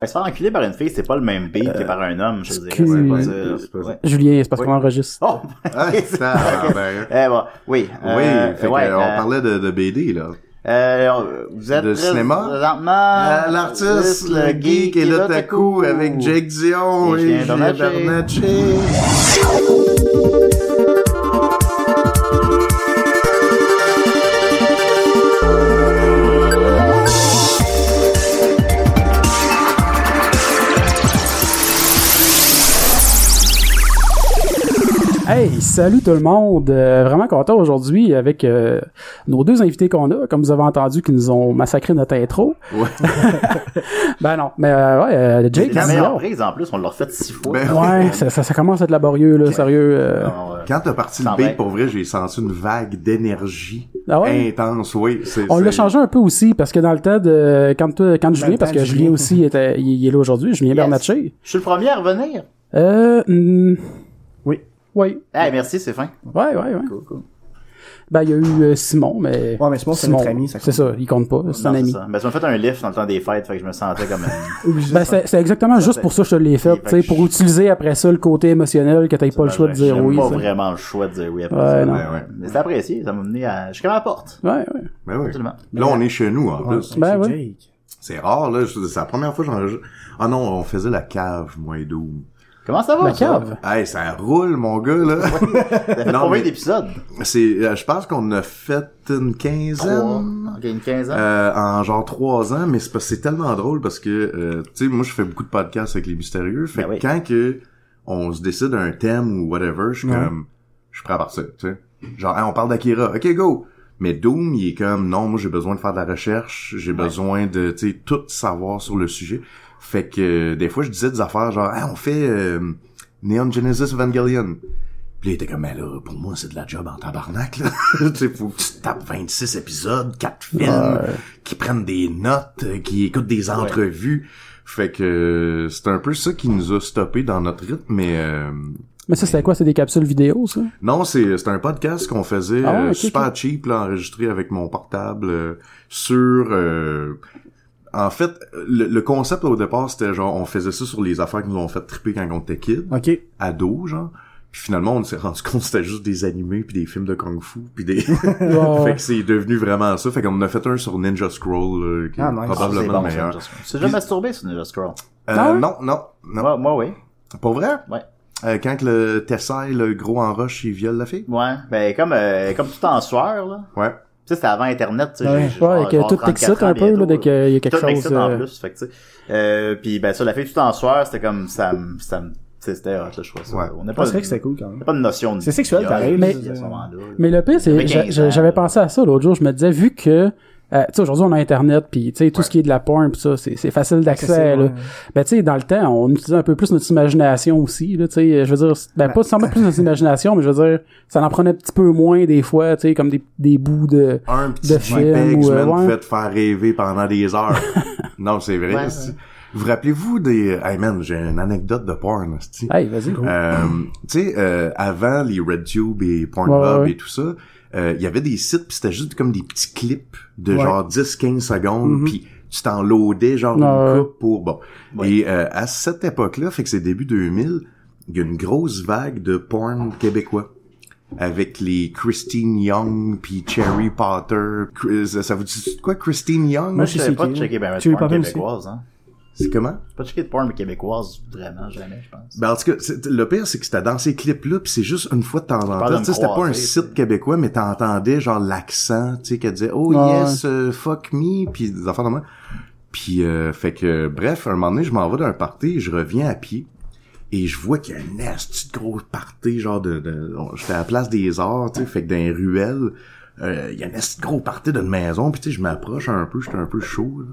Ben, se faire enculer par une fille, c'est pas le même beat Euh, que par un homme, je veux dire. excuse- Ouais, Ouais, c'est- c'est pas ça. ouais. Julien, c'est parce Oui. qu'on enregistre. Oh! Ah, ça, ah, ben, Eh, bon, oui. Oui, euh, fait que, ouais, on euh, parlait de, de BD, là. euh, vous êtes de très cinéma? présentement Ah, Euh, L'artiste, le geek et l'otaku avec Jake Dion Et Julien et Julien Bernatchez. Bernatchez. Hey, salut tout le monde! Euh, vraiment content aujourd'hui avec euh, nos deux invités qu'on a, comme vous avez entendu, qui nous ont massacré notre intro. Ouais. Ben non, mais euh, ouais, euh, C'est Jake, la meilleure Dion. prise, en plus, on l'a fait six fois. Ben, Ouais, ça, ça, ça commence à être laborieux, là, sérieux. euh. Alors, euh, Quand t'as parti le Sans beat, vrai. pour vrai, j'ai senti une vague d'énergie Ah ouais? intense, oui. c'est- On c'est- l'a changé un peu aussi, parce que dans le temps de... Quand, toi- quand Julien, le parce temps que de Julien Julien. aussi était, il, il est là aujourd'hui, Julien Bernatchez. je suis le premier à revenir. Euh... hmm, Oui. oui. Eh, merci, c'est fin. Ouais, ouais, ouais. Cool, cool. Ben, il y a eu euh, Simon, mais... Ouais, mais Simon, c'est notre ami, ça C'est compte. ça, il compte pas, c'est Non, un c'est ami. ça. Ben, tu m'as fait un lift dans le temps des fêtes, fait que je me sentais comme une... Obligé. Ben, c'est c'est exactement juste fait- pour ça que je te l'ai fait, fait tu sais, que pour je- utiliser après ça le côté émotionnel que t'as pas le choix de J'ai dire oui. pas ça. vraiment le choix de dire oui après Ouais, ça. non. Ben ouais. Mais c'est apprécié, ça m'a mené à... jusqu'à ma porte. Ouais, ouais. Ben oui. Absolument. Là, on est chez nous, en Ouais, plus. c'est Ben ouais. Jake. C'est rare, là. je- C'est la première fois que j'enregistre. Ah non, on faisait la cave, moi et Doom. Comment ça va? La ça? cave. Hey, ça roule, mon gars, là. T'as fait Non, combien mais- d'épisodes? C'est, euh, je pense qu'on a fait une Trois. quinzaine. Ok, une quinzaine. Ah, Euh, en genre trois ans, mais c'est parce que c'est tellement drôle parce que euh, tu sais, moi je fais beaucoup de podcasts avec les mystérieux. Fait Ben que oui. quand que on se décide un thème ou whatever, je suis Ouais. comme je suis prêt à partir, tu sais. Genre Hey, on parle d'Akira, ok go! Mais Doom, il est comme non, moi j'ai besoin de faire de la recherche, j'ai besoin de tu sais, tout savoir sur le sujet. Fait que euh, des fois je disais des affaires genre Hey, on fait euh, Neon Genesis Evangelion. Puis il était comme, mais là, pour moi, c'est de la job en tabarnak, là. tu sais, faut que tu tapes 26 épisodes, 4 films, qui prennent des notes, euh, qui écoutent des entrevues. Fait que euh, c'est un peu ça qui nous a stoppé dans notre rythme, mais euh, Mais ça, c'était quoi? C'est des capsules vidéo, ça? non, c'est c'est un podcast qu'on faisait Ah ouais, euh, ok, super cheap, là, enregistré avec mon portable euh, sur... euh, en fait, le, le concept au départ, c'était genre, on faisait ça sur les affaires qui nous ont fait triper quand on était kid Ok. ado, genre. Puis finalement, on s'est rendu compte que c'était juste des animés, puis des films de kung-fu, puis des... Ouais. fait que c'est devenu vraiment ça. Fait qu'on en a fait un sur Ninja Scroll, là, qui Ah, est nice. Ah, c'est bon, probablement le meilleur. ça, Ninja Scroll. Tu t'es déjà masturbé sur Ninja Scroll? Euh, Ah ouais? Non, non, non. Moi, moi, oui. Pour vrai? Ouais. Euh, quand que le Tessai, le gros en roche, il viole la fille? Ouais. Ben, comme, euh, comme tout en sueur, là. Ouais. Tu sais, c'était avant Internet, tu sais. j'ai- Ouais. j'ai- Ouais, j'ai- j'ai que tout 34 t'excite ans un peu, bientôt, là, dès qu'il y a quelque Tout chose. m'excite en euh, plus, fait que, tu sais. Euh, puis ben, ça, la fille tout en sueur, c'était comme, ça me, ça me, tu sais, c'était hot, là, je crois ça. Ouais. On n'a Je pas, penserais que c'était cool quand on même. n'a pas de notion de... C'est sexuel, viol, pareil, mais- mais- à ce moment-là, là. Mais le pire, J'avais c'est, 15 j'a- ans, j'avais là. pensé à ça l'autre jour, je me disais, vu que, euh, tu sais, aujourd'hui, on a Internet, puis, tu sais, tout ce qui est de la porn, pis ça, c'est, c'est facile d'accès, Accessible, là. ouais. Ben, tu sais, dans le temps, on utilisait un peu plus notre imagination aussi, là, tu sais, je veux dire, c'est- ben, pas seulement plus notre imagination, mais je veux dire, ça en prenait un petit peu moins, des fois, tu sais, comme des, des bouts de... Un petit De film JPEG, ou, euh, man, ouais. pouvait te faire rêver pendant des heures. non, c'est vrai. Ouais, c'est- Vous rappelez-vous des... Hey, man, j'ai une anecdote de porn, c'est Hey, vas-y. Euh, tu sais, euh, avant les RedTube et Pornhub Ouais, ouais, ouais. et tout ça, euh, il y avait des sites puis c'était juste comme des petits clips de Ouais. genre 10-15 secondes puis tu t'en loadais genre Mhm. Ouais, une ouais. coupe pour bon. Ouais. Et euh, à cette époque-là, fait que c'est début 2000, il y a une grosse vague de porn québécois avec les Christine Young puis Cherry Potter. Chris- ça vous dit quoi Christine Young Moi, Moi, je je sais sais pas qui, de checker ben, Tu de veux porn pas même aussi? québécoise, hein. C'est comment Pas de checker de porn québécoise, vraiment, jamais, je pense. Ben, en tout cas, c'est- le pire, c'est que c'était dans ces clips-là, pis c'est juste une fois de temps en parle temps. de Tu sais, c'était pas un croiser, site c'est- québécois, mais t'entendais genre l'accent, tu sais, qu'elle disait « Oh Ouais. yes, euh, fuck me », puis des affaires de moi. Puis, euh, fait que, bref, un moment donné, je m'en vais d'un party, je reviens à pied, et je vois qu'il y a un asti de gros party, genre de... de on- J'étais à la place des arts, tu sais, fait que dans les ruelles, euh, il y a un asti de gros party d'une maison, puis tu sais, je m'approche un peu, j'étais un peu chaud, là.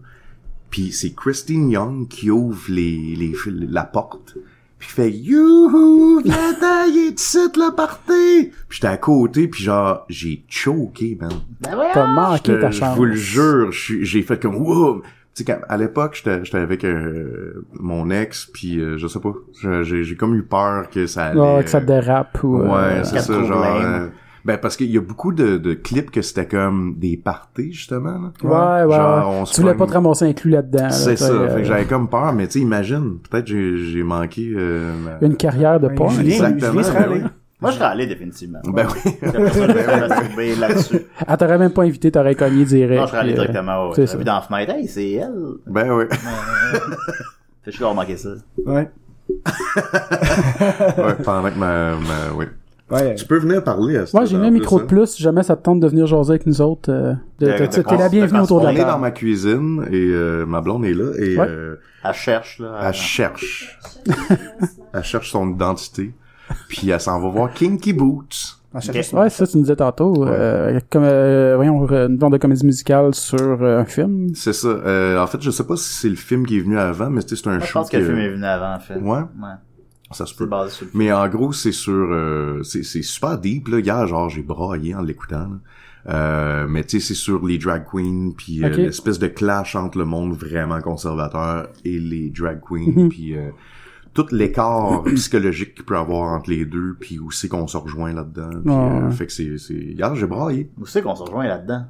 Puis c'est Christine Young qui ouvre les, les, la porte. Puis qui fait Youhou, viens-t'en, il est ici le party! Puis j'étais à côté, puis genre, j'ai choqué, man. Ben, ouais. T'as manqué Je, ta je chance. vous le jure, je suis- j'ai fait comme wow! Tu sais, quand- à l'époque, j'étais j'étais avec euh, mon ex, puis euh, je sais pas, je- j'ai j'ai comme eu peur que ça allait... Ouais, Ah, que ça te dérape ou... Ouais, euh, c'est ça, quatre genre... problèmes. euh, Ben, parce qu'il y a beaucoup de, de clips que c'était comme des parties, justement. Là. Ouais, ouais. Genre, ouais. on se Tu voulais pogne- pas te ramasser inclus là-dedans. là, C'est tu sais, ça. euh, Fait que j'avais comme peur, mais tu sais, imagine, peut-être j'ai j'ai manqué... euh, ma- Une carrière de Ouais, porn. Julien, Exactement, Julien serait ben allé. oui. Moi, je serais allé définitivement. Ben oui. Après ça, je vais me masturber là-dessus. Ah, t'aurais même pas invité, t'aurais cogné direct. Non, je serais allé puis, euh, directement. c'est Ouais. ça. J'aurais vu dans la fenêtre, hey, c'est elle. Ben oui. Je suis remarqué ça. Ouais. Ouais, pendant que ma... ma- oui. Ouais. euh, Tu peux venir parler à ce Ouais, j'ai mis un micro de plus, si jamais ça te tente de venir jaser avec nous autres. euh, de- Euh, de de- T'es cons- la de bienvenue cons- autour de On la est dans table. ma cuisine et euh, ma blonde est là et Ouais. euh, Elle cherche, là. elle cherche. elle cherche son identité. Puis elle s'en va voir Kinky Boots. On cherche Ok. ça. Ouais, ça, tu nous disais tantôt. euh, comme, euh, voyons, euh, une bande de comédie musicale sur euh, un film. C'est ça. Euh, en fait, je sais pas si c'est le film qui est venu avant, mais c'est c'est un Moi, je show pense que le film est venu avant, en fait. Ouais. Ouais. Ça se C'est peut. basé sur le film. Mais en gros, c'est sur... euh, c'est c'est super deep, là. Hier, genre, j'ai braillé en l'écoutant. là. Euh, mais tu sais, c'est sur les drag queens, puis euh, Ok. l'espèce de clash entre le monde vraiment conservateur et les drag queens, Mhm. puis euh, tout l'écart psychologique qu'il peut avoir entre les deux, puis où c'est qu'on se rejoint là-dedans. puis, Ouais. euh, fait que c'est... c'est- Hier, j'ai braillé. Où c'est qu'on se rejoint là-dedans?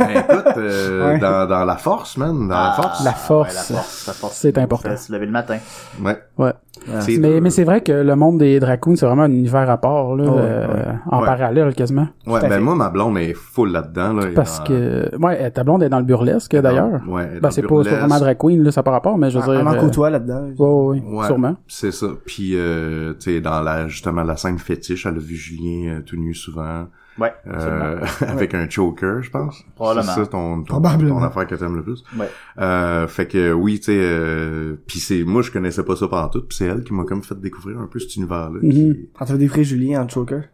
Ben, écoute, euh, Ouais. dans, dans la force, man, dans la Ah, force. La force. ouais, la force, la force. C'est important. Ça, Se lever le matin. Ouais. Ouais. C'est Mais, dur. mais c'est vrai que le monde des drag queens, c'est vraiment un univers à part, là, Ouais, euh, en Ouais. parallèle quasiment. Ouais, Tout ben à fait. moi, ma blonde est full là-dedans. Là, Parce dans- que, ouais, euh, ta blonde est dans le burlesque d'ailleurs. Ouais, elle est Ben, c'est dans pas, c'est pas burlesque. Ah, vraiment drag queen, là, ça par rapport, mais je veux On dire. en euh, côtoie là-dedans. ouais, ouais, ouais, Ouais, sûrement. C'est ça. Puis, euh, tu sais, dans la, justement, la scène fétiche, elle a vu Julien euh, tout nu souvent. Ouais, absolument. Euh, avec un choker, je pense. Probablement. C'est ça ton, ton, Probablement. ton affaire que t'aimes le plus. Ouais. Euh, fait que oui, tu sais, euh, puis c'est moi je connaissais pas ça pendant tout, puis c'est elle qui m'a comme fait découvrir un peu cet univers-là. qui- Quand tu vas défrer Julien en choker.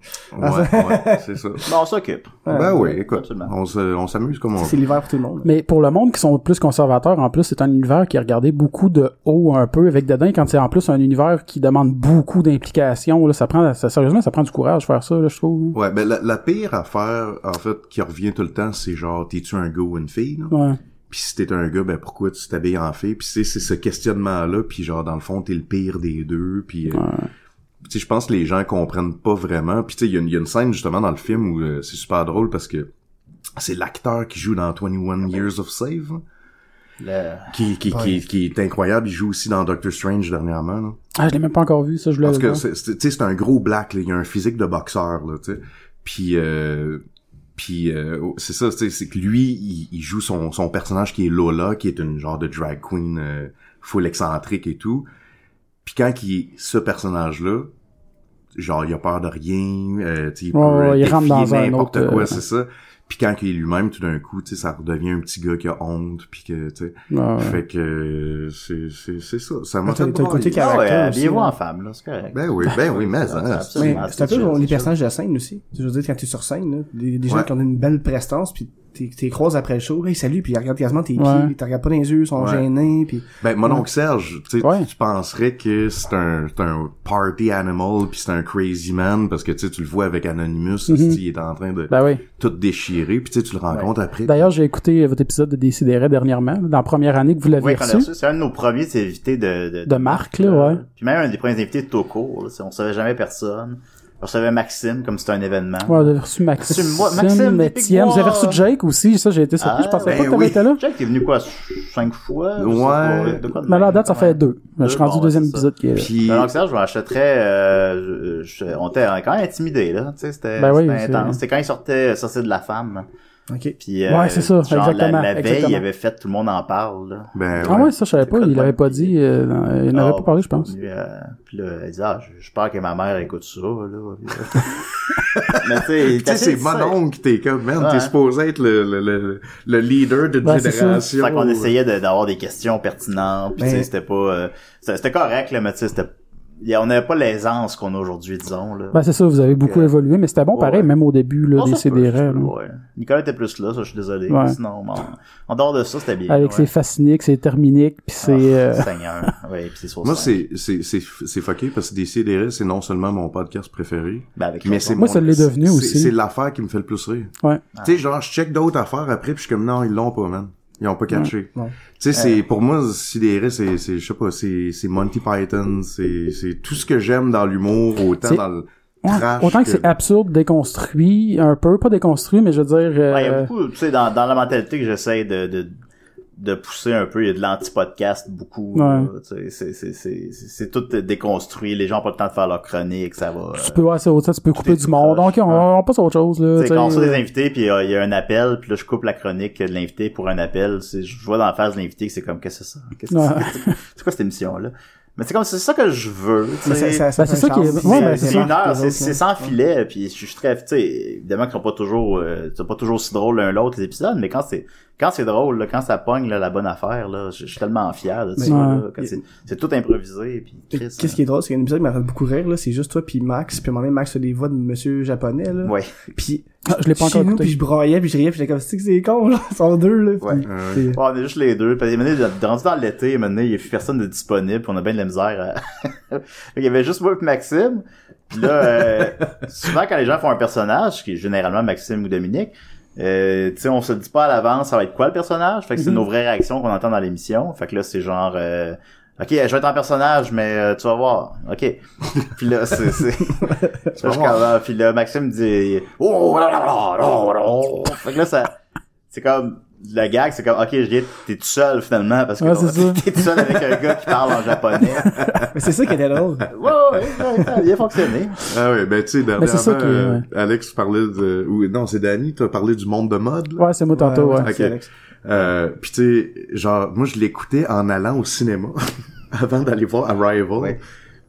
Ah, Ouais, ouais, c'est ça. Bon, on s'occupe. ben oui, écoute, Absolument. on se- on s'amuse comme on C'est veut. l'hiver pour tout le monde. Mais pour le monde qui sont plus conservateurs, en plus, c'est un univers qui est regardé beaucoup de haut un peu avec dedans. Quand c'est en plus un univers qui demande beaucoup d'implications, là, ça prend, ça, sérieusement, ça prend du courage de faire ça, là, je trouve. Ouais, ben la, la pire affaire, en fait, qui revient tout le temps, c'est genre, t'es-tu un gars ou une fille? là? Ouais. Puis si t'es un gars, ben pourquoi tu t'habilles en fille? Puis c'est c'est ce questionnement-là, puis genre, dans le fond, t'es le pire des deux, puis... euh, tu sais, je pense que les gens comprennent pas vraiment. Puis tu sais, il y a une- il y, a une scène justement dans le film où euh, c'est super drôle parce que c'est l'acteur qui joue dans 21 Years of Save, Le... qui, qui, qui, qui est incroyable. Il joue aussi dans Doctor Strange dernièrement, là. Ah, je l'ai même pas encore vu, ça, je voulais Parce le que voir. c'est- c'est tu sais, c'est un gros black, là. il a un physique de boxeur, là, tu sais. Puis, euh, puis euh, c'est ça, tu sais, c'est que lui, il, il joue son, son personnage qui est Lola, qui est une genre de drag queen euh, full excentrique et tout. Puis quand il ce personnage-là, genre, il a peur de rien, euh, tu sais, il peut Ouais, ouais, il défier rentre dans un n'importe autre, quoi, euh, c'est ça. Puis quand il est lui-même, tout d'un coup, tu sais, ça redevient un petit gars qui a honte, puis que, tu sais, Ah, Ouais. fait que euh, c'est c'est- c'est ça. Ça m'a t'as- fait t'as le côté brailler. Ah Caractère ouais, aussi, habillez-vous là. en femme, là, c'est correct. Ben oui, ben oui, mais Absolument. hein, Mais Ah, c'est un c'est peu sûr, les c'est personnages de scène aussi. Je veux dire, quand t'es sur scène, là, des, des gens Ouais. qui ont une belle prestance, puis t'es- t'es croises après le show, hey, salut, puis ils regardent quasiment tes Ouais. pieds, ils te regardent pas dans les yeux, ils sont Ouais. gênés, puis... Ben, mon oncle Serge, tu sais, Ouais. tu penserais que c'est un, c'est un party animal puis c'est un crazy man parce que tu sais, tu le vois avec Anonymous, esti, il est en train de Mm-hmm. Ben oui. tout déchirer puis tu sais, tu le rencontres après. D'ailleurs, j'ai écouté votre épisode de Décideret dernièrement, dans la première année que vous l'aviez Oui, qu'on a reçu, reçu, c'est un de nos premiers invités de, de, de Marc, là, ouais. Puis même un des premiers invités de tout court, là, c'est- on savait jamais personne. On recevait Maxime comme c'était un événement. Ouais, on avait reçu Reçu Maxime, moi- Maxime, des Étienne, vous avez reçu Pic-Bois. Jake aussi, ça, j'ai été surpris, Ah, je pensais ben pas que t'avais oui. été là. Jack est venu quoi, cinq fois? je sais Ouais. pas, de quoi de Mais là, à même, date, ça quand fait même. deux. Je suis Deux, rendu bon, au deuxième ouais, c'est épisode qui est... Puis Alors que Serge, je m'achèterais, euh, je- je- on était quand même intimidés, là, tu sais, c'était, Ben oui, c'était c'est- intense. C'était quand il sortait Sorcier de la femme, OK. puis euh, Ouais, c'est ça, genre, la- exactement, la, veille, exactement. il avait fait Tout le monde en parle, là. ben Ah ouais. ouais, ça, je savais pas, il l'avait pas dit, euh, dans- il n'avait Ah, pas parlé, je pense. Puis, euh, puis là, elle disait, ah, je, je peur que ma mère écoute ça, là. Mais tu sais, il Tu sais, était c'est assez mon discret. oncle, t'es comme, man, Ouais. t'es supposé être le, le, le, le leader d'une Ben, c'est ça. génération. Fait qu'on essayait de- d'avoir des questions pertinentes, puis tu Ben- sais, c'était pas... euh, c'était c'était correct, là, mais tu sais, c'était... il y a- On n'avait pas l'aisance qu'on a aujourd'hui, disons, là. Ben, c'est ça, vous avez beaucoup euh, évolué, mais c'était bon ouais, pareil, ouais. même au début, là, Non, des ça se peut, ça CDR. se peut, ouais. Nicolas était plus là, ça, je suis désolé. Ouais. Sinon, bon, en dehors de ça, c'était bien. Avec ouais. ses fasciniques, ses terminiques, puis ses... Ah, euh, Seigneur. Ouais, puis ses sourcils. euh. Moi, c'est, c'est, c'est, c'est fucké parce que DCDR, c'est non seulement mon podcast préféré, Ben, avec Mais raison. c'est Moi, mon- ça l'est devenu c'est- aussi. C'est l'affaire qui me fait le plus rire. Ouais. Tu sais, genre, je check d'autres affaires après, puis je suis comme, non, ils l'ont pas, man. Ils ont pas catché. Ouais. Ouais. Tu sais, c'est, pour moi, CDR, c'est, c'est, je sais pas, c'est, c'est Monty Python, c'est, c'est tout ce que j'aime dans l'humour, autant C'est- dans le, ouais, trash autant que c'est absurde, déconstruit, un peu, pas déconstruit, mais je veux dire... euh, Ouais, il y a beaucoup, tu sais, dans, dans la mentalité que j'essaie de, de, de pousser un peu, il y a de l'anti-podcast beaucoup. Ouais. là, tu sais, c'est- c'est- C'est c'est- c'est tout déconstruit, les gens ont pas le temps de faire leur chronique, ça va. tu peux, ouais, c'est autre ça, tu peux couper est du tout monde. trash, Donc, on, ouais. on passe à autre chose, là. C'est tu sais, quand on reçoit euh, des invités, puis euh, il y a un appel, puis là, je coupe la chronique de l'invité pour un appel. C'est- Je vois dans la face de l'invité que c'est comme, qu'est-ce que c'est ça? Qu'est-ce que Ouais. c'est? C'est quoi cette émission-là? Mais c'est comme, c'est ça que je veux, tu Mais sais. Ben, c'est ça qui est- change. ouais, C'est- ben, c'est ça. une heure, c'est Les c'est autres, sans là. filet, puis je suis très, tu sais, évidemment qu'ils sont pas toujours, euh, ils sont pas toujours si drôles l'un l'autre les épisodes, mais quand c'est quand c'est drôle, là, quand ça pogne là, la bonne affaire, là, je je suis tellement fier de ça. Ouais. là, quand c'est- C'est tout improvisé, puis Fait Chris, que Qu'est-ce qui est drôle, c'est qu'il y a un épisode qui m'a fait beaucoup rire, là, c'est juste toi puis Max, puis à un moment donné, Max fait des voix de monsieur japonais, là. euh, ouais. Puis Ah, je l'ai pas chez encore nous, écouté. puis je broyais, puis je riais, puis j'étais comme, c'est que c'est con, là, ils sont deux, là. Ouais. puis Euh, c'est- Ouais, on est juste les deux. Parce que, maintenant, rendu dans l'été, maintenant, il n'y a plus personne de disponible, puis on a bien de la misère. à- Fait qu'il il y avait juste moi et Maxime. Puis là, euh, souvent, quand les gens font un personnage, qui est généralement Maxime ou Dominique, euh, tu sais, on se dit pas à l'avance ça va être quoi le personnage. Fait que c'est nos vraies réactions qu'on entend dans l'émission. Fait que là, c'est genre... euh, Ok, je vais être en personnage, mais euh, tu vas voir. Ok. Puis là, c'est... c'est... Là, je commence. Puis là, Maxime dit... Oh, là, là, là, là, là, là. Fait que là, ça... C'est comme... Le gag, c'est comme... Ok, je dis, t'es tout seul, finalement, parce que Ouais, c'est ça. t'es tout seul avec un gars qui parle en japonais. Mais c'est ça qui était drôle. Ouais, ouais, ouais, ça a bien fonctionné. Ah ouais, ben tu sais, dernièrement, Ben, c'est ça qui est, euh, ouais. Alex parlait de... Ou, non, c'est Danny, t'as parlé du monde de mode, là. Ouais, c'est moi tantôt, ouais. Ouais, Ok. c'est Alex. Euh, puis tu sais, genre, moi je l'écoutais en allant au cinéma avant d'aller voir Arrival. Ouais.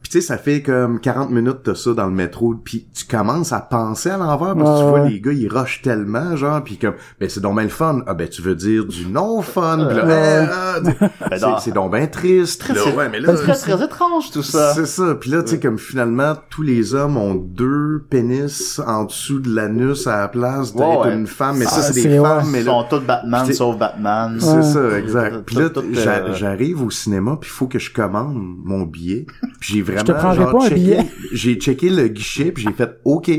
Puis tu sais, ça fait comme 40 minutes de ça dans le métro, puis tu commences à penser à l'envers parce Ouais, que tu vois ouais. les gars, ils rushent tellement, genre, puis comme, ben c'est donc ben le fun. Ah ben tu veux dire du non-fun, pis là, Ouais. eh, ah, tu- Ben, c'est- non. c'est donc ben triste. Puis là, c'est- ouais, mais là, C'est très, très étrange, tout ça. c'est ça. Puis là, tu sais, comme finalement, tous les hommes ont deux pénis en dessous de l'anus à la place d'être Ouais, ouais. une femme. Mais Ah, ça, c'est des c'est- ouais. femmes. Mais Ils là, sont tous Batman, Puis t'es- sauf Batman. c'est ça, exact. Tout- Puis là, tout, euh, j'a- j'arrive au cinéma, puis il faut que je commande mon billet. Puis j'ai vraiment te prendrais genre, pas un checké- billet. J'ai checké le guichet, puis j'ai fait OK.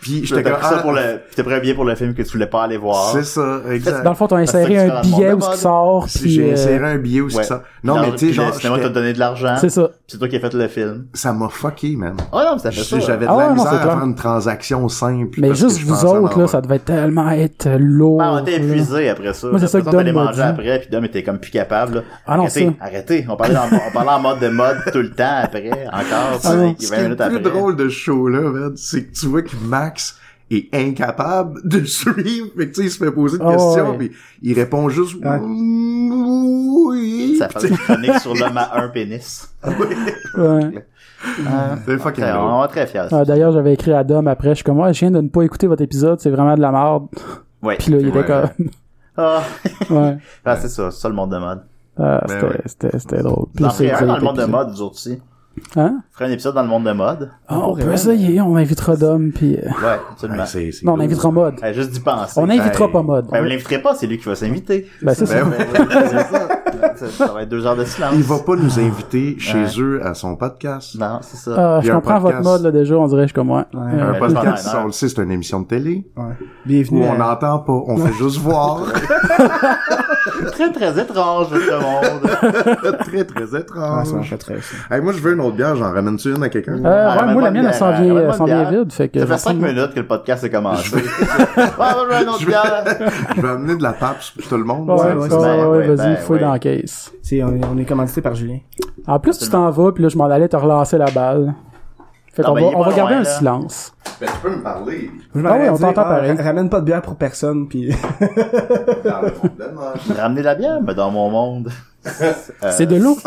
puis J'étais j'étais comme ça ah, pour le, puis t'es prêt bien pour le film que tu voulais pas aller voir. C'est ça, exact. Dans le fond, t'as ça que inséré tu un vas dans le billet monde où de ce qui mode. sort, Si puis... j'ai euh, inséré un billet aussi Ouais. ça. Non, Dans- mais tu puis sais le genre cinéma j'étais- t'a donné de l'argent. C'est ça. C'est toi qui as fait le film. ça m'a fucké man. Oh non, mais ça fait ça. Je- J'avais de Ah la ouais, non, misère c'est à clair. faire une transaction simple. Mais parce juste que je vous pensais à autres, là, l'envers. ça devait tellement être lourd. Ah, on était Mhm. là. épuisé après ça. Moi, c'est ça Après que t'allais Dom m'a manger dit. après, puis Dom était comme plus capable. là. Ah non, arrêtez, ça. arrêtez. On parlait, en, on parlait en mode de mode tout le temps après, encore, puis Ah non. il y Ce avait qui est un le autre plus après. drôle de ce show-là, man, c'est que tu vois que Max est incapable de suivre, mais tu sais, il se fait poser des Ah questions, ouais. puis il répond juste Ah. oui. Ça fait une chronique sur l'homme à un pénis. Ouais. Ah, C'est fucking très- drôle. on est très fiers. Ah, D'ailleurs, j'avais écrit à Dom après, je suis comme, ouais, je viens de ne pas écouter votre épisode, c'est vraiment de la merde. Ouais. Puis là, il était Ouais. comme... Ah, ouais. ah, c'est ça, c'est ça le monde de mode. Ah, Ben c'était- ouais. c'était c'était drôle. Puis Vous en c'est- ferez un ça a dans le été monde de épisode. mode, vous autres aussi. Hein? On ferait un épisode dans le monde de mode. Ah, on peut ouais. essayer, on invitera Dom, puis... euh, Ouais, absolument. Ouais, c'est- c'est Non, on drôle. invitera mode. Eh, juste d'y penser. On invitera Ben, pas mode. Ben, vous l'inviterez pas, c'est lui qui va s'inviter. Ben, c'est ça. Ben ouais. ça. Ça va être deux heures de silence. Il va pas nous inviter chez eux à son podcast. Non, c'est ça. Ah, Il y je a un comprends votre mode, podcast. là, déjà, on dirait, je suis comme, ouais. Ouais. Euh, Un Ben, podcast, là, ça, on le sait, c'est une émission de télé Ouais. où Bienvenue. on à- n'entend pas, on fait juste voir. Très, très étrange, ce monde. très, très Ah, ça m'a étrange. fait très ça. Hey, moi, je veux une autre bière, j'en ramène-tu une à quelqu'un? Euh, ouais, ramène-moi moi, la une mienne, bière, elle s'en vient, ramène-moi elle une s'en vient bière. vide, fait que... Ça j'en fait cinq prends- minutes que le podcast est commencé. ouais, ouais, ouais, un autre bière. Je vais amener de la pape pour tout le monde. Ouais, ça. ouais, ouais, ouais, ben, ouais, ouais, vas-y, ben, fouille ouais. dans la caisse. C'est, on est, on est commandité par Julien. En plus, tu t'en vas, puis là, je m'en allais te relancer la balle. Fait Non, qu'on ben, va, il est on pas va garder loin, un là. silence. Ben, tu peux me parler. Je m'en Ah allais ouais, on dire, t'entend ah, pareil. ra- Ramène pas de bière pour personne, puis Dans le fond de la manche. Ramener la bière, mais dans mon monde, C'est de l'eau.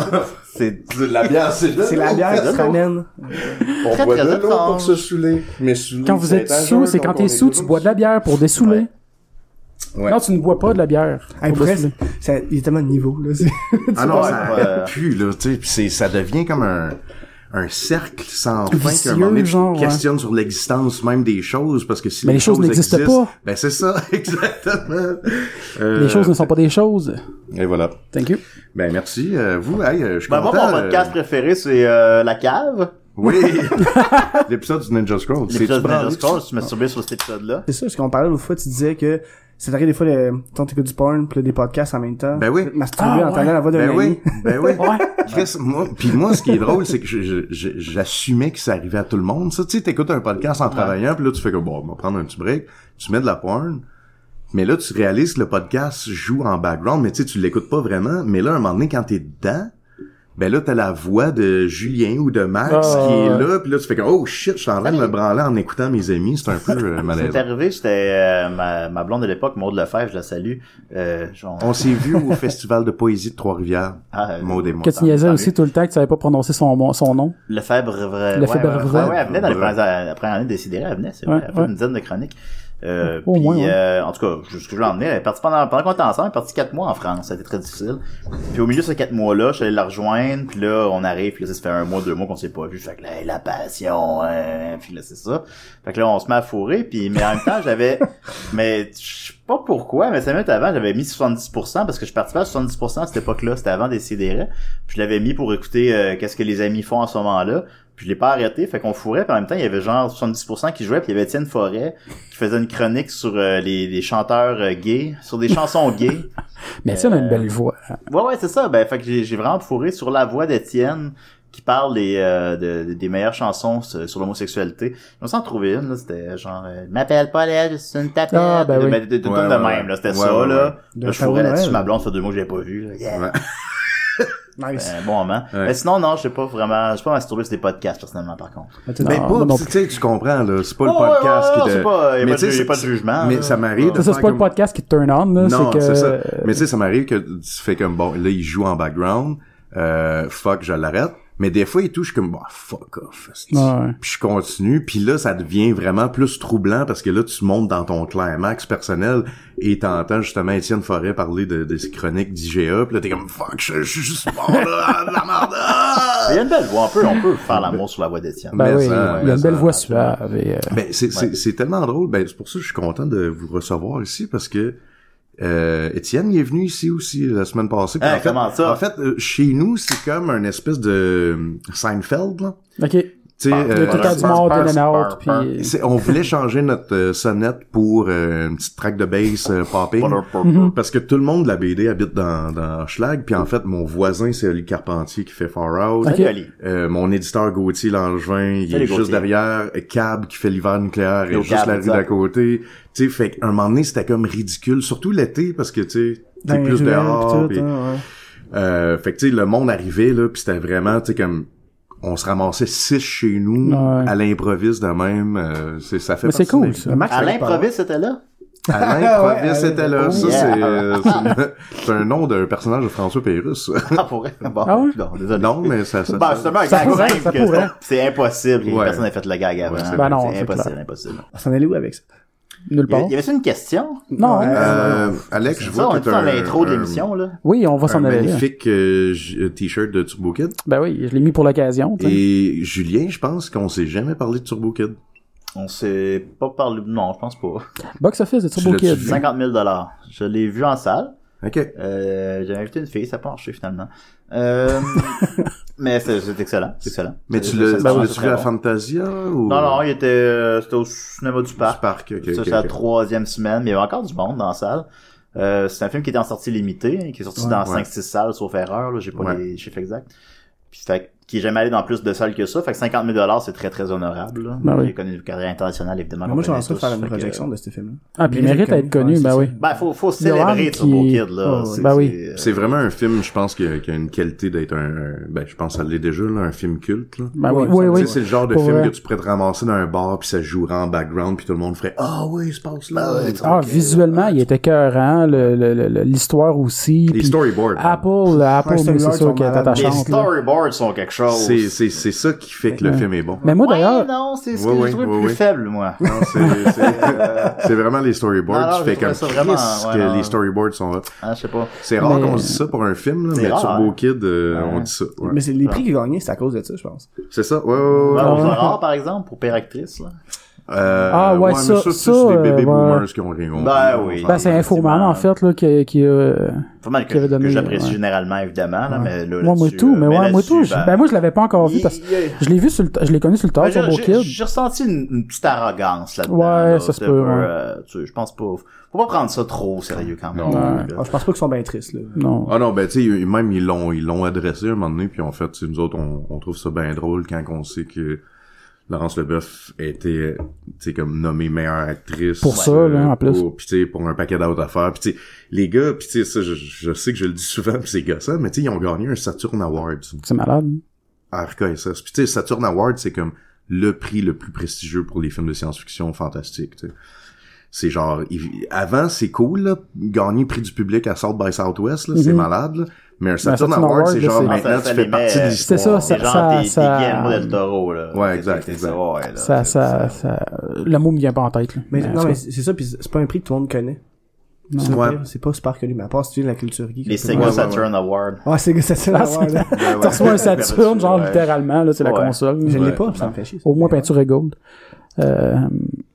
c'est C'est de La bière, c'est de c'est la l'eau. bière c'est qui se drôle. ramène. On Très, boit très de l'eau étrange. pour se saouler. Mais saouler, Quand vous êtes un sous, jeu, c'est donc quand on t'es est sous, tu heureux. bois de la bière pour dessouler. Ouais. Non, tu ne bois pas de la bière. Hey, pour pour vrai, dessouler. c'est- ça- il est tellement de niveau, là. c'est- Ah non, Ouais, ça ouais. arrête plus, là, tu sais, puis c'est- ça devient comme un, un cercle sans fin qu'à un Vicieux, moment donné, tu genre, te questionnes sur l'existence même des choses, parce que si Mais les choses n'existent existent, pas. Ben, c'est ça, exactement. Euh, Les choses ne sont pas des choses. Et voilà. Thank you. Ben, merci, euh, vous, hey, euh, je suis Ben, moi, content. mon euh, podcast préféré, c'est euh, La Cave. Oui! L'épisode du Ninja Scroll. L'épisode C'est-tu Ah. de Ninja branlé? Scroll, je me suis masturbé sur cet épisode-là. C'est ça, parce qu'on parlait l'autre fois, tu disais que C'est arrivé des fois, de- tant t'écoutes du porn, puis là, des podcasts en même temps. Ben oui. Masturber Ah, en entendant ouais. la voix d'un Ben oui, ami. ben oui. Chris, moi, puis moi, ce qui est drôle, c'est que je- je- je- j'assumais que ça arrivait à tout le monde. Ça, tu sais, t'écoutes un podcast en travaillant, puis là, tu fais que bon, on va prendre un petit break, tu mets de la porn, mais là, tu réalises que le podcast joue en background, mais tu sais, tu l'écoutes pas vraiment. Mais là, à un moment donné, quand t'es dedans, ben là, t'as la voix de Julien ou de Max Ah, qui est ouais. là, puis là, tu fais que oh shit, je suis en train de me branler en écoutant mes amis, c'est un peu euh, C'est malaisant. arrivé, j'étais euh, ma, ma blonde de l'époque, Maud Lefebvre, je la salue. Euh, j'en- On s'est vu au festival de poésie de Trois-Rivières, Ah, euh, Maud et moi. Que tu Tant- niaisais tant aussi tout le temps que tu savais pas prononcer son, mon- son nom. Lefebvre, vrai. Lefebvre, ouais, ouais, vrai. ouais, ouais, elle venait dans les Vrai. premières, la première année décidée, elle venait, c'est Ouais, vrai. Elle a fait ouais. une dizaine de chroniques. Euh, Au puis, moins, ouais. euh, en tout cas, je- ce que je veux emmener, elle est partie pendant, pendant qu'on était ensemble, elle est partie quatre mois en France, ça a été très difficile. Puis au milieu de ces quatre mois-là, je suis allé la rejoindre, puis là, on arrive, puis là, ça fait un mois, deux mois qu'on s'est pas vu, fait que là, hey, la passion, hein, puis là, c'est ça. Fait que là, on se met à fourrer, puis, mais en même temps, j'avais, mais je sais pas pourquoi, mais cinq minutes avant, j'avais mis 70%, parce que je participais à 70% à cette époque-là, c'était avant des CDR. Puis je l'avais mis pour écouter euh, qu'est-ce que les amis font en ce moment-là. Puis je l'ai pas arrêté, fait qu'on fourrait, puis en même temps, il y avait genre 70% qui jouait, puis il y avait Étienne Forêt qui faisait une chronique sur euh, les, les chanteurs euh, gays, sur des chansons gays. Mais tu on a une belle voix. Ouais, ouais, c'est ça. Ben, fait que j'ai j'ai vraiment fourré sur la voix d'Étienne qui parle des, euh, de- des meilleures chansons sur sur l'homosexualité. On s'en trouvait une, là, c'était genre euh, « M'appelle pas là, je suis une tapette Ah, ben de, oui. de, de- de- Ouais, de ouais, même, là, c'était ouais. ça, Ouais, ouais, là. ouais. Là, je fourrais De là-dessus, Noël. ma blonde, ça fait deux mois que je l'ai pas vue. là. Yeah. Ouais. Nice. Euh, bon moment. Ouais. Mais sinon, non, je sais pas vraiment, je suis pas masturbé sur des podcasts, personnellement, par contre. Maintenant, Ben, Mais Ah, pas, non, non tu sais, tu comprends, là, c'est pas le Ouais, ouais, podcast ouais, qui te... c'est pas- y a Mais pas de tu sais, ju- y a pas de c'est- jugement, Mais là. ça m'arrive Ça, de ça, faire c'est pas le comme- podcast qui te turn on, là. Non, que, c'est ça. euh, Mais tu sais, ça m'arrive que tu fais comme, bon, là, il joue en background, euh, fuck, je l'arrête. Mais des fois, il touche comme, bon, fuck off. esti. Ouais. Puis je continue, puis là, ça devient vraiment plus troublant parce que là, tu montes dans ton climax personnel et t'entends justement Étienne Forêt parler de, de ses chroniques d'IGA, puis là, t'es comme, fuck, je, je suis juste mort, là, la merde, ah! Il y a une belle voix, on peut, on peut faire l'amour sur la voix d'Étienne. Ben Mais oui, ça, il a mais une ça. belle voix suave. et, euh, Ben, c'est, c'est, c'est tellement drôle. Ben, c'est pour ça que je suis content de vous recevoir ici parce que euh, Étienne il est venu ici aussi la semaine passée. Puis Hein, en fait, comment ça? En fait, euh, chez nous, c'est comme un espèce de euh, Seinfeld. Là. Ok. Tu sais, Il y a euh, tout le temps du par- monde, par- in and out, par- puis... par- euh, c'est- on voulait changer notre euh, sonnette pour euh, une petite track de bass euh, popping. Parce que tout le monde de la BD habite dans, dans Schlag. Puis en fait, mon voisin, c'est Oli Carpentier qui fait Far Out. Ok. Salut, Ali. Euh, mon éditeur Gauthier Langevin, il est Salut, juste Gauthier. derrière. Cab qui fait l'hiver nucléaire et Yo, juste Cab, la rue exact. d'à côté. Tu sais, fait qu'un moment donné, c'était comme ridicule. Surtout l'été, parce que tu sais, dans t'es les plus ruelles, dehors. puis puis- tout, hein, ouais. euh, fait que tu sais, le monde arrivait, là, puis c'était vraiment, tu sais, comme... On se ramassait six chez nous, Ouais. à l'improviste de même. euh, c'est, ça fait Mais c'est partie de- cool, ça. Mais Max, À ça dépend. l'improviste, c'était là? À l'improviste, Ouais, c'était là. ouais. Ça, Yeah. c'est, euh, c'est, c'est un nom d'un personnage de François Pérusse. Ah, pour vrai? Bon, Ah ouais? Ben, non, désolé. non, mais ça... ça, Bah, ça- justement, un Ça gag pourrait, simple ça que- pourrait. C'est impossible. Ouais. Personne n'a fait le gag avant. Ouais, c'est- Ben non, c'est c'est impossible, clair. impossible. On s'en allait où avec ça? Il Nulle y part. avait- il y avait-tu une question? Non. Ouais. Euh, Alex, je Ça, vois on que est t'as dans un- euh, l'intro de un- l'émission, là. Oui, on va un s'en aller. là. magnifique euh, j- euh, t-shirt de Turbo Kid. Ben oui, je l'ai mis pour l'occasion. tu sais. Et Julien, je pense qu'on s'est jamais parlé de Turbo Kid. On s'est pas parlé, non, je pense pas. Box Office de Turbo l'as-tu Kid. vu? 50 000 Je l'ai vu en salle. Ok. Euh, j'avais invité une fille, ça a pas marché finalement. Euh, mais c'est, c'est excellent, c'est excellent. Mais C'est- tu l'as c'est- tu c'est- l'as-tu c'est vu très à bon. Fantasia ou... Non, non, il était, euh, c'était au cinéma du Parc. parc. Parc, ok, ça, ok, c'est la ok. troisième semaine, mais il y avait encore du monde dans la salle. Euh, c'est un film qui était en sortie limitée, qui est sorti Ouais, dans ouais. 5-6 salles, sauf erreur, là, j'ai pas Ouais. les chiffres exacts. Puis fait que- qui est jamais allé dans plus de salles que ça, fait que 50 000 c'est très très honorable. Là. Ben oui. J'ai connu une carrière internationale, évidemment. qu'on Mais Ah, Moi, connaît j'aimerais ça tous, faire une fait que- projection de ce film-là. Ah, puis il mérite à être connu, ben oui. Ben, faut, faut Il y a célébrer Anne Turbo qui- Kid, là. Oh, C'est- ben oui. c'est- C'est vraiment un film, je pense, qui a, qui a une qualité d'être un... un- Ben, je pense que ça l'est déjà, là, un film culte. Là. Ben oui, oui, Ouais, ça- Tu oui. sais, c'est le genre de Pour film vrai. que tu pourrais te ramasser dans un bar, puis ça jouerait en background, puis tout le monde ferait « Ah oui, il se passe là! it's Ah, ok. visuellement, il était écœurant, le- le- le- le- l'histoire aussi. Les puis storyboards. hein. Apple, Apple, les oui, c'est storyboards sûr sont qui est malades. Les attachante. là. storyboards sont quelque chose. C'est c'est- c'est ça qui fait que le film est bon. Mais moi, d'ailleurs, Ouais, non, c'est ce Ouais, que ouais, j'ai trouvé ouais, le plus ouais. faible, moi. Non, c'est- c'est c'est vraiment les Non, non, storyboards. Tu j'ai fais trouvé comme ça vraiment- Christ ouais, que non. les storyboards sont là. Hein, je sais pas. C'est rare Mais- qu'on dise ça pour un film, là, C'est mais rare, Turbo hein. Kid, euh, Ouais. on dit ça. ouais. Mais c'est les prix qu'il a gagnés, c'est à cause de ça, je pense. C'est ça, ouais, ouais, ouais, ouais. Ben, aux ouais. Aurores, par exemple, pour pire actrice, là. Euh, Ah, ouais, mais ça- c'est ça, juste des euh, ouais. baby boomers qui ont rien compris. Ben On oui. s'en Ben, c'est Ah, effectivement. Infoman, en fait, là, qui, qui euh, Vraiment que, Qui avait donné, que j'apprécie ouais. généralement, évidemment. Là, Ouais. mais là, moi, moi, là-dessus, tout, euh, mais ouais, moi, là-dessus, tout. je- Ben, moi, je l'avais pas encore vu il- parce que il- je l'ai vu sur le, t- je l'ai connu sur le Ben, tard j'ai- Turbo j'ai- Kid. J'ai ressenti une, une petite arrogance là-dedans. Ouais, là, ça se c'est peut, un peu, ouais. euh, tu sais, je pense pas. Faut pas prendre ça trop au sérieux quand même. Non. là. Ah, je pense pas qu'ils sont bien tristes, là. Non. Ah non, ben tu sais, ils- même ils l'ont ils l'ont adressé un moment donné, puis en fait, tu sais, nous autres, on, on trouve ça bien drôle quand on sait que Laurence Leboeuf a été, euh, tu sais, comme nommée meilleure actrice. Pour ça, euh, là, en plus. Pour, puis tu sais, pour un paquet d'autres affaires. Puis tu sais, les gars, puis tu sais, ça, je, je sais que je le dis souvent, puis c'est gossant, mais tu sais, ils ont gagné un Saturn Award C'est malade. à RKSS. Puis tu sais, Saturn Award, c'est comme le prix le plus prestigieux pour les films de science-fiction fantastique, tu sais. C'est genre, il- avant, c'est cool, là, gagner prix du public à South by Southwest, là, c'est Mhm. malade, là. Mais un Saturn Saturn Award, Award, c'est là, genre, c'est- maintenant, Ça, ça tu fais les partie de met- l'histoire. C'est ça, C'est ça- genre des ça- Guillermo del Toro, là. Ouais, C'est- exact, c'est- exact. c'est- ouais, là, Ça, c'est- ça, ça, le mot me vient pas en tête, là. Mais, Euh, non, c'est mais c'est ça, puis c'est pas un prix que tout le monde connaît. C'est le Ouais. pire, C'est pas super connu, mais à part si tu es de la culture geek. Les c'est Sega pas- ouais, Saturn Award. Ah, c'est ça, c'est la Ah, c'est- merde. Ouais, ouais. T'as reçu un Saturn, genre, Ouais. littéralement, là, c'est Ouais. la console. Je Ouais. l'ai pas, puis ça me fait chier. ça. Au moins peinture et gold. Euh,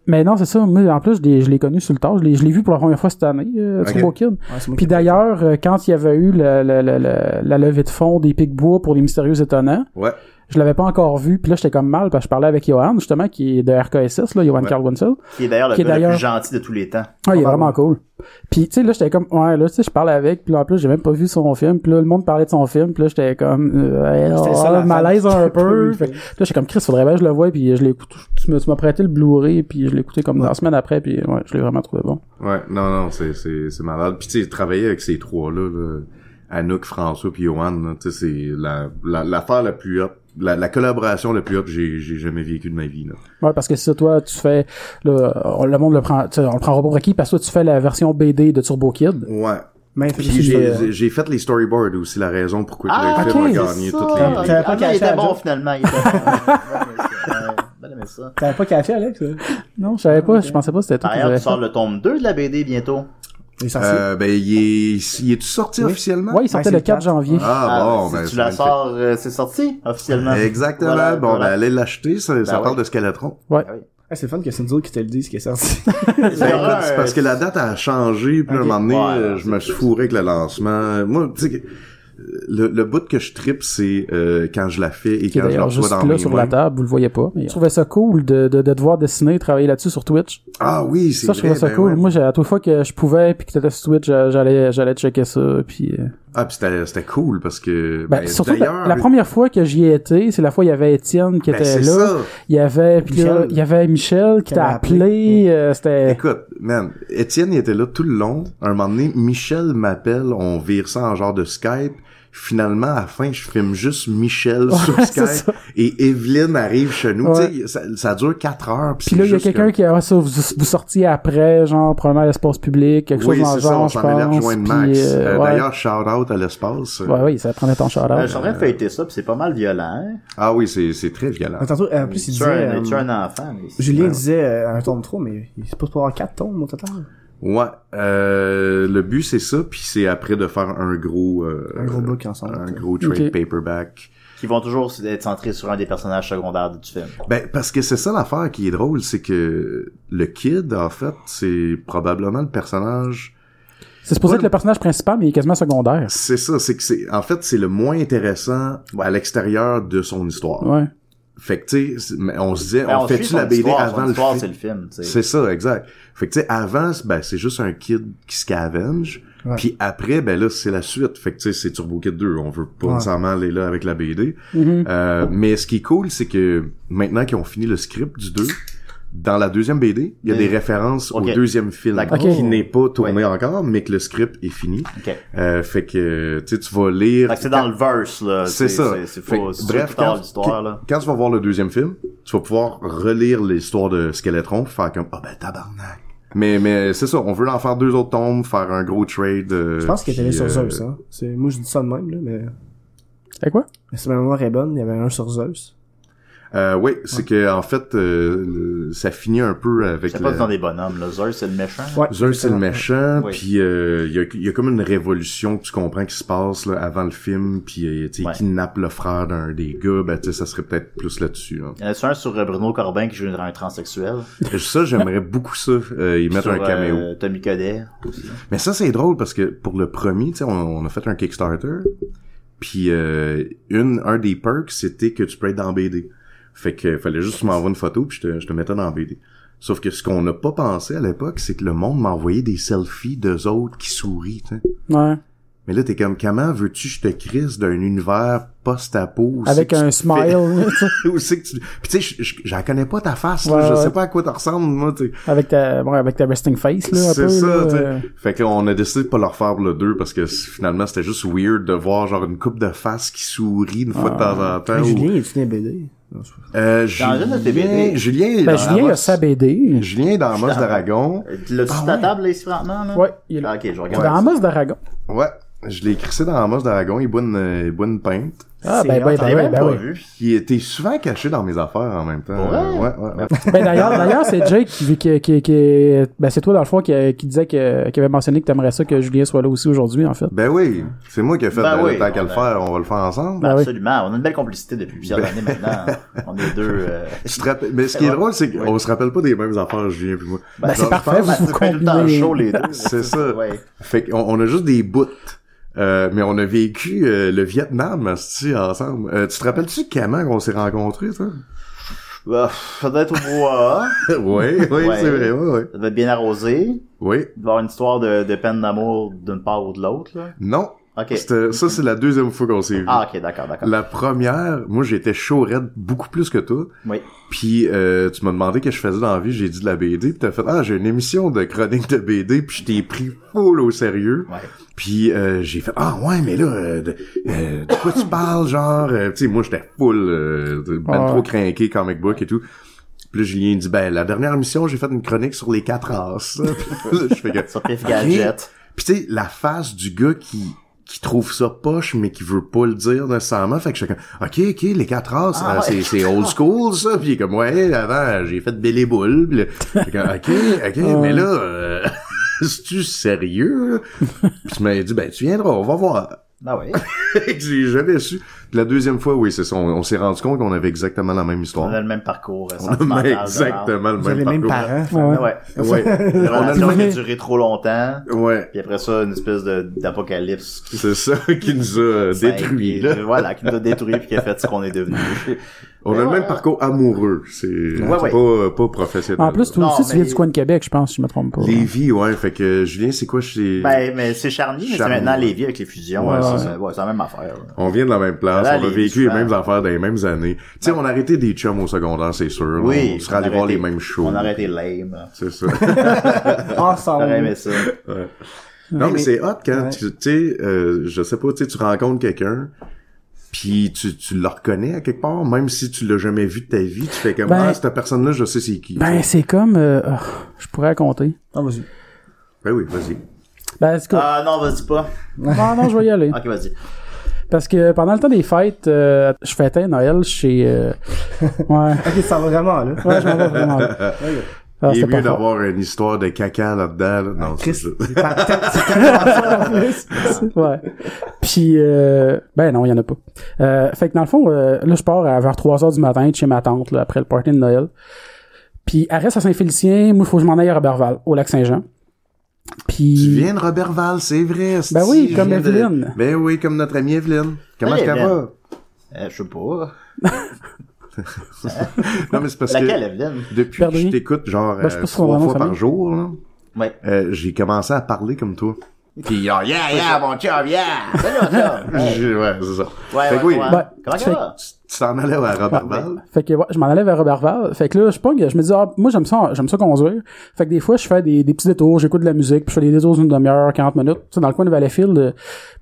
mais non, c'est ça. Moi, en plus, je l'ai- je l'ai connu sur le tard. Je l'ai je l'ai vu pour la première fois cette année, euh, Ok. Turbo Kid. Ouais, c'est moi Puis qui- d'ailleurs, euh, quand il y avait eu le- le- le- le- la levée de fonds des Picbois pour les Mystérieux Étonnants, Ouais. je l'avais pas encore vu. Puis là, j'étais comme mal parce que je parlais avec Johan, justement, qui est de RKSS, là, Johan Ouais. Carl Winsel. Qui est d'ailleurs le Qui est gars le plus d'ailleurs- gentil de tous les temps. Ah, il est Ah, vraiment ouais. cool. Puis, tu sais, là, j'étais comme, ouais, là, tu sais, je parlais avec, puis là, en plus, j'ai même pas vu son film, puis là, le monde parlait de son film, puis là, j'étais comme, euh, hey, J'étais oh, le seul à malaise faire. un peu. Fait J'étais que là, j'étais comme, Chris, faudrait bien que je le voie, puis je l'écoute. Tu me- tu m'as prêté le Blu-ray, puis je l'ai écouté comme Ouais. deux semaines après, puis ouais, je l'ai vraiment trouvé bon. Ouais, non, non, c'est, c'est, c'est malade. Puis tu sais, travailler avec ces trois-là, là, Anouk, François puis Johan, là, tu sais, c'est la, la, l'affaire la plus up, la, la collaboration la plus up que j'ai, j'ai jamais vécue de ma vie, là. Ouais, parce que si toi, tu fais, là, on- le monde le prend, tu sais, on le prendra pas pour acquis, parce que toi, tu fais la version BD de Turbo Kid. Ouais. Mais c'est- Puis c'est- j'ai, j'ai fait les storyboards aussi, la raison pourquoi Ah, le ok, film a ok, gagné c'est toutes ça. les... T'avais pas Ah, non, caché il était la bon, joke. finalement. Il était bon. Ouais, ben, aimé ça. T'avais pas caché, Alex? là? Non, je savais pas, je pensais pas que c'était toi Par qui l'avais ailleurs, tu fait. sors le tome 2 de la BD bientôt. Les sorciers. Euh, ben, il est, il est sorti Oui. officiellement? Ouais, il Ouais, c'est sortait le le 4 quatre. janvier. Ah, bon, Euh, si ben, tu c'est la magnifique. sors, euh, c'est sorti officiellement. Exactement. Voilà, bon, voilà. ben, allez l'acheter, ça, ça ouais. parle de Skeletron. Ah, c'est le fun que c'est nous autres qui te le disent qui est sorti. C'est Ben, vraiment, écoute, c'est parce que la date a changé, puis là, Ok. un moment donné, Ouais, euh, je me suis fourré avec le lancement. Moi, tu sais, que, euh, le, le bout que je trippe, c'est euh, quand je la fais et qui est quand Ah, je la d'ailleurs reçois juste dans là mes sur mains. la table, vous le voyez pas. Mais je trouvais ça cool de, de, de devoir dessiner et travailler là-dessus sur Twitch. Ah oui, c'est Ça, je vrai, trouvais ça ben cool. ouais. Moi, j'ai- à toute fois que je pouvais puis que t'étais sur Twitch, j'a- j'allais j'allais checker ça. Puis, euh, Ah, puis c'était c'était cool, parce que... ben, surtout, la, la première fois que j'y ai été, c'est la fois il y avait Étienne qui euh, ben, était c'est là. ça. Il y avait puis là, Michel. il y avait Michel qui Qui t'a avait appelé. appelé. euh, C'était Écoute, man, Étienne il était là tout le long. Un moment donné, Michel m'appelle, on vire ça en genre de Skype. Finalement, à la fin, je filme juste Michel sur Ouais, c'est Skype ça. et Evelyne arrive chez nous. Ouais. Tu sais, ça, ça dure quatre heures. puis là, il y a quelqu'un qui a ça, vous, vous sortiez après, genre, probablement à l'espace public, quelque Oui, chose dans c'est le ça, on genre, je s'en allait pense. rejoindre puis, Max. euh, Euh, ouais. D'ailleurs, shout-out à l'espace. Ouais, ouais, ça prenait ton shout Euh, je suis en train de feuilleter ça, puis c'est pas mal violent. hein. Ah oui, c'est c'est très violent. Ah, Tantôt, euh, en plus, il Tu disait. es un, euh, tu es un enfant. mais- Julien Ouais. disait euh, un tombe trop, mais il se pose pour avoir quatre tombes au total. Ouais, euh, le but c'est ça, puis c'est après de faire un gros... euh, Un gros book ensemble. Un ça. gros trade Ok. paperback. Qui vont toujours être centrés sur un des personnages secondaires du film. Ben, parce que c'est ça l'affaire qui est drôle, c'est que le kid, en fait, c'est probablement le personnage... C'est supposé Ouais. être le personnage principal, mais il est quasiment secondaire. C'est ça, c'est que c'est... En fait, c'est le moins intéressant à l'extérieur de son histoire. Ouais. Fait que, tu sais, c'est- mais on se disait, Ben, on, suit fait-tu son la BD histoire, son avant le histoire, film? c'est le film, tu sais. C'est ça, exact. Fait que tu sais, avant, c'est- ben, c'est juste un kid qui scavenge. Ouais. Puis après, ben là, c'est la suite. Fait que tu sais, c'est Turbo Kid 2. On veut pas Ouais. nécessairement aller là avec la BD. Mhm. Euh, mais ce qui est cool, c'est que maintenant qu'ils ont fini le script du 2, dans la deuxième BD, il y a Mais- des références Mm. Ok. au deuxième film D'accord. Ok. qui n'est pas tourné encore, mais que le script est fini. Ok. Euh, fait que tu sais, tu vas lire. Fait que c'est dans le verse, là. C'est tu sais, ça. c'est- C'est Fait pas que, c'est bref, plus tard, quand, l'histoire, là. quand tu vas voir le deuxième film, tu vas pouvoir relire l'histoire de Skeletron, faire comme, ah ben tabarnak. Mais, mais c'est ça, on veut en faire deux autres tombes, faire un gros trade. euh, Je pense qu'il était allé puis, sur euh, Zeus, hein. C'est- Moi, je dis ça de même, là, mais C'était quoi? mais si ma mémoire est bonne, il y avait un sur Zeus. Euh, oui, c'est que en fait, euh, le- ça finit un peu avec. C'est pas la- dans des bonhommes, là. Zeus, c'est le méchant. Ouais. Zeus c'est le méchant, Oui. puis euh, il y, a, il y a comme une révolution que tu comprends qui se passe là, avant le film, puis euh, tu sais, Ouais. il kidnappe le frère d'un des gars, ben tu sais, ça serait peut-être plus là-dessus. hein. là. Il y en a un sur euh, Bruno Corbin qui joue un transsexuel. ça, j'aimerais beaucoup ça, euh, y mettre Sur, un caméo. euh, Tommy Codet. Mais ça, c'est drôle parce que pour le premier, tu sais, on, on a fait un Kickstarter. Puis euh, une, un des perks, c'était que tu peux être dans BD. Fait que fallait juste que tu m'envoies une photo puis je te, je te mettais dans BD. Sauf que ce qu'on n'a pas pensé à l'époque, c'est que le monde m'envoyait des selfies d'eux autres qui sourient. tu sais. Ouais. Mais là, t'es comme, comment veux-tu que je te crisse d'un univers post-apo? où c'est Avec que un tu te fais- smile, tu sais, où c'est que tu... Puis tu sais, je- je- j'en connais pas ta face, là, Ouais, je ouais. sais pas à quoi tu ressembles, moi. tu sais. avec ta, ouais, avec ta resting face, là, un C'est peu. ça, là, tu sais. euh, Fait que là, on a décidé de pas leur faire le 2 parce que c- finalement, c'était juste weird de voir genre une coupe de face qui sourit une fois de temps Ah. en temps. Mais ou- Julien, est-tu dans les BD? Non, c'est pas vrai. Euh, Dans une de tes Julien, BD. Julien, est Ben, dans Julien, il a Amos- sa BD. Julien est dans Amos dans- d'Aragon. Euh, L'as-tu sur ta table, là, ici, franchement, là? Ah Ouais, il est là. Ah, ok, je Dans regarde. Amos d'Aragon. Ouais. Je l'ai crissé dans Amos d'Aragon. Il boit une, euh, il boit une pinte. Ah, C'est ben, ben, hot, T'avais ben, ben, même ben, pas oui. vu. Il était souvent caché dans mes affaires en même temps. Ouais. ouais, ouais. ouais. Ben d'ailleurs, d'ailleurs, c'est Jake qui, qui, qui, qui- ben c'est toi dans le fond qui, qui disait que, qui avait mentionné que t'aimerais ça que Julien soit là aussi aujourd'hui en fait. Ben oui. C'est moi qui ai fait Ben ben, oui, tant qu'à on le a- faire. On va le faire ensemble. Ben oui. Absolument. On a une belle complicité depuis Ben. plusieurs années maintenant. On est deux. euh, Tu te rappelles- Mais ce qui est Ouais. drôle, c'est qu'on Ouais. se rappelle pas des mêmes affaires, Julien puis moi. Ben, c'est Genre, parfait, vous Ben, vous c'est pas tout le temps combinez. chaud, les deux. C'est ça. Ouais. Fait qu'on on a juste des bouts. Euh, mais on a vécu euh, le Vietnam asti, ensemble. Euh, tu te rappelles-tu comment on s'est rencontrés, toi? Bah, ça doit être au bois. oui, oui, Ouais. c'est vrai, oui, oui. Ça doit être bien arrosé. Oui. Il doit y avoir une histoire de, de peine d'amour d'une part ou de l'autre, là. Non. Ok. C'était- Ça, c'est la deuxième fois qu'on s'est vus. Ah, ok, d'accord, d'accord. La première, moi j'étais chaud raide beaucoup plus que toi. Oui. Puis euh, tu m'as demandé que je faisais dans la vie, j'ai dit de la BD, puis t'as fait Ah, j'ai une émission de chronique de BD, puis je t'ai pris full au sérieux. Ouais. Puis euh, j'ai fait ah ouais mais là euh, de, euh, de quoi tu parles genre euh, tu sais moi j'étais full euh, de- Ah, ben Ouais. trop craqué comic book et tout. Puis là Julien dit ben la dernière émission j'ai fait une chronique sur les quatre as. Puis là, je fais que- Sur Pif Gadget. Puis tu sais la face du gars qui qui trouve ça poche mais qui veut pas le dire nécessairement fait que chacun OK OK les quatre as Ah euh, c'est ouais. c'est old school ça puis il est comme ouais avant j'ai fait Billy Bull. Puis là, fait que, OK OK mais là euh, tu sérieux? Puis tu m'as dit, ben, tu viendras, on va voir. Ah oui. J'ai jamais su. Puis La deuxième fois, oui, c'est ça. On, on s'est rendu compte qu'on avait exactement la même histoire. On a le même parcours. euh, On sentimental. a de exactement le Vous avez même les mêmes parcours. parents. Ouais. merde. Ouais. Ouais. Une on a relation le qui a même... duré trop longtemps. Ouais. Puis après ça, une espèce de- d'apocalypse qui C'est ça qui nous a s'est détruits, qui- là. Ben, Voilà, qui nous a détruit puis qui a fait ce qu'on est devenu. On a le même parcours amoureux. C'est ouais. pas, pas professionnel. En plus, toi Non, aussi, tu mais- viens du coin de Québec, je pense, si je me trompe pas. Lévi, ouais. Fait que, Julien, c'est quoi chez... Ben, mais c'est Charny, mais c'est Charny. maintenant Lévis avec les fusions. Ouais, hein, c'est c'est ouais, c'est la même affaire. là. On vient de la même place, Là, on a les vécu les différents- mêmes affaires dans les mêmes années. Tu sais, on a arrêté des chums au secondaire, c'est sûr. Ben- Oui. On serait allé voir arrêtait- les mêmes shows. On aurait été Ah lame. C'est ça. Ah, J'aurais Ensemble. aimé ça. Non, mais c'est hot quand Ouais. tu tu sais, euh, je sais pas, tu sais, tu rencontres quelqu'un, puis tu, tu le reconnais à quelque part, même si tu l'as jamais vu de ta vie, tu fais comme Ben- ah cette personne-là, je sais c'est qui. Ben c'est comme, euh, oh, je pourrais raconter. Ah, vas-y. Ben oui, vas-y. Ben c'est quoi Ah non, vas-y pas. Non, non, je vais y aller. Ok, vas-y. Parce que pendant le temps des fêtes, euh, je fêtais Noël chez. euh, Ouais, Ok, ça va vraiment, là. ouais, je m'en vais vraiment. là. Ah, Il c'était Ah, est mieux parfait. d'avoir une histoire de caca là-dedans. Là. Non, c'est Chris, ça. c'est pas ouais. Puis, euh, ben non, il y en a pas. Euh, fait que dans le fond, euh, là, je pars à vers 3 heures du matin de chez ma tante, là, après le party de Noël. Puis, elle reste à Saint-Félicien. Moi, il faut que je m'en aille à Robertval, au lac Saint-Jean. Puis... Tu viens de Robert Val, c'est vrai. Ben oui, si, je comme viens de- Evelyne. Ben oui, comme notre amie Evelyne. Comment Hey, ça va? Euh, je sais pas. Non, mais c'est parce Laquelle, que Evelyne? depuis que Perdrier. je t'écoute, genre Ben, je euh, pense qu'on va trois vraiment fois par famille. jour, là, Ouais. euh, j'ai commencé à parler comme toi. Puis, genre, oh, yeah, yeah, mon chum, yeah! Salut, mon chum. Ouais, Je- Ouais, c'est ça. ouais, fait ouais. Ah. que oui, Ouais. Comment ça Tu fais- va? tu tu t'en allais à Robert Val. Fait que Ben, ouais, je m'en allais vers Robertval. Fait que là, je pogne, je me dis ah, moi j'aime ça, j'aime ça conduire. Fait que des fois, je fais des, des petits détours, j'écoute de la musique, puis je fais des détours d'une demi-heure, 40 minutes. Tu sais, dans le coin de Valleyfield, euh,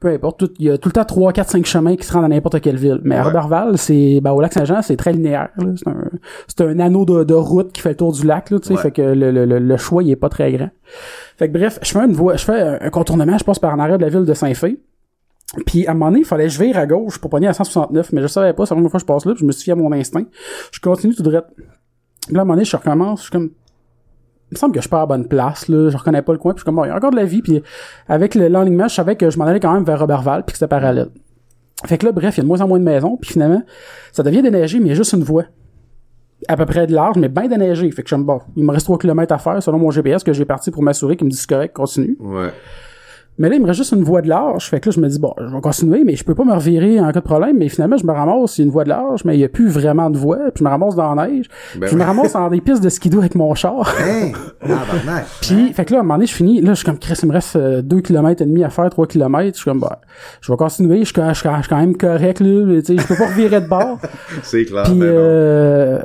peu importe, tout- il y a tout le temps 3, 4, 5 chemins qui se rendent à n'importe quelle ville. Mais à Ouais. Robertval, c'est ben, au lac Saint-Jean, c'est très linéaire. là. C'est un c'est un anneau de, de route qui fait le tour du lac, là, tu sais. Ouais. Fait que le, le, le, le choix il est pas très grand. Fait que bref, je fais une voie, je fais un contournement, je passe par en arrière de la ville de Saint-Fé. Puis à un moment donné, il fallait que je vire à gauche pour pogner à 169, mais je savais pas, c'est la première fois que je passe là, puis je me suis fié à mon instinct. Je continue tout droit. Puis là, à un moment donné, je recommence, je suis comme... Il me semble que je pars à la bonne place, là, je reconnais pas le coin, puis je suis comme, bon, il y a encore de la vie, puis avec le- l'enlignement, je savais que je m'en allais quand même vers Robertval, puis que c'était parallèle. Fait que là, bref, il y a de moins en moins de maisons, puis finalement, ça devient déneigé, mais il y a juste une voie. À peu près de large, mais bien déneigé. Fait que je me bon, il me reste 3 km à faire selon mon GPS que j'ai parti pour m'assurer qu'il me dit c'est correct, continue. Ouais. Mais là, il me reste juste une voie de large. Fait que là, je me dis, bon, je vais continuer, mais je peux pas me revirer en cas de problème. Mais finalement, je me ramasse, il y a une voie de large, mais il y a plus vraiment de voie. Puis je me ramasse dans la neige. Ben Puis je me oui. ramasse dans des pistes de skido avec mon char. Hey! Hein? Tabarnak! Puis, fait que là, à un moment donné, je finis. Là, je suis comme, Chris, il me reste 2 km et demi à faire, 3 km. Je suis comme, bah, je vais continuer. Je suis quand- je suis quand je suis quand même correct, là. mais Tu sais, je peux pas revirer de bord. C'est clair, Puis, ben non. euh,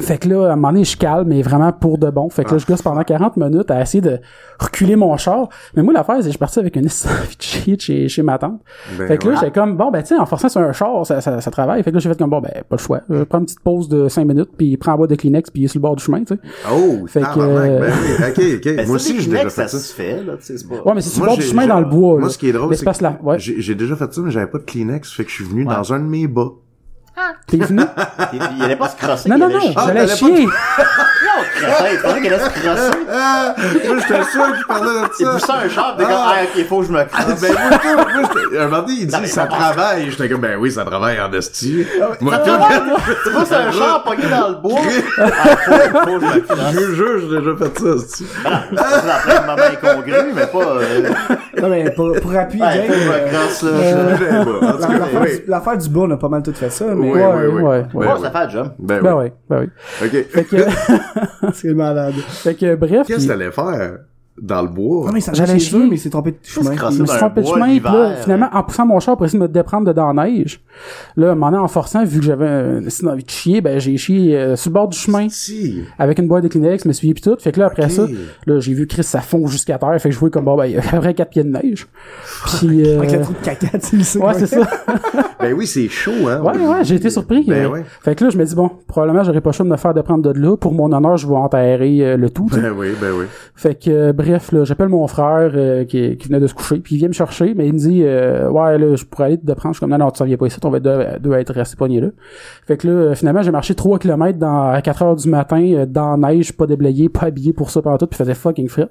fait que là, à un moment donné, je calme, mais vraiment pour de bon. Fait que là, Ah. je gosse pendant 40 minutes à essayer de reculer mon char. Mais moi, l'affaire, c'est que je suis parti avec une sandwich chez, chez ma tante. Ben fait que là, ouais. j'étais comme, bon, ben, tu sais, en forçant sur un char, ça, ça, ça travaille. Fait que là, j'ai fait comme, bon, ben, pas le choix. Je prends une petite pause de 5 minutes, puis prends en bas de Kleenex, puis sur le bord du chemin, tu sais. Oh! Fait que, tabarnak! euh, Ben oui, ok, ok. Mais Moi c'est aussi, des j'ai déjà Kleenex, fait ça ça. se fait, là, tu sais, c'est pas... Ouais, mais c'est sur le Moi, bord du j'ai- chemin j'ai- dans le bois, là. Moi, ce qui est drôle, Mais c'est parce que la- ouais. j'ai j'ai déjà fait ça, mais j'avais pas de Kleenex, fait que je suis venu dans un de mes bas. T'es venu? Il, il allait pas se crosser. Non, il non, allait non, chier. Ah, j'allais t'allais chier. Non, crosser, il fallait qu'il allait se crosser. Ah! Moi, j'étais sûr qu'il parlait de Il ça. poussait un char, t'es comme, Ah. ah, ok, faut que je me crosse. Ben, moi, tout, moi, j'étais- un moment donné, il Non, mais dit, ça non. travaille. J'étais comme, ben oui, ça travaille en esti. Ah, Moi, Ça tout, travaille, là. Tu pousses un char pogné dans le bois. Ah, faut, faut que je me je crosse. vous jure, j'ai déjà fait ça, esti. C'est en plein moment incongru, mais pas... euh, Non, mais pour, pour appuyer, Ouais, Jake, faut que je euh, me crosse, là. Je l'ai pas. Ben, En tout l'affaire cas, oui. du- l'affaire du bourg, on a pas mal tout fait ça, mais Oui, oui, ouais, oui. ouais. Ben Bon, ça fait un job. oui. Ben Ben oui. ouais, ben oui. Ok. Fait que, c'est malade. fait que, bref. Qu'est-ce puis- que t'allais faire dans le bois? Non, mais ça J'allais allait chez eux, chier. mais il s'est trompé de se chemin. crosser Je me suis dans trompé un de bois chemin, puis là, l'hiver. finalement, en poussant mon char pour essayer de me déprendre dedans la neige, là, à un moment donné, en forçant, vu que j'avais un- si envie de chier, ben, j'ai chié euh, sur le bord du chemin, Si. avec une boîte de Kleenex, je me suis pis tout. Fait que là, après Ok. ça, là, j'ai vu Chris, ça fond jusqu'à terre, fait que je voyais comme, bon, ben, il y a à peu près 4 pieds de neige. Puis, euh, Avec le trou de caca, tu sais. ouais, c'est ça. Ben oui, c'est chaud, hein. Ouais, ouais, j'ai été surpris. Ben Euh, ouais. Fait que là, je me dis, bon, probablement, j'aurais pas chaud de me faire de prendre de là. Pour mon honneur, je vais enterrer euh, le tout. tu sais. Ben oui, ben oui. Fait que, euh, bref, là, j'appelle mon frère euh, qui, qui venait de se coucher, puis il vient me chercher, mais il me dit, euh, ouais, là, je pourrais aller te prendre. Je suis comme, non, non, tu s'en viens pas ici, on va être deux, deux à être restés pognés là. Fait que là, euh, finalement, j'ai marché 3 km dans, à 4 heures du matin, euh, dans la neige, pas déblayé, pas habillé pour ça pendant tout, puis faisait fucking fret.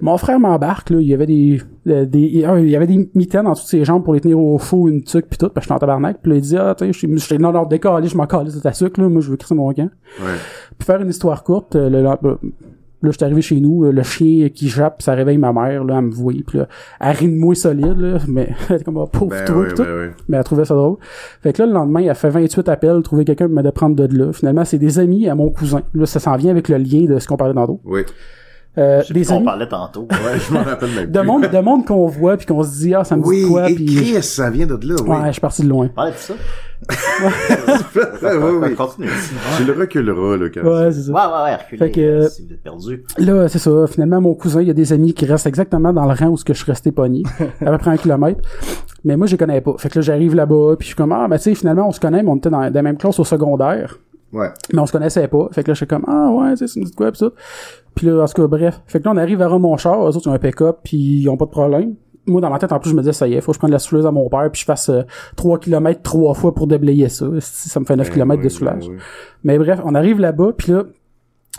Mon frère m'embarque, là, il y avait des, euh, des un, il y avait des mitaines en dessous de ses jambes pour les tenir au faux, une tuque puis tout, parce que j'étais en tabarnak, puis là, il dit "Ah, tu sais, je suis non non, décalé, je m'en calais de ta tuque là, moi je veux crisser mon camp." Ouais. Puis faire une histoire courte, euh, le, le- euh, là, j'étais arrivé chez nous, euh, le chien qui jappe, ça réveille ma mère là, elle me voyait, puis là, elle rit de moi solide là, mais elle était comme Ah, pauvre Ben toi oui, puis tout. ben oui. Mais elle trouvait ça drôle. Fait que là, le lendemain, elle fait 28 appels, trouver quelqu'un pour me prendre de là. Finalement, c'est des amis à mon cousin. Là, ça s'en vient avec le lien de ce qu'on parlait tantôt. Oui. Euh, Je sais des qu'on amis parlait tantôt. Ouais, je m'en rappelle même de plus. monde, de monde qu'on voit puis qu'on se dit ah ça me dit Oui, quoi et puis Chris, ça vient de là, oui. ouais je suis parti de loin On parlait de ça. Ouais, ouais, ouais. Continue. Tu le reculeras, là, quand ouais c'est ça Ouais, ouais, ouais, reculez, Fait que- euh, si vous êtes perdu. là c'est ça finalement mon cousin il y a des amis qui restent exactement dans le rang où ce que je restais pogné à peu près un kilomètre mais moi je les connais pas fait que là j'arrive là bas puis je suis comme ah ben tu sais finalement on se connaît mais on était dans, dans la même classe au secondaire Ouais. mais on se connaissait pas. Fait que là, j'étais comme, ah ouais, tu sais, ça me dit de quoi, pis ça. Puis là, en tout cas, bref. Fait que là, on arrive à Romonchard, eux autres, ils ont un pick-up, puis ils ont pas de problème. Moi, dans ma tête, en plus, je me disais, ça y est, faut que je prenne la souleuse à mon père, puis je fasse 3 km trois fois pour déblayer ça. Si ça me fait 9 km de oui, soulage. ben oui. Mais bref, on arrive là-bas, puis là,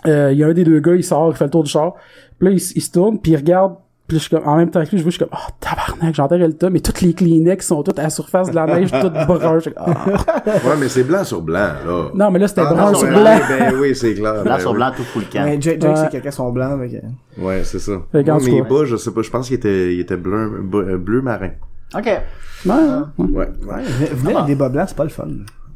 euh, il y a un des deux gars, il sort, il fait le tour du char. Puis là, il, s- il se tourne, puis il regarde. Puis je suis comme, en même temps que lui, je vois, je suis comme, oh, tabarnak, j'enterre le tas, mais toutes les Kleenex sont toutes à la surface de la neige, toutes brunes. Je suis comme, Ah. Ouais, mais c'est blanc sur blanc, là. Non, mais là, c'était Ah, brun non, sur ben blanc. oui, Ben oui, c'est clair. Blanc ben sur oui. blanc, tout full camp. Mais Jake, Ouais. Jake ses caca sont blancs, donc, euh, Ouais, c'est ça. Fait qu'en Moi, tout mes cas- bas, je sais pas, je pense qu'il était, il était bleu, bleu, euh, bleu marin. OK. Ouais, ouais. Ouais. venez- venez avec des bas blancs, c'est pas le fun.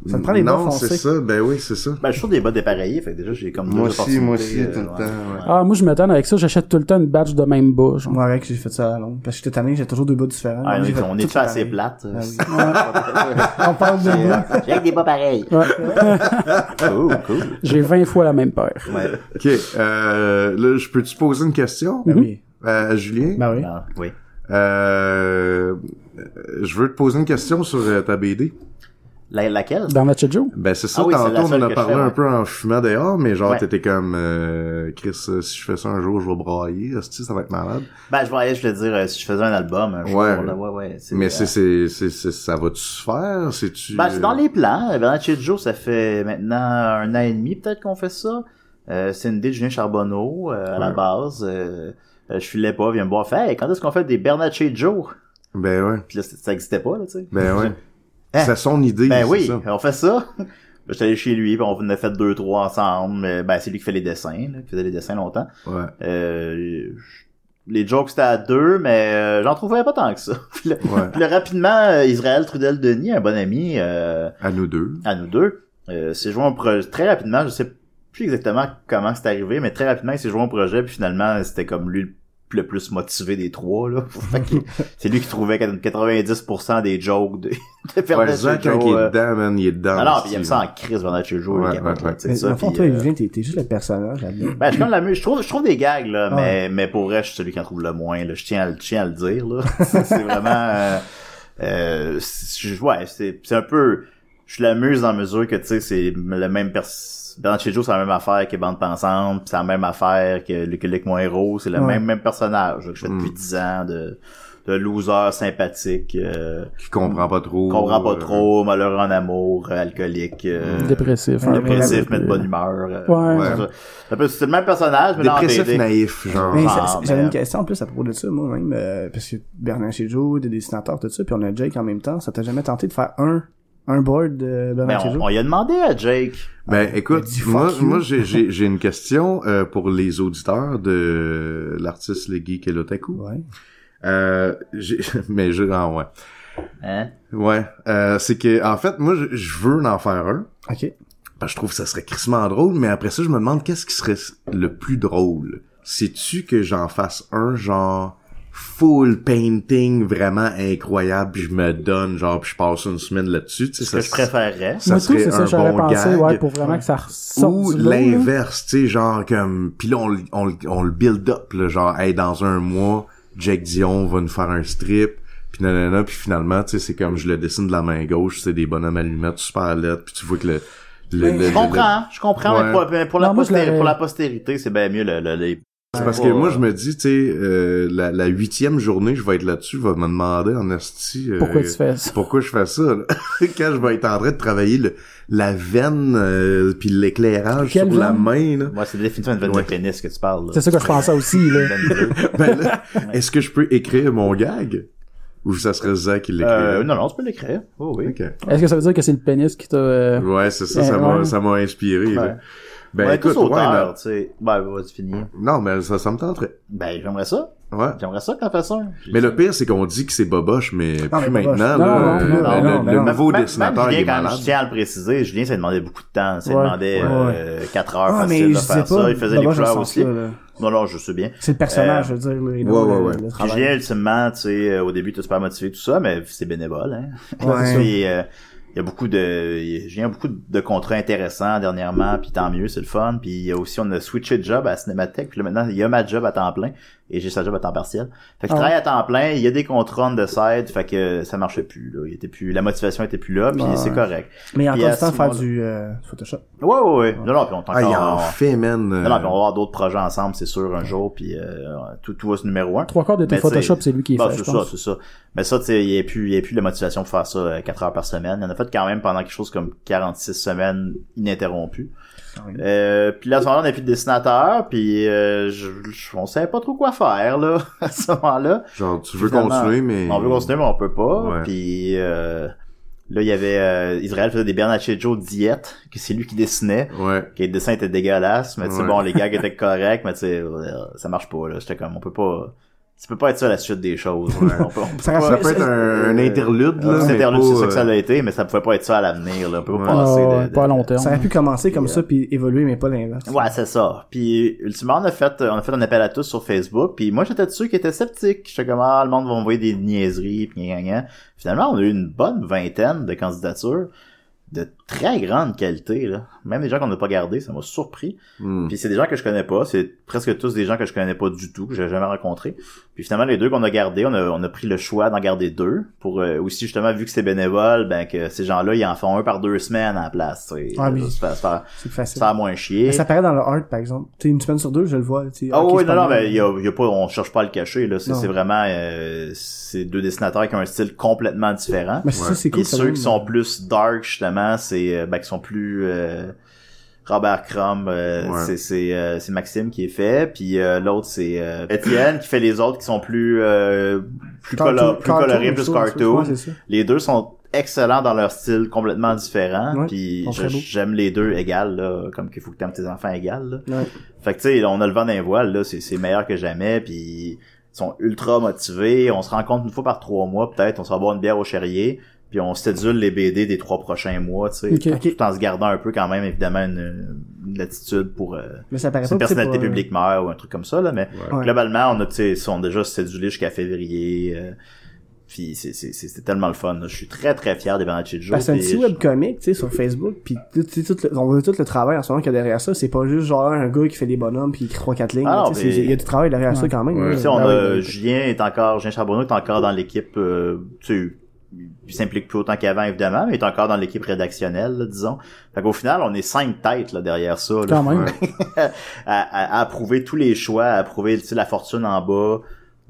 Ça te prend les bas non, foncés. c'est ça, ben oui, c'est ça. Ben, je suis sûr des bas dépareillés, fait que déjà, j'ai comme Moi deux aussi, opportunités, moi aussi, euh, tout le ouais. temps, ouais. Ah, moi, je m'étonne avec ça, j'achète tout le temps une batch de même bas, genre. Moi, avec, j'ai fait ça à Londres. Parce que j'étais tanné, j'ai toujours deux bas différents. Ah, Donc, j'ai fait on tout est fait assez pareil. plate. Ah euh, oui. On parle de J'ai bas. j'ai avec des bas pareils. Ouais. Oh, cool. J'ai 20 fois la même paire. Ouais. Ok, euh, là, je peux-tu poser une question euh, Ben oui. à à Julien? Ben oui. Ah, oui. Euh, euh, je veux te poser une question sur euh, ta BD. La- laquelle? Dans Match Joe. Ben c'est ça, Ah oui, c'est la tantôt on seule en a que je parlé fais, un ouais. peu en fumant dehors, mais genre Ouais. t'étais comme euh, Chris, euh, si je fais ça un jour, je vais brailler, hostie, ça va être malade. Ben, je voyais, je voulais dire, euh, si je faisais un album, un jour, Ouais. là, ouais, ouais. c'est- Mais euh, c'est, c'est, c'est, c'est- ça va-tu se faire? C'est-tu... Ben, c'est dans les plans. Euh, Bernard Chidjo, ça fait maintenant un an et demi peut-être qu'on fait ça. Euh, c'est une idée de Julien Charbonneau euh, à la Ouais. base. Euh, euh, je filais pas, viens me voir. Fait, Hey, quand est-ce qu'on fait des Bernard Chidjo? Ben ouais, Puis là, c- ça existait pas, là, tu sais. ben ouais. Hein? C'est son idée, Ben c'est oui, ça. on fait ça. Là, J'étais allé chez lui, puis on en a fait deux, trois ensemble. Mais, Ben, c'est lui qui fait les dessins, là, qui faisait les dessins longtemps. Ouais. Euh, je- les jokes, c'était à deux, mais euh, j'en trouvais pas tant que ça. Puis là, Ouais. puis là, rapidement, euh, Israël Trudel-Denis, un bon ami, euh, À nous deux. à nous deux. Euh, s'est joué un projet très rapidement, je sais plus exactement comment c'est arrivé, mais très rapidement il s'est joué un projet, puis finalement c'était comme lui le- le plus motivé des trois là. Fait que c'est lui qui trouvait 90% des jokes de, de Ouais, Bernard Zach, quand Chedjo, il est euh, dedans, man, il est dedans. Alors, puis il hostie, aime ça en crise Bernard Chedjo, Ouais, il est capable, ouais, ouais. tu sais, Mais ça, dans le fond, puis, toi, euh, Julien, t'es t'es juste le personnage là-dedans. ben, je suis comme la mu- je trouve, je trouve des gags, là, Ah. mais, mais pour vrai, je suis celui qui en trouve le moins, là. Je tiens à, le- je tiens à le dire, là. c'est vraiment, euh, euh, c'est- je- ouais, c'est, c'est un peu, je l'amuse dans la mesure que, tu sais, c'est le même pers, dans chez Joe, c'est la même affaire que Bande Pensante, pis c'est la même affaire que Luc Luc Mon Héros, c'est le Ouais. même, même personnage, là, que je fais depuis Mm. 10 ans de, de loser sympathique, euh, Qui comprend pas trop. comprend euh, pas trop, malheureux en amour, euh, alcoolique, euh, Dépressif. hein. Ouais, un peu. dépressif, mais de bonne humeur. euh, Ouais. c'est ça. C'est un peu- C'est le même personnage, mais dans Dépressif BD. naïf, genre. Mais Ah, ça- mais- j'avais une question en plus à propos de ça, moi-même, euh, parce que Bernard Chéjo, des dessinateurs, tout ça, puis on a Jake en même temps. Ça t'a jamais tenté de faire un, un board de Mais Bernard Ben, on, Chéjo? on y a demandé à Jake. Ben écoute, Mais dis fuck moi, you. moi j'ai, j'ai, j'ai une question euh, pour les auditeurs de l'artiste le geek et l'otaku. Ouais. Euh, j'ai- mais je, ah ouais, Hein? ouais. Euh, c'est que en fait, moi, je, je veux en faire un. Ok. Parce que Ben, je trouve que ça serait crissement drôle, mais après ça, je me demande qu'est-ce qui serait le plus drôle. Sais-tu que j'en fasse un genre full painting vraiment incroyable, puis je me donne genre, puis je passe une semaine là-dessus, tu sais, Ce que ça- je préférerais. ça Moi, tout, serait c'est ça un que j'aurais bon pensé, gag. ouais, pour vraiment que ça ressorte Ou du lot, là. l'inverse, tu sais, genre comme, puis là on, le- on, le- on le build up, là, genre, hey, dans un mois, Jack Dion va nous faire un strip, puis nanana, puis finalement, tu sais, c'est comme je le dessine de la main gauche, c'est des bonhommes allumettes super lettres, puis tu vois que le... le, le- Je le- comprends, je comprends, mais Ouais. pour, mais pour la Non, moi, je postéri- l'aurais- pour la postérité, c'est bien mieux le, le, les- C'est parce que moi, je me dis, tu sais, euh, la, la huitième journée, je vais être là-dessus, je vais me demander en asti... euh, Pourquoi tu fais ça? pourquoi je fais ça? là? Quand je vais être en train de travailler le, la veine euh, puis l'éclairage sur Quelle la veine? main, là. Moi, c'est définitivement une veine Ouais. de pénis que tu parles, là. Euh, C'est ça que je pensais aussi, là. Une veine bleue. ben là, est-ce que je peux écrire mon gag? Ou ça serait Zach qui l'écrirait? Euh, non, non, tu peux l'écrire. Oh oui. Ok. Est-ce que ça veut dire que c'est le pénis qui t'a... euh, Ouais, c'est ça, Euh, ça m'a, ouais. ça m'a inspiré, là. Ouais. Ben on est écoute, tous ouais, auteurs, non, tu sais. Ben, vas-y, finir. non, mais ça, ça me tenterait. Ben, j'aimerais ça. Ouais. J'aimerais ça quand t'as ça. Mais le pire, c'est qu'on dit que c'est boboche, mais Non, plus mais boboche. maintenant, Non, là, non, euh, non, le, non, le non. nouveau Même- dessinateur, même il Julien, est quand même, malade. je tiens à le préciser, Julien, ça demandait beaucoup de temps. Ça Ouais. demandait Ouais. euh, 4 heures Ah, facile mais de je sais faire pas. ça. Il faisait les d'abord, je couleurs sens aussi. ça, là. Non, non, je sais bien. C'est le personnage, je veux dire. là, et non, ouais, le- ouais, le ouais. Puis travail. Julien, ultimement, tu sais, euh, au début, tu super motivé, tout ça, mais c'est bénévole, hein. Ouais. Puis, euh, il y a beaucoup de, il- Julien a beaucoup de, de contrats intéressants dernièrement, puis tant mieux, c'est le fun. Puis il y a aussi, on a switché de job à Cinémathèque, puis là, maintenant, il y a ma job à temps plein, et j'ai sa job à temps partiel. Fait que Ah. je travaille à temps plein, il y a des contrats de side, fait que ça marchait plus, là. Il était plus, la motivation était plus là, puis Ouais. c'est correct. Mais encore Puis à du temps, ce faire moment-là- du euh, Photoshop. Ouais, ouais, ouais. Non, non, puis on est Ah, il en encore, fait, man. euh, non, non, puis on va avoir d'autres projets ensemble, c'est sûr, un jour, puis euh, tout, tout va se numéro un. Trois quarts de tes Mais tu sais- Photoshop, c'est lui qui est Bah, fait, je c'est ça, pense. c'est ça. Mais ça, tu sais, il n'y a plus, il y a plus la motivation de faire ça euh, 4 heures par semaine. Il en a fait quand même pendant quelque chose comme 46 semaines ininterrompues. Quand même. Euh, puis là, à ce moment-là, on n'a plus de dessinateur, puis euh, je, je- on savait pas trop quoi faire, là, à ce moment-là. Genre, tu veux Finalement, continuer, mais... On veut continuer, mais on peut pas. Ouais. Puis euh, là, il y avait... euh, Israël faisait des Bernacchejo diète, que c'est lui qui dessinait. Ouais. Que les dessins étaient dégueulasses, mais tu sais, Ouais. bon, les gags étaient corrects, mais tu sais, euh, ça marche pas, là. J'étais comme, on peut pas... Ça peut pas être ça la suite des choses. On peut- on peut Ça pas- Ça peut être un, Euh, un interlude, là, Là, mais c'est pas, ça que ça euh, l'a été, mais ça pouvait pas être ça à l'avenir. Là. On peut pas Ouais. penser Ah, de- ouais, de- pas à long terme. Ça aurait pu commencer comme ça puis évoluer, mais pas l'inverse. Ouais, c'est ça. Puis ultimement, on a fait, on a fait un appel à tous sur Facebook. Puis moi, j'étais de ceux qui étaient sceptiques. J'étais comme ah, le monde va envoyer des niaiseries, puis gna, gna, gna. Finalement, on a eu une bonne vingtaine de candidatures. de très grande qualité, là. Même des gens qu'on n'a pas gardés, ça m'a surpris. Mm. Hmm. Puis c'est des gens que je connais pas, c'est presque tous des gens que je connais pas du tout, que j'ai jamais rencontrés. Puis finalement, les deux qu'on a gardés, on a, on a pris le choix d'en garder deux. Pour euh, aussi, justement, vu que c'est bénévole, ben que ces gens-là, ils en font un par deux semaines en place. tu sais. Ah oui. Se faire- se faire- C'est se facile. faire moins chier. Mais ça paraît dans le art, par exemple. Tu sais, une semaine sur deux, je le vois. tu sais, Ah ok, oui, c'est non, pas non, mal. mais y a, y a pas, on cherche pas à le cacher, là. C'est Non. c'est vraiment, euh, c'est deux dessinateurs qui ont un style complètement différent. Mais ça, c'est Puis cool. ça ceux donne- qui sont plus dark, justement, c'est, euh, ben, qui sont plus, euh, Robert Crumb, euh, Ouais. c'est, c'est, euh, c'est Maxime qui est fait, puis euh, l'autre c'est euh, Étienne qui fait les autres qui sont plus, euh, plus, Cartoon- colo- plus cartoon, colorés, je plus trouve, je cartoon. trouve, ouais, c'est ça. Les deux sont excellents dans leur style complètement différent, Ouais, puis sont je- très beaux. j'aime les deux égales, là, comme qu'il faut que t'aimes tes enfants égales, là. Ouais. Fait que tu sais, on a le vent d'un voile, là, c'est, c'est meilleur que jamais, puis ils sont ultra motivés, on se rencontre une fois par trois mois peut-être, on se va boire une bière au Chérier, puis on sédule les BD des trois prochains mois, tu sais, Ok. tout en se gardant un peu quand même évidemment une, une latitude pour euh, Mais ça paraît si une pas, tu sais, personnalité pour- publique meurt ou un truc comme ça là, mais Ouais. Ouais. globalement on a, tu sais, ils sont déjà sédulés jusqu'à février, euh, puis c'est, c'est, c'est, c'est tellement le fun, là. je suis très très fier des bandes de Joe. euh, Parce que Ben, c'est un puis petit je- webcomic, tu sais, sur Facebook, puis tout, tu sais, tout le- on voit tout le travail en ce moment qu'il y a derrière ça. C'est pas juste genre un gars qui fait des bonhommes puis qui trois quatre lignes. Ah là, non, tu sais, c'est- mais- Il y a du travail derrière ça Ouais. quand même. Ouais. là. Tu sais, on Ben a, oui. Julien est encore, Julien Charbonneau est encore dans l'équipe, euh, tu sais, il s'implique plus autant qu'avant, évidemment, mais il est encore dans l'équipe rédactionnelle, là, disons. Fait qu'au final, on est cinq têtes, là, derrière ça, là, Quand même. à, à- à approuver tous les choix, à approuver, tu sais, la fortune en bas.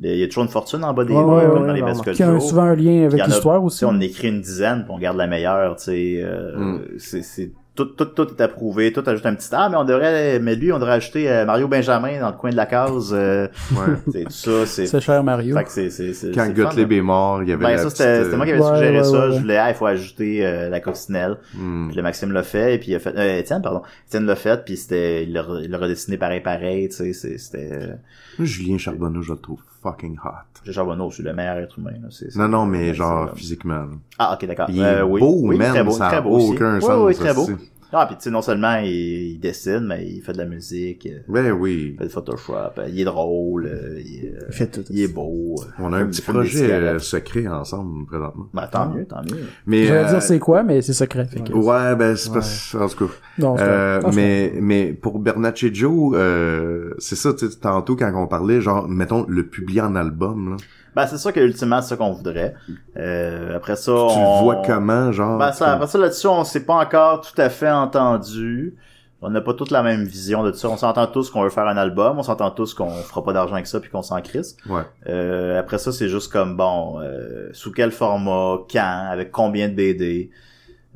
Il y a toujours une fortune en bas des Ouais, ouais, dans ouais, les on bascules Qui a un- souvent un lien Il y avec en a- l'histoire Tu aussi. sais, on en écrit une dizaine, puis on garde la meilleure, tu sais. euh, Mm. c'est- C'est tout, tout, tout est approuvé, tout ajoute un petit ah mais on devrait mais lui on devrait ajouter euh, Mario Benjamin dans le coin de la case euh, Ouais. c'est tout ça c'est C'est cher Mario. fait que c'est, c'est, c'est, Quand c'est Gottlieb fun, est mort, il y hein. avait ben, la ça, petite, euh, c'était, c'était moi qui avais Ouais, suggéré ouais, ça. ouais, Je ouais. voulais, ah, il faut ajouter euh, la coccinelle. hmm. Puis le Maxime l'a fait, et puis il a fait, euh, Étienne, pardon. Étienne l'a fait, puis c'était, il l'a, re- il l'a redessiné pareil, pareil, tu sais, c'est- c'était, euh, Julien Charbonneau, je le trouve fucking hot. J'ai Charbonneau, c'est le meilleur être humain, là, c'est, c'est- Non, non, mais c'est- genre c'est- physiquement. Ah, ok, d'accord. Il Euh, est oui. beau, oui, même, très beau, ça très n'a beau aussi. aucun Oui, sens. oui, très beau. hostie. Ah, puis tu sais, non seulement il, il dessine, mais il fait de la musique, euh, Ben oui. il fait du Photoshop, euh, il est drôle, euh, il, est, euh, Il fait tout. il est beau. euh, On a un fume- petit fume des projet euh, cigarettes. secret ensemble, présentement. Ben, tant mieux, tant mieux. Mais, Je vais euh, dire c'est quoi, mais c'est secret. Fait que... Ouais, ben, c'est pas, en tout cas. Non, c'est Euh, pas- non, c'est mais mais pour Bernaccio, euh, c'est ça, tu sais, tantôt quand on parlait, genre, mettons, le publier en album, là. Ben, c'est sûr que ultimement, c'est ce qu'on voudrait. Euh, après ça, Tu on... le vois comment, genre. Ben, ça, comme- après ça, là-dessus, on s'est pas encore tout à fait entendu. On n'a pas toutes la même vision de ça. On s'entend tous qu'on veut faire un album, on s'entend tous qu'on fera pas d'argent avec ça puis qu'on s'en crisse. Ouais. Euh, après ça, c'est juste comme bon, euh, sous quel format, quand, avec combien de BD.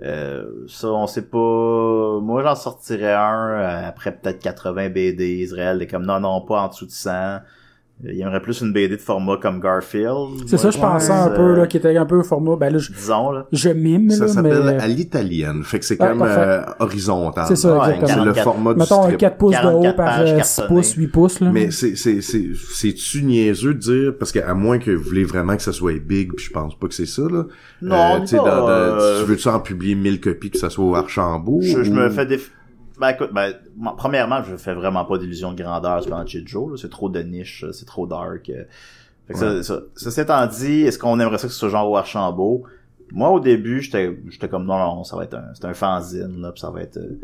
Euh, ça, on sait pas. Moi, j'en sortirais un euh, après peut-être 80 BD. Israël est comme non, non, pas en dessous de 100. Euh, Il aimerait plus une BD de format comme Garfield. C'est ça, je Ouais, pensais un euh, peu, là, qui était un peu au format. Ben là, je, Disons, Euh, là. je mime, Ça là, s'appelle mais. à l'italienne. Fait que c'est Ah, comme parfait. euh, horizontal. C'est ça, là. Ouais, exactement. C'est le 44. format Mettons du un hein. strip. 4 pouces de haut 44 par pages euh, 6 cartonnées. pouces, 8 pouces, là. Mais c'est c'est c'est c'est tu niaiseux de dire parce que à moins que vous voulez vraiment que ça soit big, puis je pense pas que c'est ça là. Non, tu sais, pas, dans- dans- euh, tu veux tu en publier 1000 copies que ça soit au Archambault Je, je me ou- fais des... Ben écoute, ben, moi, premièrement, je fais vraiment pas d'illusion de grandeur sur Banshee Joe. là. C'est trop de niche, euh, c'est trop dark. euh. Fait que ça, ça, ceci étant dit, est-ce qu'on aimerait ça que ce soit genre au Archambault? Moi, au début, j'étais j'étais comme, non, non, ça va être un, c'est un fanzine, là, pis ça va être... euh,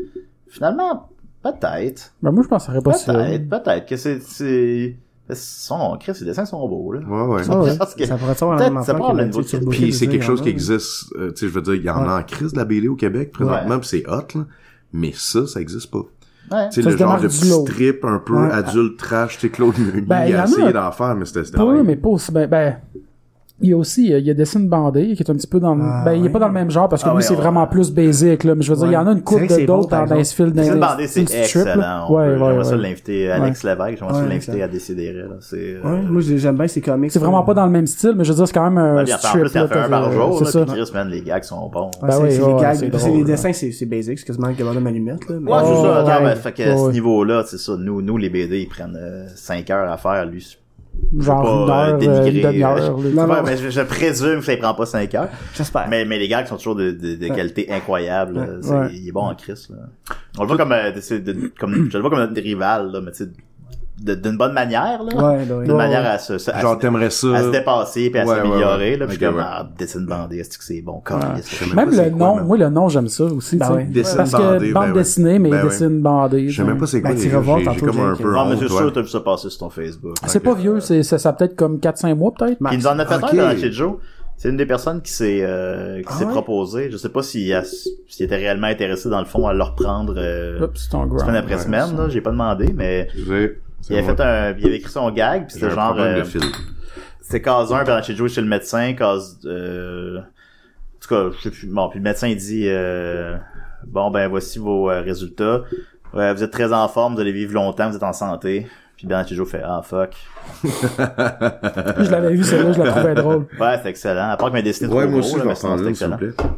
Finalement, peut-être. Ben, moi, je penserais pas si. Peut-être, peut-être que c'est... c'est... Son, Chris, les dessins sont beaux, là. Ouais ouais. Ah ouais. Parce que- Ça pourrait être la peut-être même ça affaire parle que à le niveau de Turbo Puis Kid, c'est là, quelque il y chose en qui a, là. existe, euh, tu sais, je veux dire, il y en Ouais. a en crise de la BD au Québec présentement, puis c'est hot, là. Mais ça, ça existe pas. Ouais. Tu Ça sais, le se genre démarque de du petit lot. strip un peu Ouais. adulte trash, tu sais, Claude Meunier Ben, il y en a a essayé d'en faire, mais c'était... c'était Pas eux, dingue. mais pas aussi. Ben, ben, il y a aussi, euh, il y a Dessin Bandé qui est un petit peu dans le, Ah, ben, il est ouais. pas dans le même genre parce que Ah lui, ouais, c'est ouais. vraiment plus basic, là. Mais je veux dire, il y en a une C'est coupe vrai que de c'est bon, d'autres par dans exemple. Dicefield, dans Phil les- Bandé, c'est une petite strip, là. excellent. On Ouais, peut- ouais, J'aimerais ça ouais. l'inviter, Alex Lévesque, j'aimerais ça Ouais, l'inviter exact. à décider, là. C'est... euh, Ouais, moi, j'ai- j'aime bien ces comics. euh, C'est vraiment là. pas dans le même style, mais je veux dire, c'est quand même Ouais, un puis en plus, strip, ça là. fait un par t'as- jour, C'est là, ça. puis Chris, man, les gags sont bons. Ouais, Ben c'est oui, c'est ouais, les gags, c'est c'est drôle, les ouais. dessins, c'est c'est basic, c'est quasiment le bonhomme à lunettes, là. mais- Ouais, c'est Oh, ça. Attends, ouais. ben, fait que à Ouais, ce ouais. niveau-là, c'est ça. Nous, nous, les BD, ils prennent 5 heures à faire, lui. c'est- Genre une pas, euh, heure, euh, une dénigrer, demi-heure, là. Ouais, non. mais je, je présume que ça ne prend pas 5 heures. J'espère. Mais, mais les gars qui sont toujours de, de, de Ouais. qualité incroyable. là. C'est- Ouais. Il est bon en Chris. Là. On le voit comme, euh, c'est de- comme je le vois comme notre rival, là, mais tu sais, de- d'une bonne manière, là. Ouais, ben oui. D'une Ouais, manière ouais. à se, se- à Genre, se- t'aimerais ça. à se dépasser puis à Ouais, s'améliorer, ouais, ouais. là. Puis je suis Ok, comme, ouais. ah, dessin bandé, est-ce que c'est bon, quand Même pas le c'est quoi, nom, man. moi le nom j'aime ça aussi, Ben tu sais. ouais. Dessine Parce bandé, que bande ben ouais. dessinée, mais Ben ouais. dessine bandée. Je sais même ouais. pas c'est Ben, quoi. tu les- vas voir j'ai- j'ai tantôt, comme un Jake. peu. Non, mais honte, c'est ouais. sûr, t'as vu ça passer sur ton Facebook. Ah, Ah, C'est pas vieux, c'est, ça, ça a peut-être comme 4-5 mois peut-être. Puis il nous en a fait Ok. un dans chez Joe. C'est une des personnes qui s'est euh, qui Ah s'est ouais? proposée. Je sais pas si elle s- s'il était réellement intéressé dans le fond à le reprendre euh, Ah, Oups, c'est ton semaine ground. après semaine. là. J'ai pas demandé, mais Excusez, c'est il avait moi. fait un, il avait écrit son gag. Puis J'ai c'était un genre, problème euh, de fil. c'est case 1, puis dans chez Joe chez le médecin, case. Euh, en tout cas, je sais plus. Bon, puis le médecin il dit, euh, bon ben voici vos euh, résultats. Ouais, vous êtes très en forme, vous allez vivre longtemps, vous êtes en santé. Puis Bernard Joe fait ah fuck. Je l'avais vu celle-là, je la trouvais drôle. Ouais, c'est excellent. À part que mes dessiné trop Ouais, gros, moi aussi, je là, vais mais sinon reprendre c'est une, s'il vous excellent. plaît.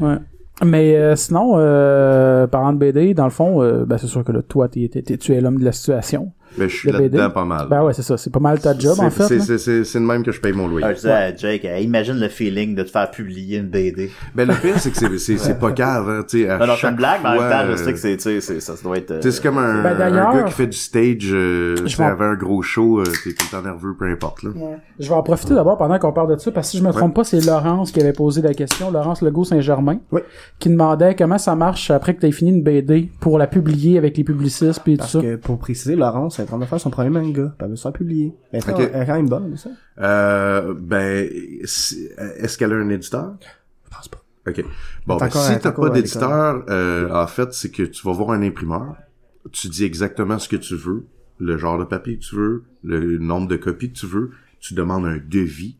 Ouais. Mais euh, sinon, euh, parlant de BD, dans le fond, euh, ben, c'est sûr que là, toi, t'es- t'es- t'es- tu es l'homme de la situation. Ben, je suis Le BD. là-dedans pas mal. Ben ouais, c'est ça. C'est pas mal ta job, C'est- en fait. hein. c'est- là. C'est c'est- c'est de même que je paye mon loyer. Ah, je disais à Jake, eh, imagine le feeling de te faire publier une BD. Ben, le pire, c'est que c'est- c'est c'est pas grave, hein, tu sais. à Non, non, c'est chaque une blague, mais en fois, même temps, je euh, sais que c'est, tu sais, c'est- ça, ça doit être... euh, Tu sais, c'est comme un, Ben, d'ailleurs- un gars qui fait du stage, euh, tu sais, m'en- avant un gros show, euh, t'es tout le temps nerveux, peu importe, là. Je vais en profiter d'abord pendant qu'on parle de ça, parce que si je me trompe pas, c'est Laurence qui avait posé la question, Laurence Legault-Saint-Germain, Oui. qui demandait comment ça marche après que tu fini une BD pour la publier avec les publicistes puis tout Parce ça. que, pour préciser, Laurence, elle est en train de faire son premier manga. Puis elle veut se faire publier. Elle est quand- Ok. elle est quand même bonne, ça. Euh, ben, si- est-ce qu'elle a un éditeur? Je pense pas. OK. Bon, T'as ben, encore- si t'as t'as encore pas à l'école. d'éditeur, euh, en fait, c'est que tu vas voir un imprimeur, tu dis exactement ce que tu veux, le genre de papier que tu veux, le nombre de copies que tu veux, tu demandes un devis.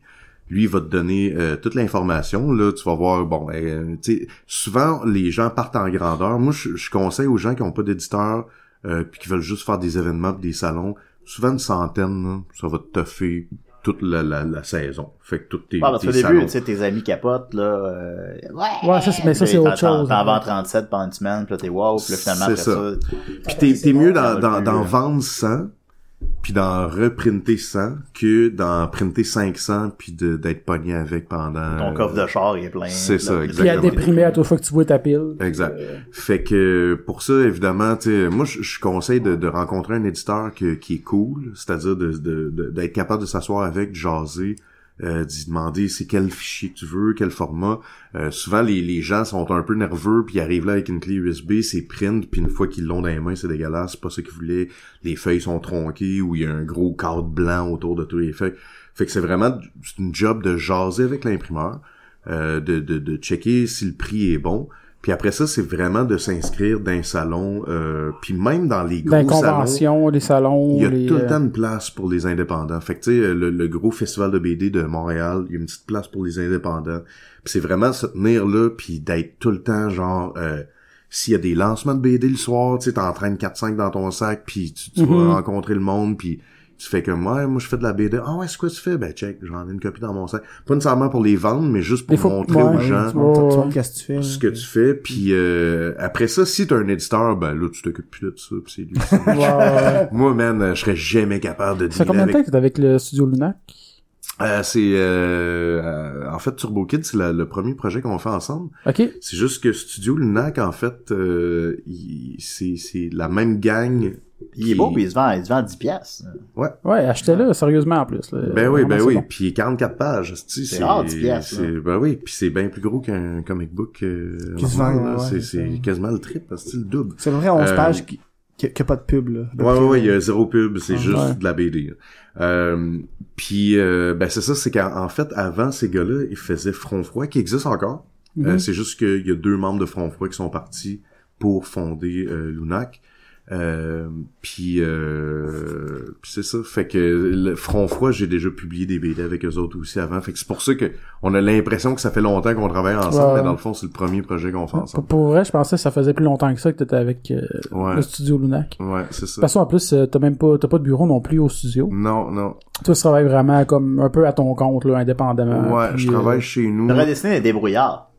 Lui, il va te donner euh, toute l'information. Là, tu vas voir, bon, euh, tu sais, souvent, les gens partent en grandeur. Moi, je, je conseille aux gens qui n'ont pas d'éditeur euh, puis qui veulent juste faire des événements puis des salons, souvent une centaine, là, ça va te toffer toute la, la, la saison. Fait que toutes tes, Ah, parce tes qu'au début, salons. tu sais, tes amis capotent, là. euh, ouais! Ouais, ça, c'est- mais ça, Puis c'est t'en- autre chose. T'en t'en vends 37 pendant une semaine, puis là, t'es wow, puis là, finalement, après C'est ça... ça. Puis t'es, t'es bon, mieux dans le dans, dans, but, dans là. vendre 100 puis d'en reprinter 100 que d'en printer 500 puis de, d'être pogné avec pendant... Ton coffre de char, il est plein. euh, c'est ça, Là, Puis à exactement. déprimer à toute fois que tu vois ta pile. euh, Exact. Euh. Fait que pour ça, évidemment, tu sais, moi, je je conseille de, de rencontrer un éditeur que- qui est cool, c'est-à-dire de, de- de- d'être capable de s'asseoir avec, de jaser, euh, d'y demander c'est quel fichier que tu veux, quel format. Euh, souvent, les, les gens sont un peu nerveux, puis ils arrivent là avec une clé USB, c'est print, puis une fois qu'ils l'ont dans les mains, c'est dégueulasse, c'est pas ce qu'ils voulaient. Les feuilles sont tronquées ou il y a un gros cadre blanc autour de tous les feuilles. Fait que c'est vraiment c'est une job de jaser avec l'imprimeur, euh, de, de, de checker si le prix est bon. Puis après ça, c'est vraiment de s'inscrire dans un salon, euh, puis même dans les Dans les gros salons. conventions, les salons, Il y a les, tout le euh, temps une place pour les indépendants. Fait que tu sais, le, le gros festival de BD de Montréal, il y a une petite place pour les indépendants. Puis c'est vraiment se tenir là, puis d'être tout le temps genre... euh, s'il y a des lancements de BD le soir, tu sais, t'entraînes 4-5 dans ton sac, puis tu, tu Mhm. vas rencontrer le monde, puis tu fais comme, ouais, moi je fais de la BD. Ah ouais, c'est quoi tu fais? Ben check, j'en ai une copie dans mon sac. Pas nécessairement pour les vendre, mais juste pour Des fois- montrer ouais, aux gens Tu montres- tu Ouais. montres qu'est-ce que tu fais. ce là. que tu fais. Puis euh, après ça, si t'as un éditeur, ben là, tu t'occupes plus de ça, puis c'est lui. ouais, ouais. Moi, man, euh, je serais jamais capable de Ça fait dealer combien de avec... temps que t'es avec le studio Lunac? Euh, c'est... euh, euh, en fait, Turbo Kid, c'est la- le premier projet qu'on fait ensemble. OK. C'est juste que Studio Lunac, en fait, euh, il- c'est c'est la même gang. Il est beau, puis il se vend, il se vend 10 piastres. Ouais, achetez-le, sérieusement, en plus. là. Ah. Ben oui, Euh, Vraiment, ben c'est oui. bon. Puis il est 44 pages. asti, C'est rare, 10 piastres, c'est- Ben oui, puis c'est bien plus gros qu'un comic book. euh, Qui se normal, vend, là. ouais, C'est c'est ça. c'est quasiment le triple, c'est le double. C'est vrai, 11 Euh, pages qui, qui, qui a pas de pub, là. De Ouais, prix, ouais, ouais, là. il y a zéro pub, c'est Ah, juste euh, ouais. de la BD. là. Euh, puis, euh, ben c'est ça, c'est qu'en en fait, avant, ces gars-là, ils faisaient Front Froid, qui existe encore. Mhm. Euh, c'est juste qu'il y a deux membres de Front Froid qui sont partis pour fonder euh, Lunac. Euh, puis, euh, puis c'est ça. Fait que le Front Froid, j'ai déjà publié des BD avec eux autres aussi avant. Fait que c'est pour ça que on a l'impression que ça fait longtemps qu'on travaille ensemble, Ouais. mais dans le fond, c'est le premier projet qu'on fait Pour, ensemble. pour vrai, je pensais que ça faisait plus longtemps que ça que t'étais avec euh, Ouais, le studio Lunac. ouais, c'est ça. Mm. De toute façon, en plus, euh, t'as même pas, t'as pas de bureau non plus au studio. Non, non. Toi, tu travailles vraiment comme un peu à ton compte, là, indépendamment. Ouais, Puis, je euh, travaille chez nous. T'aurais dessiné des débrouillards.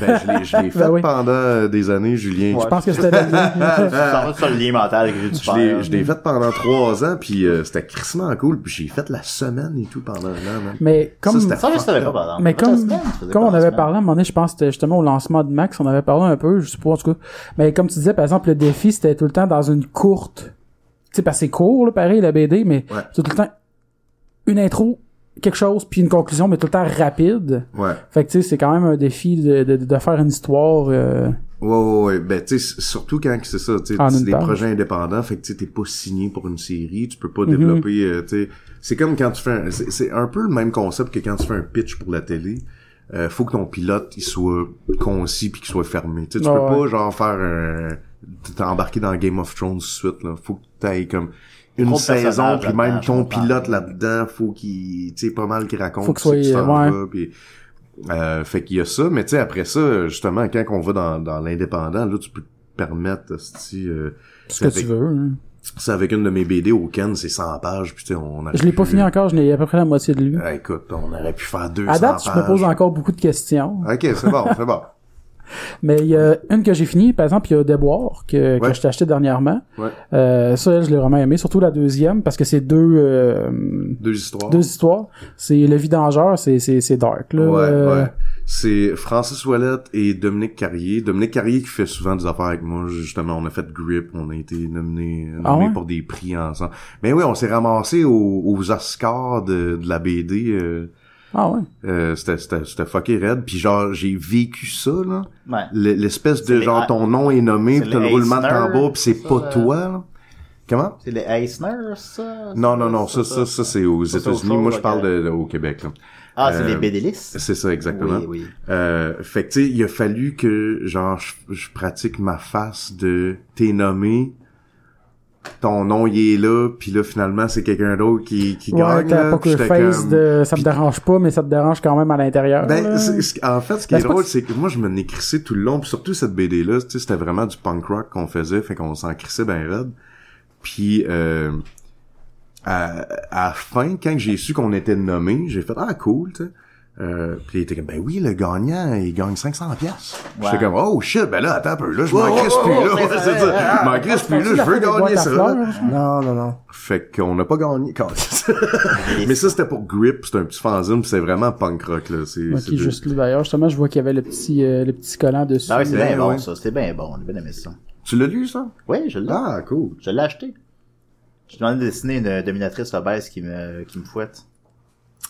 Ben, je l'ai, je l'ai fait Ben oui. pendant euh, des années, Julien. Je pense que c'était le Ça va sur le lien mental que j'ai dû Ah, Je l'ai, faire. je l'ai fait pendant trois ans, puis euh, c'était crissement cool, puis j'ai fait la semaine et tout pendant un an. man. Mais comme, c'était Ça, je savais pas, par exemple. mais Ça, je comme, savais, je faisais comme pas on la avait semaine. parlé à un moment donné, je pense que c'était justement au lancement de Max, on avait parlé un peu, je sais pas, en tout cas. Mais comme tu disais, par exemple, le défi, c'était tout le temps dans une courte sais, parce que c'est court, là, pareil, la BD, mais Ouais. c'est tout le temps une intro, quelque chose, puis une conclusion, mais tout le temps rapide. Ouais. Fait que, tu sais, c'est quand même un défi de, de, de faire une histoire. euh, Ouais, ouais, ouais. Ben, tu sais, s- surtout quand que c'est ça, tu sais, En c'est une des page. projets indépendants, fait que tu sais, t'es pas signé pour une série, tu peux pas Mhm. développer, euh, tu sais. C'est comme quand tu fais un, c'est c'est un peu le même concept que quand tu fais un pitch pour la télé. Euh, faut que ton pilote, il soit concis puis qu'il soit fermé. Tu sais, tu Ouais, peux ouais. pas, genre, faire un, t'embarquer dans Game of Thrones tout de suite, là. Faut que t'ailles comme une Trop de saison personnages puis même là-dedans, ton je comprends. pilote là-dedans, faut qu'il, tu sais, pas mal qu'il raconte. Faut que tu sais, soit- tu t'en ouais. vas, puis- euh, fait qu'il y a ça, mais tu sais, après ça, justement, quand on va dans, dans l'indépendant, là, tu peux te permettre, si ce que tu veux. hein. c'est avec une de mes BD au Ken, c'est 100 pages, puis tu sais, on aurait Je l'ai pu- pas fini encore, je n'ai à peu près la moitié de lui. Ah, écoute, on aurait pu faire 200 À date, pages. je me pose encore beaucoup de questions. Ok, c'est bon, c'est bon. Mais il y a une que j'ai finie, par exemple, il y a Déboire, que, que Ouais. je t'ai acheté dernièrement. Ouais. Euh, ça, je l'ai vraiment aimé, surtout la deuxième, parce que c'est deux, euh, Deux histoires. deux histoires. C'est Le Vidangeur, c'est, c'est, c'est dark, là. Ouais, Euh, ouais. C'est Francis Ouellette et Dominique Carrier. Dominique Carrier qui fait souvent des affaires avec moi. Justement, on a fait Grip, on a été nominés, nominés Ah ouais? pour des prix ensemble. Mais oui, on s'est ramassé aux, aux Oscars de, de la BD. euh, Ah ouais. Euh, c'était c'était c'était fucké raide puis genre j'ai vécu ça là Ouais. Le- l'espèce de C'est les genre ha- ton nom est nommé c'est puis t'as les le roulement de Eisner, tambour puis c'est ça, pas euh, toi là. comment C'est les Eisner, ça? non non non ça ça ça c'est aux Ça, c'est autre États-Unis moi chose, je parle ok. de, de- au Québec là. Ah, c'est Euh, les BDLIS? c'est ça exactement Oui, oui. euh, fait que tu sais il a fallu que genre je, je pratique ma face de t'es nommé ton nom il est là puis là finalement c'est quelqu'un d'autre qui qui Ouais, gagne t'as là, pas puis que j'étais face comme- de, ça me Puis- dérange pas, mais ça te dérange quand même à l'intérieur. Ben, là. c'est- c'est- en fait, ce Ah. qui Ben, est c'est pas drôle, que- c'est que moi, je me nécrissais tout le long, puis surtout cette BD-là, tu sais, c'était vraiment du punk rock qu'on faisait, fait qu'on s'en crissait ben raide. Puis, euh, à, à la fin, quand j'ai su qu'on était nommé, j'ai fait « Ah, cool, tu sais. Euh, puis il était comme « Ben oui, le gagnant, il gagne 500 pièces. J'étais Ouais. comme « Oh shit, ben là, attends un peu, là, je Ouais, m'en ouais, crisse ouais, plus, ouais, là, ouais, ouais, ouais, c'est ouais, ça, je m'en crisse plus, là, je veux gagner ça, là. Non, non, non. Fait qu'on n'a pas gagné. Mais ça, c'était pour Grip, c'est un petit fanzine, puis c'est vraiment punk rock, là. C'est Moi c'est qui de- juste là, d'ailleurs, justement, je vois qu'il y avait le petit, euh, le petit collant dessus. Ah oui, c'est Ben, bien bon, ouais. ça. C'était bien bon. On a bien aimé ça. Tu l'as lu, ça? Oui, je l'ai. Ah, cool. Je l'ai acheté. Je demandais de dessiner une euh, dominatrice obèse qui me, qui me fouette.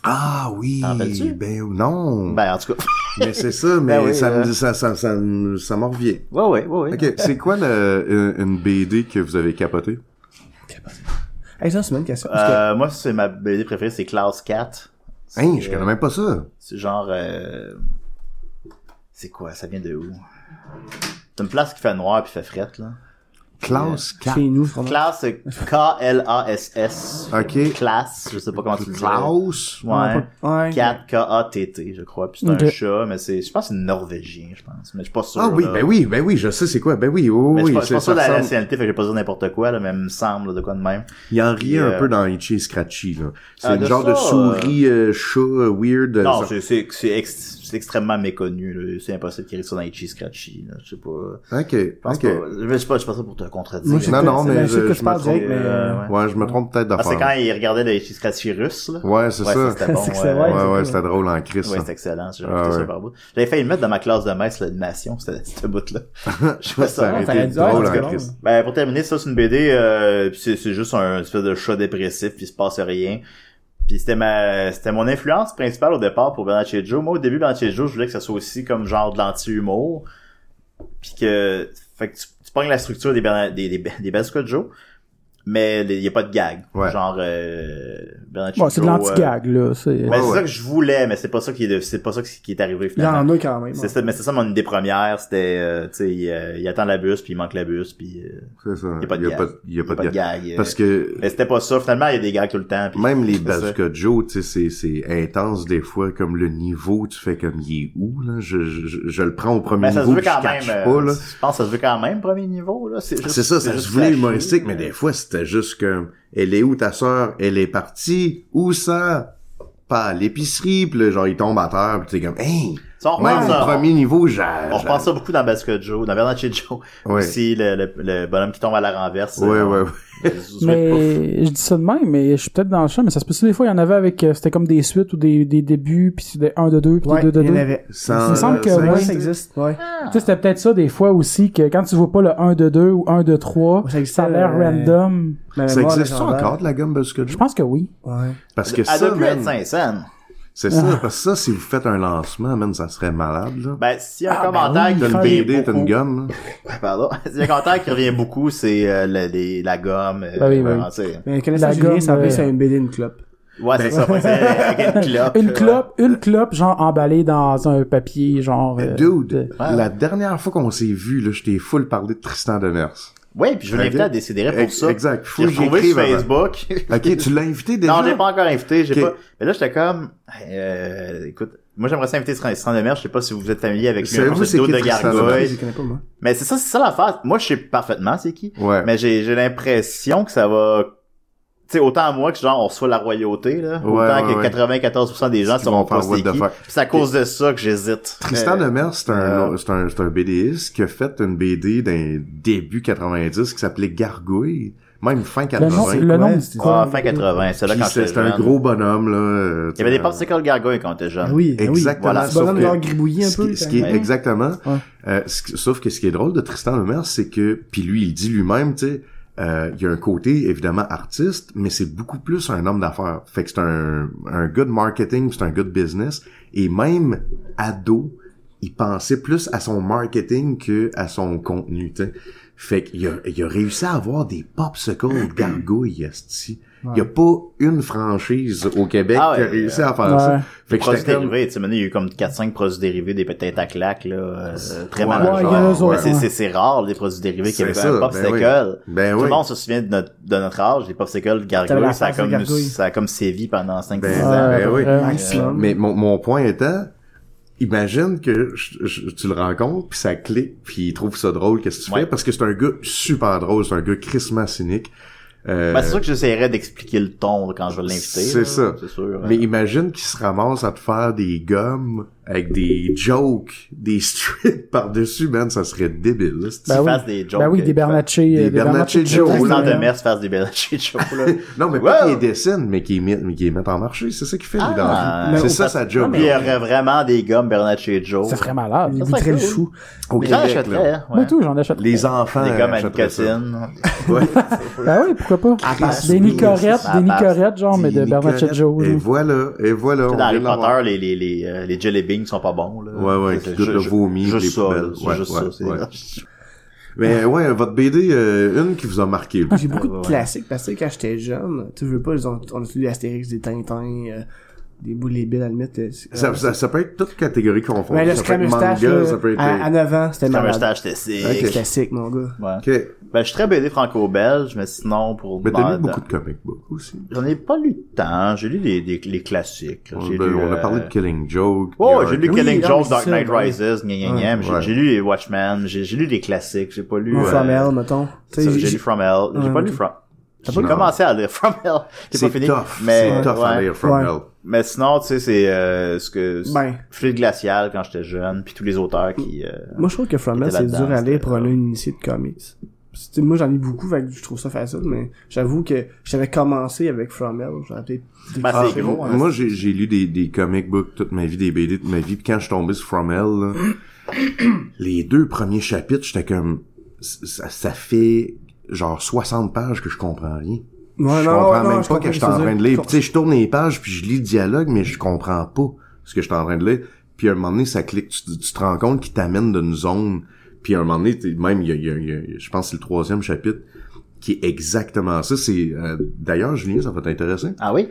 Ah oui. T'en rappelles-tu? Ben non. Ben, en tout cas. mais c'est ça, mais oui, ça, me, euh. ça, ça, ça, me- ça m'en revient. Ouais, ouais, ouais, Euh, ouais. Ok, c'est quoi le, euh, une, une BD que vous avez capotée? Hey, ça, c'est une bonne question. parce que- Euh, moi, c'est ma BD préférée, c'est Class 4. C'est, Hein, je euh, connais même pas ça. C'est genre. euh, C'est quoi Ça vient de où C'est une place qui fait noir puis fait frette, là. Klaus euh, 4. Chez nous, vraiment. Class, c'est K-L-A-S-S. Ok. Class, je sais pas comment tu le dis. Klaus? Ouais. Ouais. 4 K-A-T-T, je crois. Puis c'est Ok. un chat, mais c'est. Je pense que c'est norvégien, je pense. Mais je suis pas sûr. Ah oui, là. ben oui, ben oui, je sais c'est quoi. Ben oui, oh, Mais oui, je suis c'est pas sûr de la ressemble- nationalité, fait que j'ai pas dire n'importe quoi, là, mais il me semble là, de quoi de même. Il en riait Puis, un euh, peu dans Itchy et Scratchy, là. C'est Ah, une de genre de ça, souris, euh, chat, euh, weird. Non, ça- c'est c'est- c'est ex- c'est extrêmement méconnu. là. C'est impossible qu'il y ait ça dans Itchy Scratchy. Là. Je sais pas. Je Ok, pense ok. pas. Je sais pas, je pense pas pour te contredire. Moi, je sais Non, que- non, mais ben, je sais je- que je tu me parles direct, trompe, mais. euh, euh, Ouais, je me trompe peut-être Ah, d'affaire. c'est quand il regardait le Itchy Scratchy russe. Là. Ouais, c'est Ouais, ça. c'était bon. C'est que ouais. c'est ouais. vrai. Ouais, ouais, cool. c'était drôle en Christ. Ouais, ça. c'est excellent, j'ai Ah, acheté ça ouais. par bout. J'avais failli le mettre dans ma classe de maths, l'animation, c'était ce bout-là. Je trouvais Ça ça aurait Ouais, été fallait dire, drôle hein, c'est en drôle. Christ. Ben, pour terminer, ça, c'est une BD, euh, pis c'est, c'est juste un espèce de chat dépressif, puis il se passe rien. Puis c'était ma, c'était mon influence principale au départ pour Bernard Joe. Moi, au début, Bernard Joe, je voulais que ça soit aussi comme genre de l'anti-humour. Puis que, fait que tu, tu pognes la structure des Bernard, des, des, des Bazooka Joe, mais il y a pas de gag. Ouais. Genre, euh, Bernard Ouais, c'est de Joe, euh, l'anti-gag, là. C'est... ben, Ouais, c'est ouais. ça que je voulais, mais c'est pas ça qui est, de- c'est pas ça qui qui est arrivé Il y finalement. en a quand même. hein. C'est ça, mais c'est ça mon idée première, c'était, euh, tu sais, il, euh, il attend la bus, puis il manque la bus, puis euh, C'est ça. Y a pas de Y a gag. pas de- y a pas de gag. gag. euh. Parce que Mais c'était pas ça. Finalement, il y a des gags tout le temps. puis- même les c'est ça. Bazooka Joe, tu sais, c'est- c'est intense des fois, comme le niveau, tu fais comme il est où, là? Je, je, je- je le prends au Mais premier ça se niveau, veut puis je quand même. catch euh, pas, là. Je pense que ça se veut quand même, premier niveau. là. C'est juste- C'est ça, c'est ça se juste voulait flashy. humoristique, mais des fois, c'était juste comme, elle est où ta sœur? Elle est partie? Où ça? Pas à l'épicerie, pis là, genre, il tombe à terre, pis t'es comme, hey! Si on Même repense le à- premier niveau, j'ai... On repense ça beaucoup dans Basket Joe, dans Bernard Joe. Ouais. Aussi, le, le, le bonhomme qui tombe à la renverse. Ouais, euh, ouais, ouais. le zouzouet de pouf. Mais je dis ça de même, mais je suis peut-être dans le champ, mais ça se peut aussi des fois, il y en avait avec, euh, c'était comme des suites ou des, des débuts, puis c'était 1 de 2, puis Ouais, 2 de il y en 2. avait. Sans- Il me semble que sans- ouais. Ouais, ça existe, ouais. Tu sais, c'était peut-être ça des fois aussi, que quand tu vois pas le 1 de 2 ou 1 de 3, Ça existe, ça a l'air euh, random. Ma Ça mémoire existe légendaire. encore de la gomme Buzzcut Je Joe? pense que oui. Ouais. Parce que Elle ça, doit plus être man, 500. c'est ça, parce que ça, si vous faites un lancement, man, ça serait malade, là. Ah. Ben, s'il y a un Ah, ben commentaire oui, qui T'as une revient BD, t'as beaucoup, une gomme, là. pardon, s'il y a un commentaire qui revient beaucoup, c'est euh, le- les- la gomme. euh, Ben oui, vraiment, oui. tu sais. Mais connaissant La Julien, gomme, ça euh, appelait ça une BD, une clope. Ouais, Ben c'est ça. fait que c'est avec une clope. Une ouais. clope, une clope, genre emballée dans un papier, genre. euh, de- Dude, Ouais. la dernière fois qu'on s'est vu, là, je t'ai full parlé de Tristan Demers. Ouais, puis je veux Ok. l'inviter à décider pour Ben Ex- ça. exact. Faut J'ai que trouvé sur j'écrive Facebook. Ok, tu l'as invité déjà? Non, je l'ai pas encore invité, j'ai Ok. pas. Mais là, j'étais comme, euh, écoute, moi j'aimerais ça inviter Tristan Demers, je sais pas si vous êtes familier avec lui, un Savez-vous c'est concept qui de Tristan gargouille. Ouais. Je les connais pas, moi. Mais c'est ça, c'est ça l'affaire. Moi, je sais parfaitement c'est qui. Ouais. Mais j'ai, j'ai l'impression que ça va, tu sais, autant à moi que genre on reçoit la royauté, là. Ouais, autant ouais, que ouais. 94% des gens Qui seront vont pas faire what c'est the qui. fuck. Puis c'est à cause de ça que j'hésite. Tristan Euh, Demers, c'est euh, un, c'est un, c'est un BDiste qui a fait une BD d'un début 90 qui s'appelait Gargouille, même fin Le nom, 80. le nom ouais, du c'est- Ah, titre. fin 80, c'est là Puis quand c'est- j'étais c'est un jeune. gros bonhomme, là. euh, hein. Il y avait des euh, popsicles gargouilles quand j'étais jeune. Ah oui, ah oui. Exactement. Voilà, Ce sauf bonhomme que- genre gribouillis un ce qui- peu. ce qui est- t'as- exactement. Ouais. Euh, ce qui- sauf que ce qui est drôle de Tristan Lemers, c'est que, puis lui, il dit lui-même, tu sais, euh, il y a un côté évidemment artiste, mais c'est beaucoup plus un homme d'affaires. Fait que c'est un, un gars de marketing, c'est un gars de business, et même ado, il pensait plus à son marketing que à son contenu, tu sais. Fait qu'il a, il a réussi à avoir des popsicles gargouilles, esti. Il y a pas une franchise au Québec Ah ouais, qui a réussi à faire ouais. ça. Fait que Produits j'étais comme- dérivés, tu sais, maintenant, il y a eu comme 4-5 produits dérivés, des peut-être à claque, là, euh, très Ouais, mal. ouais, il y en a eux mais autres, c'est, ouais. c'est, c'est rare, les produits dérivés qui C'est avaient ça, un popsicle. ben Ben Tout oui. le monde se souvient de notre, de notre âge, les popsicles T'avais la gargouilles, ça a face de comme, gargouille. ça a comme sévi pendant 5-6 Ben, ans. ben oui. vraiment. Maximum. Mais mon, mon point étant, imagine que je- je- tu le rencontres, puis ça clique, puis il trouve ça drôle, qu'est-ce que tu Ouais. fais? Parce que c'est un gars super drôle, c'est un gars crissement cynique. Euh, Ben, c'est sûr que j'essaierais d'expliquer le ton là, quand je vais l'inviter. C'est là, ça. C'est sûr. hein. mais imagine qu'il se ramasse à te faire des gommes avec des jokes, des strips par-dessus, man, ça serait débile. là, c'est- Qu'il Ben oui. fasse des jokes. Ben oui, des hein. Bernatchez. euh, Des Bernatchez Bernatchez Joe, Tristan Joe, de là. Mers fasse des Bernatchez Joe, là. Ben, non, mais Wow! pas qu'il les dessine, mais qu'il met- mais qu'il les mette en marché, c'est ça qu'il fait, lui, dans la vie. Ah, mais- C'est ça, sa job. Puis il y aurait vraiment des gommes Bernatchez Joe. Ça ferait malade. Ça Il serait goûterait le cool. chou. Au Les gens Québec, là. achèteraient, hein, ouais. Moi tout, j'en achète. Les enfants Des gommes à achèteraient ça. nicotine. Ouais. Ben oui, pourquoi pas. Arrête. Des nicorettes, Ah, des passe. nicorettes, genre, mais de Nicolette. Bernatchez Joe. bah, Et là. voilà, et voilà. Tu sais, on dans Harry vient d'avoir- Potter, les, les, les, euh, les jelly beans sont pas bons, là. Ouais, ouais, C'est- qui c'est goûtent ju- le ju- vomi, Juste les ça, poubelles. là, c'est Ouais, juste ouais, ça. c'est- ouais. Mais ouais, votre BD, euh, une qui vous a marqué. là. Ah. J'ai beaucoup de ouais. classiques parce que quand j'étais jeune, tu veux pas, ils ont- on a tous lu Astérix, des Tintins, euh, des boules les billes à la limite. euh, c'est- ça, ça, ça peut être toute catégorie confondue. Ouais, Ben, le ça peut être Scramble manga, Stash, là, ça peut être... à, à 9 ans, C'est c'était un malade. moustache, c'était sick. C'est classique, mon gars. Ouais. Ok. Ben, je suis très BD franco-belge, mais sinon, pour... Mais t'as dans- lu beaucoup de comic books aussi. J'en ai pas lu tant. J'ai lu des, des, les classiques. là. On, J'ai ben, lu, on a euh, parlé de Killing Joke. Oh, Yard. j'ai lu Oui, Killing non, mais Joke, c'est Dark ça, Knight ouais. Rises, gna gna gna. mais j'ai- ouais. J'ai lu les Watchmen, j'ai j'ai lu des classiques, j'ai pas lu... Ou euh, From Hell, mettons. Tu sais, ça, J'ai j'ai- lu From Hell. J'ai Ouais, pas lu ok. From... J'ai Non. commencé à lire From Hell. J'ai pas C'est fini. tough. mais- C'est tough ouais. à lire From Ouais. Hell. Mais sinon, tu sais, c'est euh, ce que Ben. Fluide glacial quand j'étais jeune, puis tous les auteurs qui. euh, Moi, je trouve que From Il Hell, était c'est là-dedans, dur à c'était- lire pour un initié de comics. Parce que, tu sais, Moi, j'en ai beaucoup, fait que je trouve ça facile, mais j'avoue que j'avais commencé avec From Hell. J'aurais peut-être Ben, Ah, c'est gros. hein. moi, j'ai, j'ai lu des, des comic books toute ma vie, des BD toute ma vie, puis quand je suis tombé sur From Hell, là, les deux premiers chapitres, j'étais comme... Ça, ça fait genre 60 pages que je comprends rien. Ouais, je non, comprends non, même je pas que je suis en ce train tu de veux lire. dire. Puis, Tu sais, je tourne les pages, puis je lis le dialogue, mais je comprends pas ce que je suis en train de lire. Puis à un moment donné, ça clique, tu, te- tu te rends compte qu'il t'amène d'une zone. Puis à un moment donné, t'es- même, il y a, il y a- il y a- je pense que c'est le troisième chapitre, qui est exactement ça. C'est euh, D'ailleurs, Julien, ça va t'intéresser. Ah oui?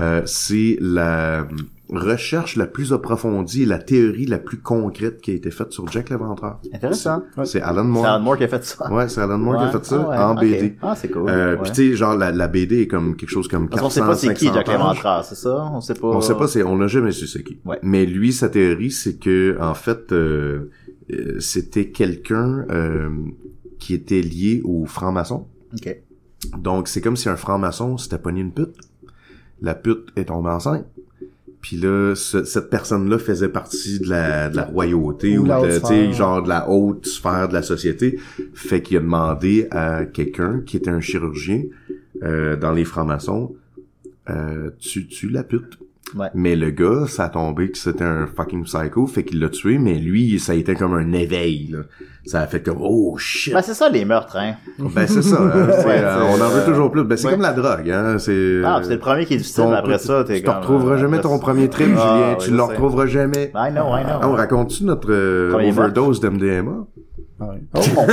Euh, c'est la euh, recherche la plus approfondie et la théorie la plus concrète qui a été faite sur Jack l'Éventreur. Intéressant. C'est C'est Alan Alan Moore. Moore qui a fait ça. Ouais, c'est Alan Moore Ouais. qui a fait ça Ah ouais, en ok. BD. Ah, c'est cool. Euh, ouais. Puis tu sais, genre la, la BD est comme quelque chose comme Parce 400, qu'on sait pas c'est qui 500 Jack pages. Léventreur, c'est ça? On sait pas. On sait pas, c'est, on l'a jamais su c'est qui. Ouais. Mais lui, sa théorie, c'est que en fait, euh, euh, c'était quelqu'un euh, qui était lié aux francs-maçons. Ok. Donc c'est comme si un franc-maçon s'était pogné une pute. La pute est tombée enceinte. Puis là, ce- cette personne-là faisait partie de la, de la royauté ou, Ou la haute de, tu sais, sphère. genre de la haute sphère de la société. Fait qu'il a demandé à quelqu'un qui était un chirurgien euh, dans les francs-maçons, euh, tu, tu la pute. Ouais. Mais le gars, ça a tombé que c'était un fucking psycho, fait qu'il l'a tué, mais lui, ça a été comme un éveil. là. Ça a fait comme, oh shit, Ben, c'est ça, les meurtres, hein. ben c'est ça, hein, c'est, Ouais, euh, c'est, on en veut euh, toujours plus. Ben c'est ouais. comme la drogue, hein. C'est. Ah, c'est le premier qui est difficile, ton- après ça, t'es Tu te comme, retrouveras euh, jamais ton premier trip, Ah, Julien. oui, tu je le sais. retrouveras jamais. I know, I know. Ah, on raconte-tu notre euh, Premier overdose d'MDMA? Ah ouais. Oh, on, on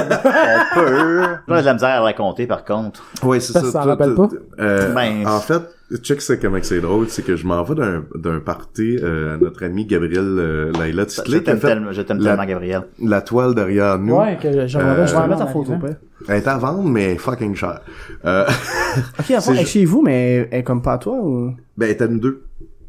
peut. J'aurais de la misère à raconter, par contre. Ouais, c'est Ça, ça. ça Toi, rappelle toi, pas? euh, Ben, en fait, check ça comment que c'est drôle, c'est que je m'en vais d'un, d'un party euh, à notre ami Gabriel euh, Laila je je Titley qui a t'aime fait tellement, je t'aime la- tellement, Gabriel. la toile derrière nous. Ouais, que j'aimerais Euh, Je je vais vais la en mettre en arrière. photo. ouais. Elle est à vendre, mais elle est fucking chère. Euh, Ok, à fond, C'est elle est ju- chez vous, mais elle est comme pas à toi ou. ben, elle est à nous deux.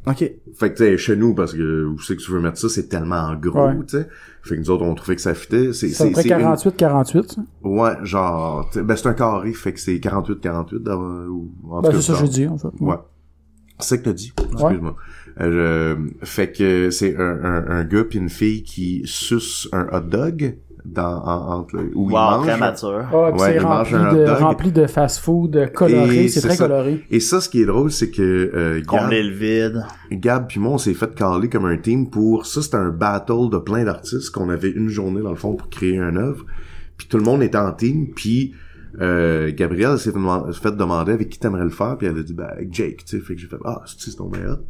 Ok. Fait que tu sais, chez nous, parce que où c'est que tu veux mettre ça, c'est tellement gros, Ouais. tu sais. Fait que nous autres, on trouvait que ça fitait. C'est, C'est à peu c'est, près c'est une- 48-48, ça. Ouais, genre, tu sais, ben c'est un carré, fait que c'est 48-48 d'avoir, ou, en Ben, tout c'est ça cas, que genre. j'ai dit, en fait. Ouais. C'est ce que t'as dit. Excuse-moi. Euh, je- fait que c'est un, un, un gars puis une fille qui suce un hot dog dans, en, entre, où il Wow, mange. très mature. Ah, puis Ouais, c'est il rempli mange un hot de, dog. rempli de fast-food coloré, Et c'est c'est très ça. coloré. Et ça, ce qui est drôle, c'est que euh, Gab, Combler le vide. Gab puis moi, on s'est fait caler comme un team pour... Ça, c'était un battle de plein d'artistes qu'on avait une journée, dans le fond, pour créer une œuvre. Puis tout le monde était en team, puis... Euh, Gabrielle s'est deman- fait demander avec qui t'aimerais le faire, puis elle a dit bah avec Jake, tu sais, fait que j'ai fait ah c'est c'est ton meilleur.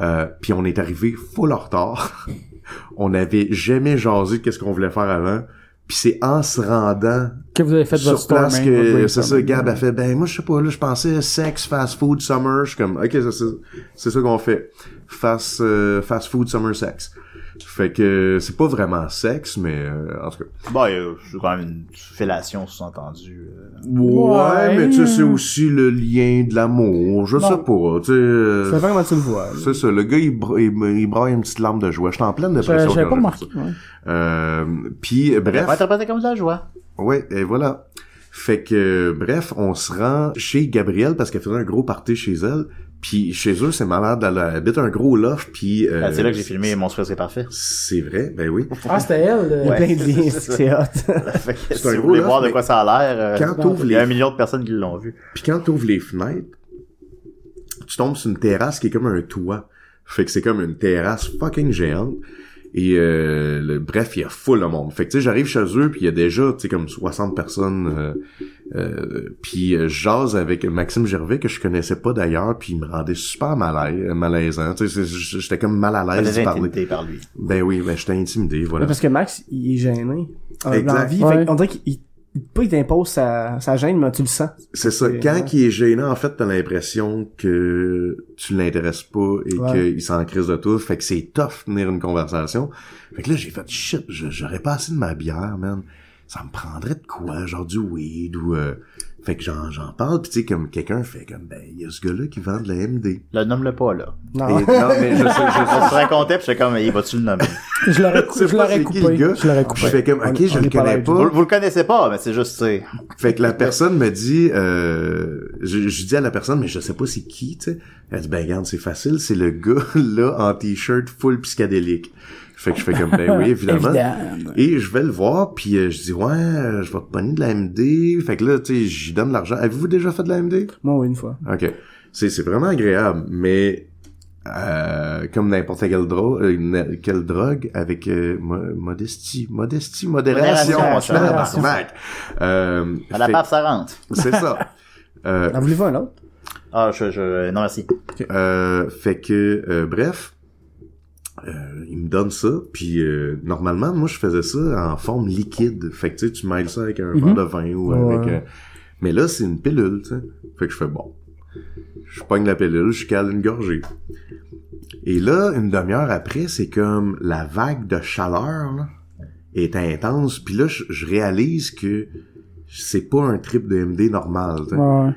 Euh, puis on est arrivé full en retard. on n'avait jamais jasé qu'est-ce qu'on voulait faire avant. Puis c'est en se rendant Que vous avez fait sur votre place storming, votre que c'est brainstorming. ça Gab a fait ben moi je sais pas là je pensais sexe fast food summer je suis comme ok ça, c'est c'est ça qu'on fait fast euh, fast food summer sex fait que c'est pas vraiment sexe mais euh, en tout cas Bon, euh, c'est quand même une fellation sous-entendue. euh. ouais, Ouais. mais tu sais c'est aussi le lien de l'amour je sais pas tu sais Je sais euh, pas comment tu le vois. là. c'est ça le gars il, br- il, il braille une petite larme de joie j'étais en pleine Euh, J'avais dépression j'avais quand pas remarqué. j'ai fait ça. euh, puis euh, T'as bref pas interprété comme ça, la joie. Ouais, et voilà. Fait que, euh, bref, on se rend chez Gabrielle parce qu'elle faisait un gros party chez elle. Puis chez eux, c'est malade. Elle habite un gros loft. Puis euh, Ah, c'est là que j'ai filmé Mon souhait serait parfait. C'est vrai, ben oui. Ah, c'était elle. Il y a euh, plein de liens, c'est que c'est hot. Fait que si un vous gros voulez loft, voir de mais- quoi ça a l'air, euh, Quand t'ouvres il y a un les, million de personnes qui l'ont vu. puis quand t'ouvres les fenêtres, tu tombes sur une terrasse qui est comme un toit. Fait que c'est comme une terrasse fucking géante. Et euh, le- bref, il y a full le monde. Fait que tu sais, j'arrive chez eux, puis il y a déjà, tu sais, comme 60 personnes. euh, euh, puis euh, je jase avec Maxime Gervais, que je connaissais pas d'ailleurs, puis il me rendait super malaise, malaisant. Tu sais, c'est- j- j'étais comme mal à T'as l'aise déjà de parler. intimidé par lui. Ben oui, ben j'étais intimidé, Ouais, voilà. parce que Max, il est gêné. En Exact. l'envie, Ouais. on dirait qu'il il- pas il t'impose sa, sa gêne, mais tu le sens. C'est ça. Et- Quand ouais. il est gênant, en fait, t'as l'impression que tu l'intéresses pas et Ouais. qu'il s'en crise de tout. Fait que c'est tough tenir une conversation. Fait que là, j'ai fait shit, je- j'aurais pas assez de ma bière, man. Ça me prendrait de quoi, genre du weed ou... euh, Fait que j'en, j'en parle, pis tu sais, comme quelqu'un fait comme, ben, il y a ce gars-là qui vend de la MD. Le nomme-le pas, là. Et, Non. non, mais je sais, je sais. On se racontait, pis j'étais comme, il va-tu le nommer? Je l'aurais sais je pas l'aurais c'est qui le coupé. gars. Je l'aurais coupé. Je fais comme, On- ok, je on le est pas connais live. pas. Vous, vous le connaissez pas, mais c'est juste, tu sais. Fait que la personne me dit, euh, je, je dis à la personne, mais je sais pas c'est qui, tu sais. Elle dit, ben regarde, c'est facile, c'est le gars là en t-shirt full psychédélique. Fait que je fais comme, ben oui, évidemment. Évidemment. Et je vais le voir, puis euh, je dis, ouais, euh, je vais te pogner de la MD. Fait que là, tu sais, j'y donne de l'argent. Avez-vous déjà fait de la MD? Moi, oui, une fois. OK. C'est, c'est vraiment agréable, mais euh, comme n'importe quelle, dro- euh, na- quelle drogue, avec euh, mo- modestie, modestie, modération, Modération, tabarnak. modération. Euh, À la fait- paf, ça rentre. c'est ça. Euh, En voulez-vous un autre? Ah, je, je, non, merci. euh, fait que, euh, bref, euh, il me donne ça, puis euh, normalement, moi, je faisais ça en forme liquide. Fait que, tu sais, tu mêles ça avec un verre de vin ou avec... Ouais. euh, mais là, c'est une pilule, tu sais. Fait que je fais, bon, je pogne la pilule, je cale une gorgée. Et là, une demi-heure après, c'est comme la vague de chaleur là, est intense. Puis là, je, je réalise que c'est pas un trip de MD normal. tu sais. Ouais.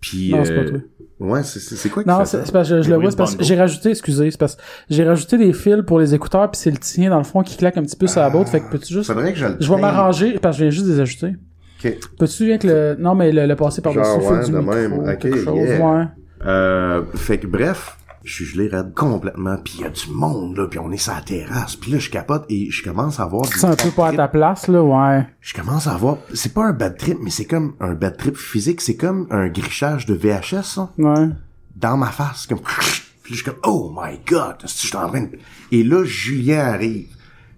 Puis, Non, c'est pas euh, toi. Ouais, c'est, c'est, c'est quoi qui Non, fait c'est ça? c'est parce que je, je Des le bruits vois, de c'est parce que bongo. j'ai rajouté, excusez, c'est parce que j'ai rajouté des fils pour les écouteurs, puis c'est le tien, dans le fond, qui claque un petit peu Ah. sur la botte. Fait que peux-tu juste. Faudrait que je le Je vais peigne. m'arranger, parce que je viens juste de les ajouter. Ben, Ok. Peux-tu avec le. Non, mais le, le passer par-dessus, Genre, faut ouais, du de micro, même. Ok, quelque chose, yeah. ouais. Euh, fait que bref, Je suis gelé raide complètement, puis il y a du monde, là, puis on est sur la terrasse, puis là, je capote et je commence à voir... C'est un peu pas à ta place, là, ouais. Je commence à voir... C'est pas un bad trip, mais c'est comme un bad trip physique, c'est comme un grichage de VHS, ça Ouais. dans ma face, comme, puis je suis comme, oh my god, est-ce que je suis en train de... Et là, Julien arrive.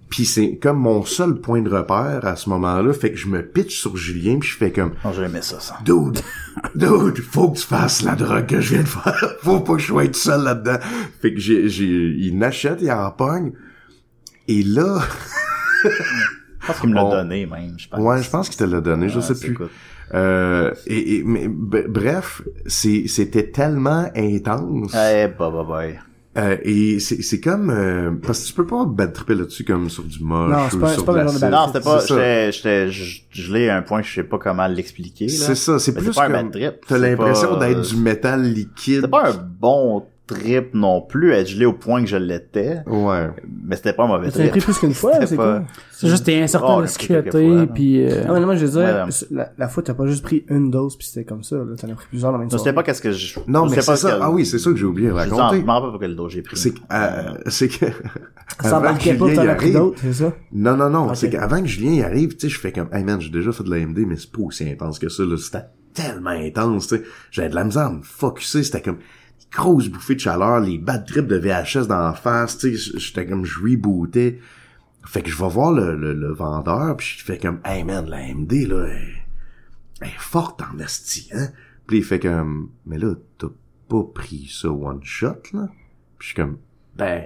Puis c'est comme mon seul point de repère à ce moment-là, fait que je me pitche sur Julien, puis je fais comme, Non, j'aimais ça, ça. dude, dude, faut que tu fasses la drogue que je viens de faire, faut pas que je sois tout seul là-dedans. Fait que j'ai, j'ai, il n'achète, il en pogne, et là, Je pense qu'il me l'a On- donné, même, je pense. ouais, je pense qu'il te l'a donné, je Ouais, sais Ah, c'est plus. cool. Euh, et, et- mais, b- bref, c'est, c'était tellement intense. Eh, bah, bah, bah. Euh, et c'est c'est comme euh, parce que tu peux pas bad tripper là-dessus comme sur du moche Non, c'est ou pas- sur c'est pas de le la genre de cire. bad Ben Non, c'était pas, C'est ça. j'étais, j'étais g- gelé à un point que je sais pas comment l'expliquer, là. C'est ça, c'est Mais plus c'est pas un bad comme trip, t'as c'est l'impression pas, d'être euh, du métal liquide. C'était pas un bon trip non plus, être gelé au point que je l'étais, Ouais. mais c'était pas un mauvais Tu l'as trip. pris plus qu'une fois, Ben, C'était c'est pas- quoi? C'est juste t'es incertain Ah, Oh, de le ce petit que quelquefois, là. t'es, puis... euh, Ah ouais, non, moi, je veux Ouais, dire, non. la, la fois, t'as pas juste pris une dose puis c'était comme ça, là. T'en as pris plusieurs dans la même Je sais soirée. pas qu'est-ce que je, Non, je mais sais pas c'est ça. quel- Ah oui, c'est ça que j'ai oublié de Je sais- je raconter. m'en rappelle pas quel dos j'ai pris. C'est que, euh, c'est que Ça avant que embarquait pas, Julien y t'en as pris arrive- d'autres, c'est ça? Non, non, non. C'est Ok. qu'avant que Julien y arrive, tu sais, je fais comme, hey man, j'ai déjà fait de l'AMD, mais c'est pas aussi intense que ça, là. C'était tellement intense, tu sais. J'avais de la misère à me focusser. C'était comme, des grosses bouffées de chaleur, les bad trips de VHS dans la face, tu sais. J'étais comme, je rebootais. Fait que je vais voir le, le, le vendeur, puis je fais comme, hey man, l'AMD, là, elle, elle est forte en esti, hein. Puis il fait comme, mais là, t'as pas pris ça one shot, là? Puis je suis comme, ben,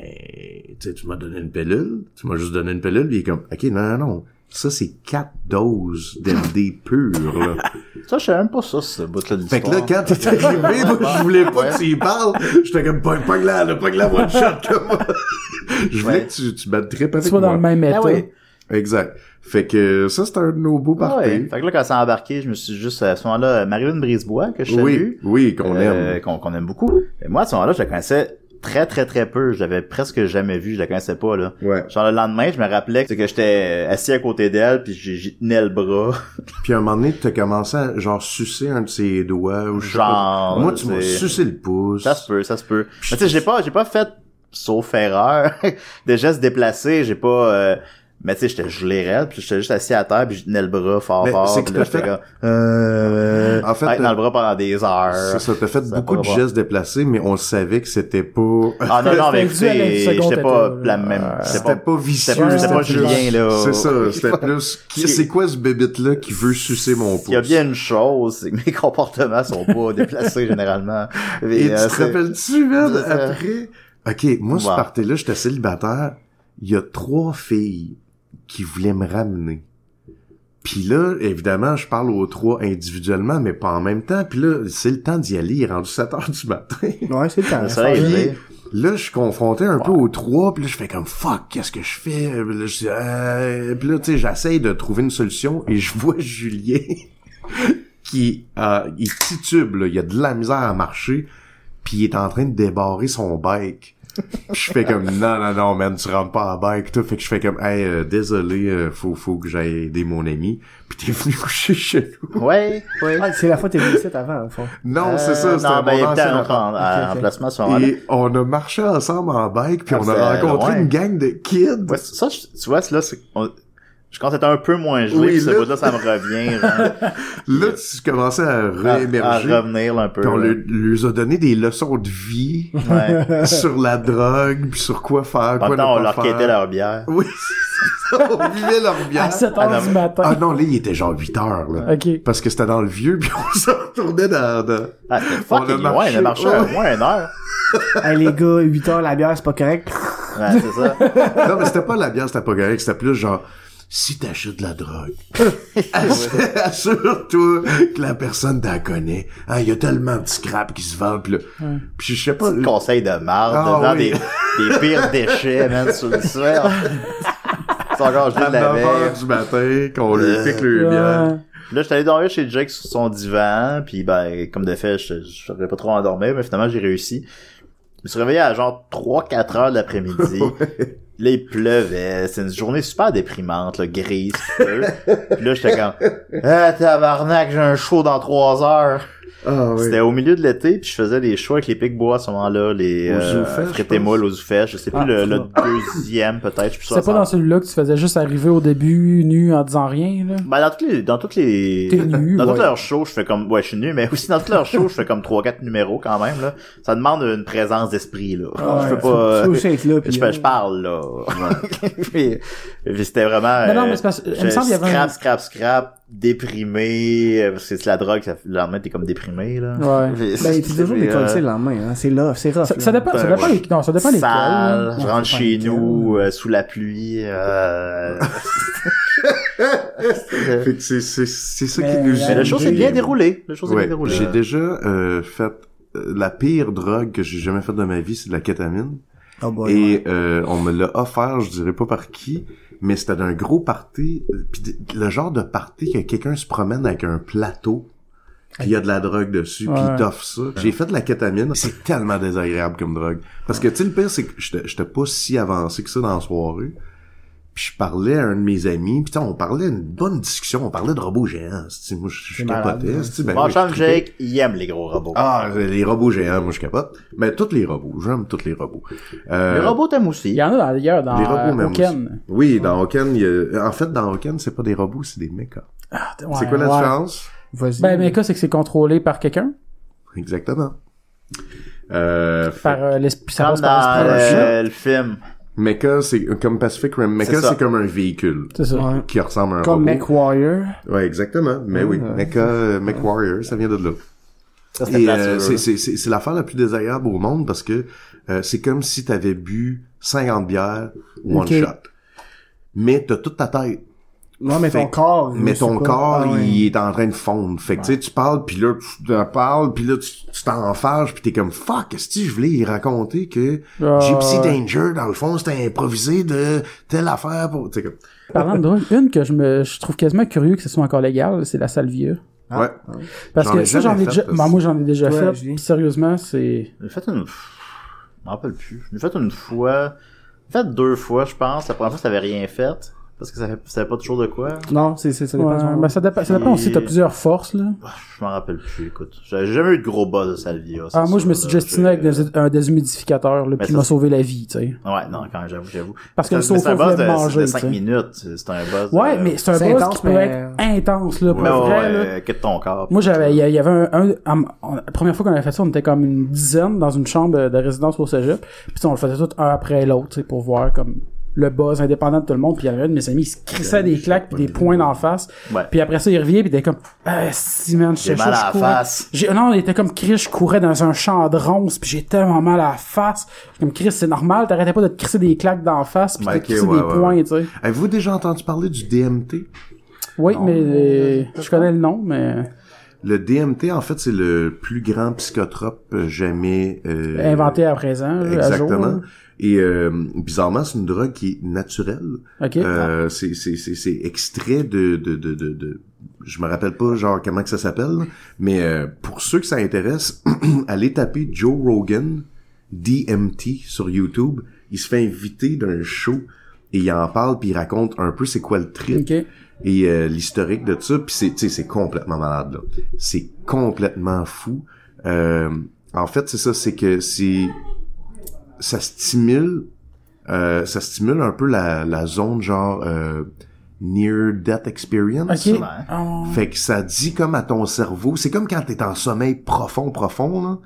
tu sais, tu m'as donné une pilule, tu m'as juste donné une pilule, puis il est comme, ok, non, non, non, ça c'est quatre doses d'MD pur, là. Ça, je sais même pas ça, ce bout-là de fait que là, l'histoire. quand t'es arrivé, moi, je voulais pas que tu y parles, j'étais comme, pas pas que là, là, pas que là, one shot, comme moi. Je voulais Ouais. que tu, tu battes trip Tu avec vas dans moi. le même état. Ah oui. Exact. Fait que ça, c'est un de nos beaux Ah ouais. parties. Fait que là, quand ça a embarqué, je me suis juste, à ce moment-là, Marilyn Brisebois, que je salue. oui, oui, qu'on euh, aime. Qu'on qu'on aime beaucoup. Et moi, à ce moment-là, je la connaissais très, très, très peu. Je l'avais presque jamais vue. Je la connaissais pas, là. Ouais. Genre, le lendemain, je me rappelais que que j'étais euh, assis à côté d'elle, puis j'ai- j'y tenais le bras. Puis à un moment donné, t'as commencé à genre sucer un de ses doigts ou je sais pas. Genre, Moi, tu m'as c'est- sucé le pouce. Ça se peut, ça se peut. Mais tu sais, j'ai pas, j'ai pas fait, sauf erreur, de gestes déplacés. J'ai pas... euh, Mais tu sais, j'étais gelé raide, puis j'étais juste assis à terre, puis je tenais le bras fort, Mais fort. c'est puis que là, t'as j'étais fait- comme, euh, En fait, être euh, dans le bras pendant des Ça, heures. ça t'a fait Ça beaucoup de pourra gestes déplacés, mais on le savait que c'était pas... Ah non, non, mais C'était dû à la écoutez, seconde j'étais pas étape, la là. même... C'était pas... C'était pas vicieux. C'était pas, c'était c'était pas plus Julien, là. C'est ça, c'était plus... qui- C'est quoi ce bébite-là qui veut sucer mon pouce? Il y a bien une chose, c'est que mes comportements sont pas déplacés généralement. euh, Et tu te c'est- euh, rappelles-tu, man, c'est ça. après? Ok, moi, ce Wow. party-là, j'étais célibataire. Il y a trois filles qui voulaient me ramener. Puis là, évidemment, je parle aux trois individuellement, mais pas en même temps. Puis là, c'est le temps d'y aller. Il est rendu 7 heures du matin. Ouais, c'est le temps. Le soleil est Puis, levé. là, je suis confronté un peu aux trois, puis là, je fais comme « Fuck, qu'est-ce que je fais? » Puis là, je dis, Euh, Puis là, tu sais, j'essaye de trouver une solution, et je vois Julien qui euh, il titube, là. il a de la misère à marcher, puis il est en train de débarrer son bike. Puis je fais comme « Non, non, non, man, tu rentres pas à bike, toi. » Fait que je fais comme « Hey, euh, désolé, euh, faut, faut que j'aille aider mon ami. » Puis t'es venu coucher chez nous. Ouais, ouais. Ah, c'est la fois que t'es venu ici avant, au fond. Ah, Non, Euh, c'est ça, c'était Non, mon ben, il était ancien à notre appart. en- à- Ok, ok. emplacement sur un Et on a marché ensemble en bike, puis Ah, on a c'est- rencontré ouais. une gang de kids. Ouais, ça, je- tu vois, là, c'est, on- je pense que c'était un peu moins gelé, Oui, puis ce là- bout-là, ça me revient, genre, Là, tu commençais à à, à réémerger. revenir, là, un peu. puis on là. leur leur a donné des leçons de vie Ouais. sur la drogue, puis sur quoi faire, En quoi même temps, on ne pas leur faire. quittait leur bière. Oui, c'est ça, on vivait leur bière. À 7 Ah, heures non. du Ah matin. non, là, il était genre 8 heures, là. Ok. Parce que c'était dans le vieux, puis on se retournait dans... dans- Ah, c'était fucking On a loin, on a marché marché. au moins une heure. hey, les gars, 8 heures, la bière, c'est pas correct. Ouais, c'est ça. Non, mais c'était pas la bière, c'était pas correct, c'était plus genre... Si t'achètes de la drogue, assure- assure-toi que la personne t'en connaît. Ah, Il y a tellement de scrap qui se vendent, pis là. Puis je sais pas... Conseil de marde, Ah, devant des, oui. des pires déchets, man, sur le sol. C'est encore gelé à de la Euh, 9 veille. heures du matin, qu'on leur pique Ouais. le bière. Là, j'étais allé dormir chez Jake sur son divan, puis ben, comme de fait, je j'aurais pas trop endormi, mais finalement, j'ai réussi. Je me suis réveillé à genre 3-4 heures de l'après-midi. Là, il pleuvait. C'est une journée super déprimante, là, Eh, grise, peu. Puis là, j'étais comme, « Ah, tabarnak, j'ai un show dans 3 heures. » Ah oui. C'était au milieu de l'été, puis je faisais des shows avec les Pic Bois à ce moment-là, les Au euh, Zoufest, je frites et pense. moules aux Zoufest, je sais plus, Ah, le, le ça. deuxième peut-être, je suis C'est pas dans celui-là que tu faisais juste arriver au début nu en disant rien, là. Ben, dans toutes les, dans toutes les, T'es nu, dans toutes ouais. leurs shows, je fais comme, ouais, je suis nu, mais aussi dans toutes leurs shows, je fais comme trois, quatre numéros quand même, là. Ça demande une présence d'esprit, là. Ah, Ah, je peux Ouais, pas, tu peux aussi être là, puis, je, euh, fais- je parle, là. puis, puis c'était vraiment, Mais non, mais euh, c'est parce que, il me j'étais semble qu'il y avait un- scrap, scrap, scrap, déprimé, euh, parce que c'est de la drogue, ça, le lendemain, t'es comme déprimé, là. Ouais. Puis- Ben, t'es toujours mais, euh, décollé le lendemain, hein. C'est là, c'est rough. Ça, là. ça dépend, ça Ben, dépend, ouais. les, non, ça dépend hein. lesquels, sale, là. je Ouais, rentre c'est pas chez nickel. nous, euh, sous la pluie, euh... Fait que c'est, c'est, c'est ça Mais qui nous Mais la la unit. chose est bien déroulée. La chose est Ouais. bien déroulée. J'ai déjà euh, fait euh, la pire drogue que j'ai jamais faite de ma vie, c'est de la kétamine. Oh boy, ouais. Et euh, on me l'a offert, je dirais pas par qui, mais c'était d'un gros party, euh, puis d- le genre de party que quelqu'un se promène avec un plateau, puis il y a de la drogue dessus, puis Ouais. il t'offre ça. J'ai fait de la kétamine, c'est tellement désagréable comme drogue. Parce que tu sais le pire c'est que j'étais j'étais pas si avancé que ça dans la soirée. Puis je parlais à un de mes amis, puis tu sais, on parlait une bonne discussion, on parlait de robots géants. tu sais, Moi je je C'est malade, capotais, hein. tu sais, ben Mon oui, je chum tripais. Jake, il aime les gros robots. Ah, les robots géants, moi je capote. Mais tous les robots, j'aime tous les robots. Euh, les robots t'aiment aussi. Il y en a dans- d'ailleurs dans Les robots, euh, même Hoken. Oui, dans Hoken, il y a- en fait, dans Hoken, c'est pas des robots, c'est des mechas. Ouais, c'est quoi la ouais. différence? Vas-y. Ben, mais quoi, c'est que c'est contrôlé par quelqu'un, Exactement. Euh, par euh, l'esprit, ça Comme passe dans par l'esprit. euh, Rush, le film. mecha, c'est comme Pacific Rim. Mecha, C'est ça. c'est comme un véhicule C'est ça. Ouais. qui ressemble à un Comme robot. MacWarrior. Ouais, exactement. Mais oui, Ouais. mecha, euh, MechWarrior, ça vient de là. Ça, c'était Et place, euh, eux, c'est là. c'est- c'est- c'est l'affaire la plus désagréable au monde parce que euh, c'est comme si t'avais bu 50 bières one Ok. shot. Mais t'as toute ta tête. Non, mais ton Fait- corps. mais je ton sais pas. corps, Ah, ouais. il est en train de fondre. Fait que tu sais, tu parles, puis là, tu te parles, puis là, tu tu t'enfarges, puis t'es comme « Fuck, est-ce que je voulais y raconter que Ah, Gypsy ouais. Danger, dans le fond, c'était improvisé de telle affaire pour... » Tu sais, comme... Parlant de drogue, une que je me, je trouve quasiment curieux que ce soit encore légal, c'est la salvia. Ah, Ouais. ah. Parce J'en que ai ça, j'en jamais ai fait, déjà, parce- ben, moi, j'en ai déjà Ouais, fait. je dis. Pis Sérieusement, c'est, J'ai fait une... Je m'en rappelle plus. J'ai fait une fois... J'ai fait deux fois, je pense. La première fois, ça avait rien fait. Parce que ça fait- ça savait pas toujours de quoi. Non, c'est, c'est, ça dépend. ouais, ben, ça dépend, ça dépend aussi, t'as plusieurs forces, là. Ah, Je m'en rappelle plus, écoute. J'ai jamais eu de gros buzz de salvia. c'est Ah, moi, je sûr, me suis là. gestiné avec J'ai- des- un déshumidificateur, là, Mais pis il ça, m'a c'est- sauvé la vie, tu sais. Ouais, non, quand même, j'avoue, j'avoue. Parce que Mais le c'est un sofa buzz voulait de, me de manger, tu 5 sais. minutes. C'est un buzz. Ouais, euh, mais c'est un c'est buzz intense, qui peut mais- être intense, là, pour ouais, vrai, ouais, là. euh, que de ton corps. Moi, j'avais, il y, il y avait un, un- am- on- la première fois qu'on avait fait ça, on était comme une dizaine dans une chambre de résidence au cégep. Puis tu sais, on le faisait tout un après l'autre, tu sais, pour voir comme le buzz indépendant de tout le monde. Puis il y avait un de mes amis, il se crissait des claques puis des poings d'en face. Ouais. Puis après ça, il revient puis il était comme, ah, si man, je J'ai mal à la courais. face. J'ai- non, il était comme Chris, je courais dans un champ de ronces puis j'ai tellement mal à la face. J'étais Comme Chris, c'est normal, t'arrêtais pas de te crisser des claques d'en face puis de Ok, te crisser ouais, des ouais, poings, ouais. tu sais. Avez-vous déjà entendu parler du DMT? Oui, mais euh, je connais le nom, mais Le DMT, en fait, c'est le plus grand psychotrope euh, jamais... euh, inventé à présent, là, hein, à jour. Exactement. là. Et euh, bizarrement, c'est une drogue qui est naturelle. Ok. Euh, c'est c'est- c'est- c'est extrait de, de, de, de, de- Je me rappelle pas genre comment que ça s'appelle, là, mais euh, pour ceux que ça intéresse, allez taper Joe Rogan DMT sur YouTube. Il se fait inviter d'un show et il en parle puis il raconte un peu c'est quoi le trip Ok. et euh, l'historique de ça puis c'est tu sais, c'est complètement malade là c'est complètement fou Euh, en fait c'est ça c'est que c'est ça stimule euh, ça stimule un peu la, la zone genre euh, near death experience Ok. Ouais. Ah. fait que ça dit comme à ton cerveau, c'est comme quand t'es en sommeil profond, profond, là,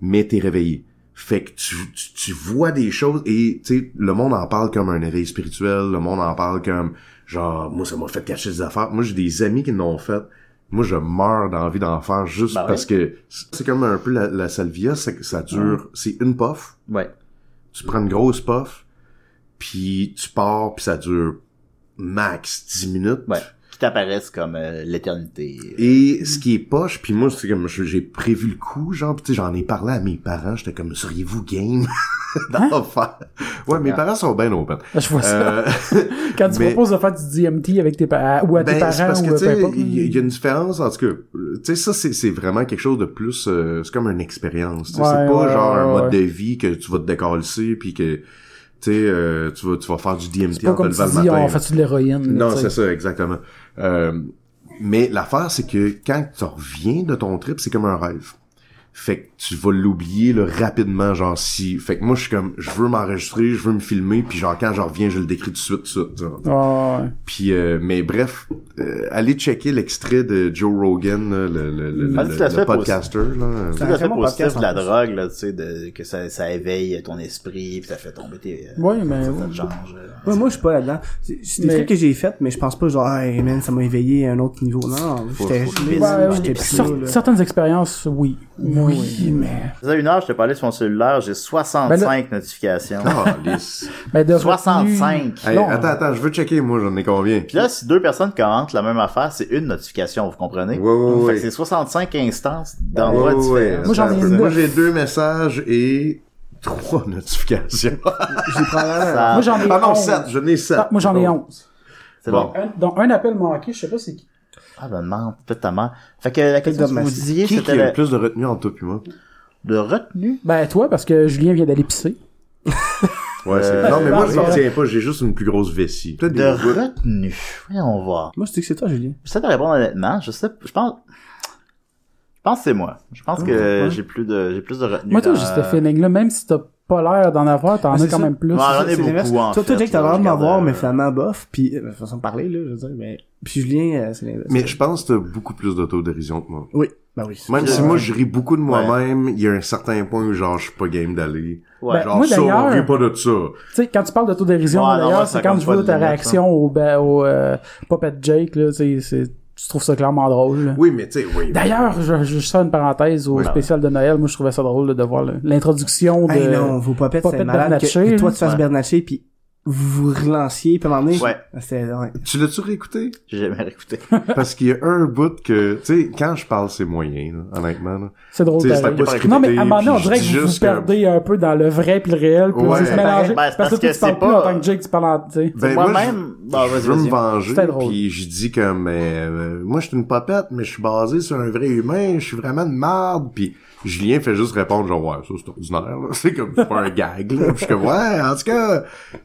mais t'es réveillé. Fait que tu, tu, tu vois des choses et tu sais, le monde en parle comme un éveil spirituel, le monde en parle comme genre moi ça m'a fait cacher des affaires. Moi j'ai des amis qui l'ont fait. Moi je meurs d'envie d'en faire juste Ben ouais. Mm. parce que c'est comme un peu la, la salvia, c'est que ça dure, c'est une puff, Ouais. tu prends une grosse puff, puis tu pars puis ça dure max 10 minutes. Ouais. Qui t'apparaissent comme euh, l'éternité. Et ce qui est poche, puis moi, c'est comme je- j'ai prévu le coup, genre, pis tu sais, j'en ai parlé à mes parents, j'étais comme seriez-vous game d'en faire? Ouais, mes Bien. parents sont bien open. Ah, Je vois Hein? Ah. ça. Euh, Quand tu mais- proposes de faire du DMT avec tes parents ou à tes ben, c'est parents parce que ou euh, peu tu sais, importe. il y, il y a une différence en tout cas. euh, Tu sais, ça c'est c'est vraiment quelque chose de plus. euh, c'est comme une expérience. tu sais, Ouais, c'est pas ouais, genre un ouais, mode ouais. de vie que tu vas te décalcer puis que tu sais, euh, tu vas tu vas faire du DMT C'est pas en te comme tu levant le dis, matin. on fait-tu de l'héroïne. Non, tu sais. c'est ça, exactement. Euh, Mais l'affaire, c'est que quand tu reviens de ton trip, c'est comme un rêve. Fait que tu vas l'oublier là, rapidement, genre si. Fait que moi je suis comme je veux m'enregistrer, je veux me filmer, puis genre quand je reviens, je le décris tout de suite, tout de suite, tu vois. Ah, ouais. Puis euh, mais bref, euh, allez checker l'extrait de Joe Rogan, là, le, le, le, Ah, le- tu l'as le fait pour- podcaster. Là. Tout Ouais, à fait vraiment positif podcast, de la en plus. drogue, là, tu sais, de, que ça, ça éveille ton esprit, puis ça fait tomber tes... euh, Ouais, ben mais- Ça te change. euh. Ouais, moi, je suis pas là-dedans. C'est c'est des Mais- trucs que j'ai fait, mais je pense pas genre, hey man, ça m'a éveillé à un autre niveau. Non, non, j'étais faut gelé, le Ouais, Ouais, j'étais ouais. plus Cer- là. certaines expériences, oui. Oui, mais. Ça fait une heure, je te parlais sur mon cellulaire, j'ai 65 notifications. Ben Ah, lisse. mais de 65! Hey, Non. attends, attends, je veux checker, moi j'en ai combien? Puis là, si deux personnes commentent la même affaire, c'est une notification, vous comprenez? Ouais, ouais, Fait ouais. que c'est 65 instances Ouais, d'envoi ouais, ouais. différents. Moi, j'en ai Attends un peu. neuf. Moi, j'ai deux messages et trois notifications. J'ai probablement- Ça- Moi, j'en ai ah non, 11. sept, je n'ai sept. Oh. Ah, moi, j'en ai 11. C'est Bon. bon. Un, donc, un appel manqué, je sais pas c'est qui. Ah, ben, demande, peut-être ta mère. Fait que la question que vous Dommage. disiez, Qui, qui a c'était le la- plus de retenue entre toi et moi? de retenue. Ben, toi, parce que Julien vient d'aller pisser. Ouais, c'est- Euh, non, mais non, moi, je c'est m'en vrai. retiens pas, j'ai juste une plus grosse vessie. Peut-être De des gouttes. retenue. Voyons voir. Moi, je dis que c'est toi, Julien. J'essaie de répondre honnêtement. Je sais, je pense, je pense que c'est moi. Je pense que j'ai plus de, j'ai plus de retenue. Ah, Moi, toi, dans- j'ai Euh. ce feeling-là. Même si t'as pas l'air d'en avoir, t'en Ben, as c'est quand ça. même plus. Ouais, C'est- j'en ai c'est beaucoup, l'inverse. en fait, Toi, toi, Jake, t'as là, l'air je de m'avoir, regarde, mais euh, finalement bof, puis euh, façon de parler, là, je veux dire, mais... Puis Julien, euh, c'est l'inverse. Mais je pense que t'as beaucoup plus d'autodérision que moi. Oui, bah oui. c'est- Même si moi, je ris beaucoup de moi-même, il y a un certain point où, genre, je suis pas game d'aller. Ouais. genre, Ben, moi, ça, on d'ailleurs- rit pas de ça. Tu sais, quand tu parles d'autodérision, Ouais, non, ouais, d'ailleurs, ça c'est quand compte tu pas vois de ta limite, réaction au, ben, au euh, Puppet Jake, là, tu sais, c'est- tu trouves ça clairement drôle. là. Oui, mais tu sais, oui. D'ailleurs, je, je sors une parenthèse au Oui. spécial de Noël. Moi, je trouvais ça drôle là, de voir le- l'introduction de... Hey, non, vos popettes, Popette c'est malade que, Bernatchez, hein? que toi, tu fasses ouais. Bernatchez, puis vous vous relanciez, puis à un moment donné... Ouais. C'était... Ouais. Tu l'as-tu réécouté? J'ai jamais réécouté. Parce qu'il y a un bout que, tu sais, quand je parle, c'est moyen, là, honnêtement. Là. C'est drôle. Tu sais, pareil. c'était pas scripté, Non, mais à un moment donné, on puis je dirait dis que vous vous juste que- perdez un peu dans le vrai puis le réel, puis Ouais. vous vous mélangez. Ben, c'est parce que, parce que toi, tu parles c'est plus pas- en tant que Jake, tu parles en... tu sais. Ben, moi, Moi-même, je- bah, vas-y, je veux me vas-y. venger, C'était drôle. puis j'ai dit que mais euh, moi je suis une papette, mais je suis basé sur un vrai humain, je suis vraiment de marde, puis Julien fait juste répondre genre ouais ça c'est ordinaire, là. c'est comme c'est pas un gag là, Puis je suis comme ouais en tout cas,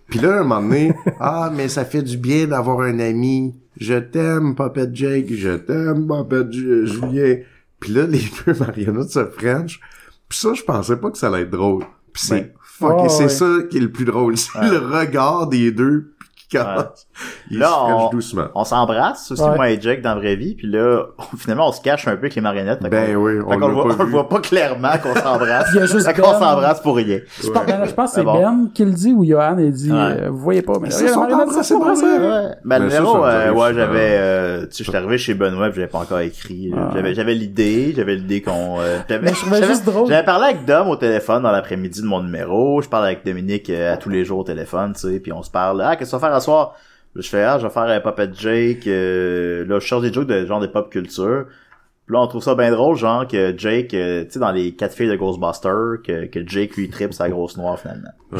puis là un moment donné ah mais ça fait du bien d'avoir un ami, je t'aime papette Jake, je t'aime papette Ju- euh, Julien, puis là les deux marionnettes se French, puis ça je pensais pas que ça allait être drôle, puis c'est Ouais. fuck, et Ouais, c'est ouais. ça qui est le plus drôle, c'est le regard des deux puis qui commence. Il Là, se on- french doucement. Euh, On s'embrasse, aussi, Ouais. moi et Jake, dans la vraie vie, puis là, on- finalement, on se cache un peu avec les marionnettes. Fait Ben qu'on- oui, fait on qu'on le voit, l'a on pas le vu. voit pas clairement qu'on s'embrasse. Il y a juste Fait qu'on Ben. s'embrasse pour rien. Je pense- ben, je pense que c'est C'est Ah bon. Ben qui le dit ou Johan, il dit, Ouais. euh, vous voyez pas, mais Ils là, se il y a sont la marionnette, embrassés ça se pour passe, vrai. hein. Ouais. Ben, le Mais ça, numéro, ça Ah. nous euh, arrive ouais, souvent. j'avais, euh, tu sais, j'étais arrivé chez Benoît, puis j'avais pas encore écrit. là. J'avais, j'avais l'idée, j'avais l'idée qu'on, euh, j'avais, Mais je trouvais juste drôle. j'avais parlé avec Dom au téléphone dans l'après-midi de mon numéro. Je parle avec Dominique euh, à tous les jours au téléphone, tu sais, puis on se parle. Ah, qu'est-ce qu'on va faire à soir? Je fais, ah, je vais faire euh, Puppet Jake, euh, là, je cherche des jokes de genre des pop culture. Puis là, on trouve ça bien drôle, genre que Jake, euh, tu sais, dans les quatre filles de Ghostbusters, que, que Jake lui tripe sa grosse noire finalement. Ouais.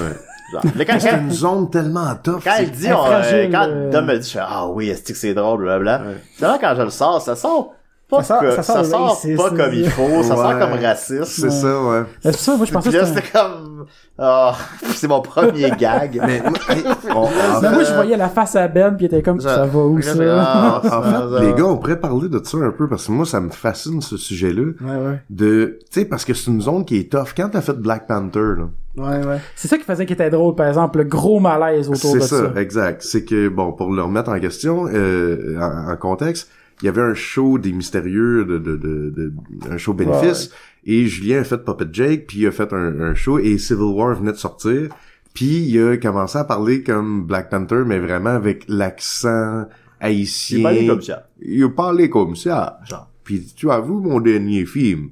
Genre, Là, quand- C'est une zone tellement tough. quand c'est- il dit, on, fragile, euh, quand euh, Dom me dit, je fais, ah oui, est-ce que c'est drôle, blablabla. Finalement, quand je le sors, ça sort pas, Ça sort- que- ça ça sort sort, raciste, pas comme il faut, ça sort Ouais. comme raciste. C'est ça, ouais. C'est ça, moi, je pensais Puis que là, c'était... c'était comme, ah, c'est mon premier gag. Mais moi, hey, on- en, Mais moi, fait, je voyais la face à Ben, puis il était comme, Ça- ça va où, Là, ça? c'est- ah, en ça- fait, ça- les gars, on pourrait parler de ça un peu parce que moi, ça me fascine ce sujet-là. Ouais, ouais. De, tu sais, parce que c'est une zone qui est tough. Quand t'as fait Black Panther, là, Ouais, ouais. C'est ça qui faisait qu'il était drôle, par exemple, le gros malaise autour C'est de ça, ça. exact. C'est que, bon, pour le remettre en question, euh, en, en contexte, il y avait un show des mystérieux, de, de, de, de- un show bénéfice, et Julien a fait Puppet Jake, puis il a fait un, un show, et Civil War venait de sortir, puis il a commencé à parler comme Black Panther, mais vraiment avec l'accent haïtien. J'ai pas allé comme ça. Il a parlé comme ça. Genre. Puis tu avoues mon dernier film.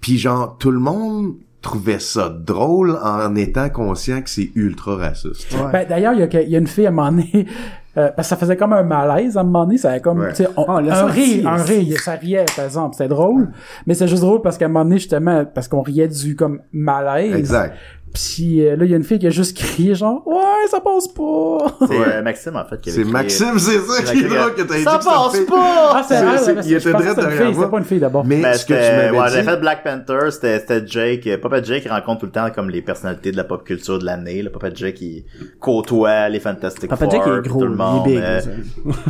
Puis genre, tout le monde trouvait ça drôle en étant conscient que c'est ultra raciste. ouais. Ben, d'ailleurs, il y, a que- il y a une fille à un moment donné, euh, parce que ça faisait comme un malaise à un moment donné, ça avait comme, Ouais. tu sais, on- Ah, on l'a un senti, rire, un hein. rire, ça riait, par exemple, c'était drôle, mais c'est juste drôle parce qu'à un moment donné, justement, parce qu'on riait du, comme, malaise. Exact. Puis euh, là, il y a une fille qui a juste crié genre ouais, ça passe pas. C'est Ouais. euh, Maxime, en fait, qui avait C'est crié- Maxime, c'est ça qui est drôle que t'as dit. Ça que ça passe fait- pas! Ah, c'est c'est- elle, c'est- mais il je pensais était droit que c'était une derrière fille, moi. C'était pas une fille d'abord. Mais Mais ce que tu Ben, c'était- ouais, m'avais j'avais fait dit, Black Panther, c'était c'était Jake. euh, Papa Jake rencontre tout le temps comme les personnalités de la pop culture de l'année. Le Papa Jake, il côtoie les Fantastic Papa Four, Jack est puis gros, tout le monde. il est big. euh, ça.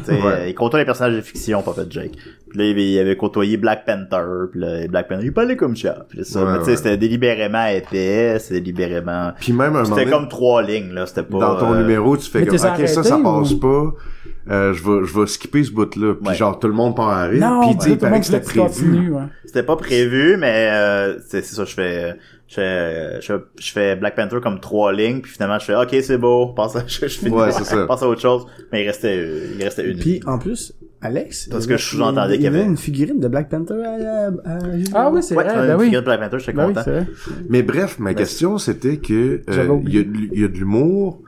t'sais, euh, Il côtoie les personnages de fiction, Papa Jake. Puis là, il- il avait côtoyé Black Panther, puis là, Black Panther, il parlait comme ça. Puis là, ça, Ouais, mais tu sais, ouais. c'était délibérément épais, c'était délibérément... puis même un moment C'était donné, comme trois lignes, là, c'était pas... dans ton euh, numéro, tu fais Mais comme, ok, t'es arrêté ça, ça ou- passe pas. Euh, je vais, je vais skipper ce bout-là. Puis Ouais. genre, tout le monde part à rire. Non, puis tout tu sais, il le paraît monde que c'était voulait que hein. tu prévu. continues, ouais. C'était pas prévu, mais euh, c'est c'est ça, je fais, je fais, euh, je, je fais Black Panther comme trois lignes, puis finalement je fais OK, c'est beau, passe à, je, je finis, Ouais, c'est ça. passe à autre chose, mais il restait, euh, il restait une. Puis en plus, Alex. Parce il que avait- je sous-entendais il- qu'il y Il avait- avait une figurine de Black Panther à. à- à- Ah oui, c'est ouais, vrai, tu m'as ben une oui. figure de Black Panther, j'étais Ben oui, content. c'est vrai. Mais bref, ma question, c'était que, J'avais euh, il oublié. y, a de l- il y a de l'humour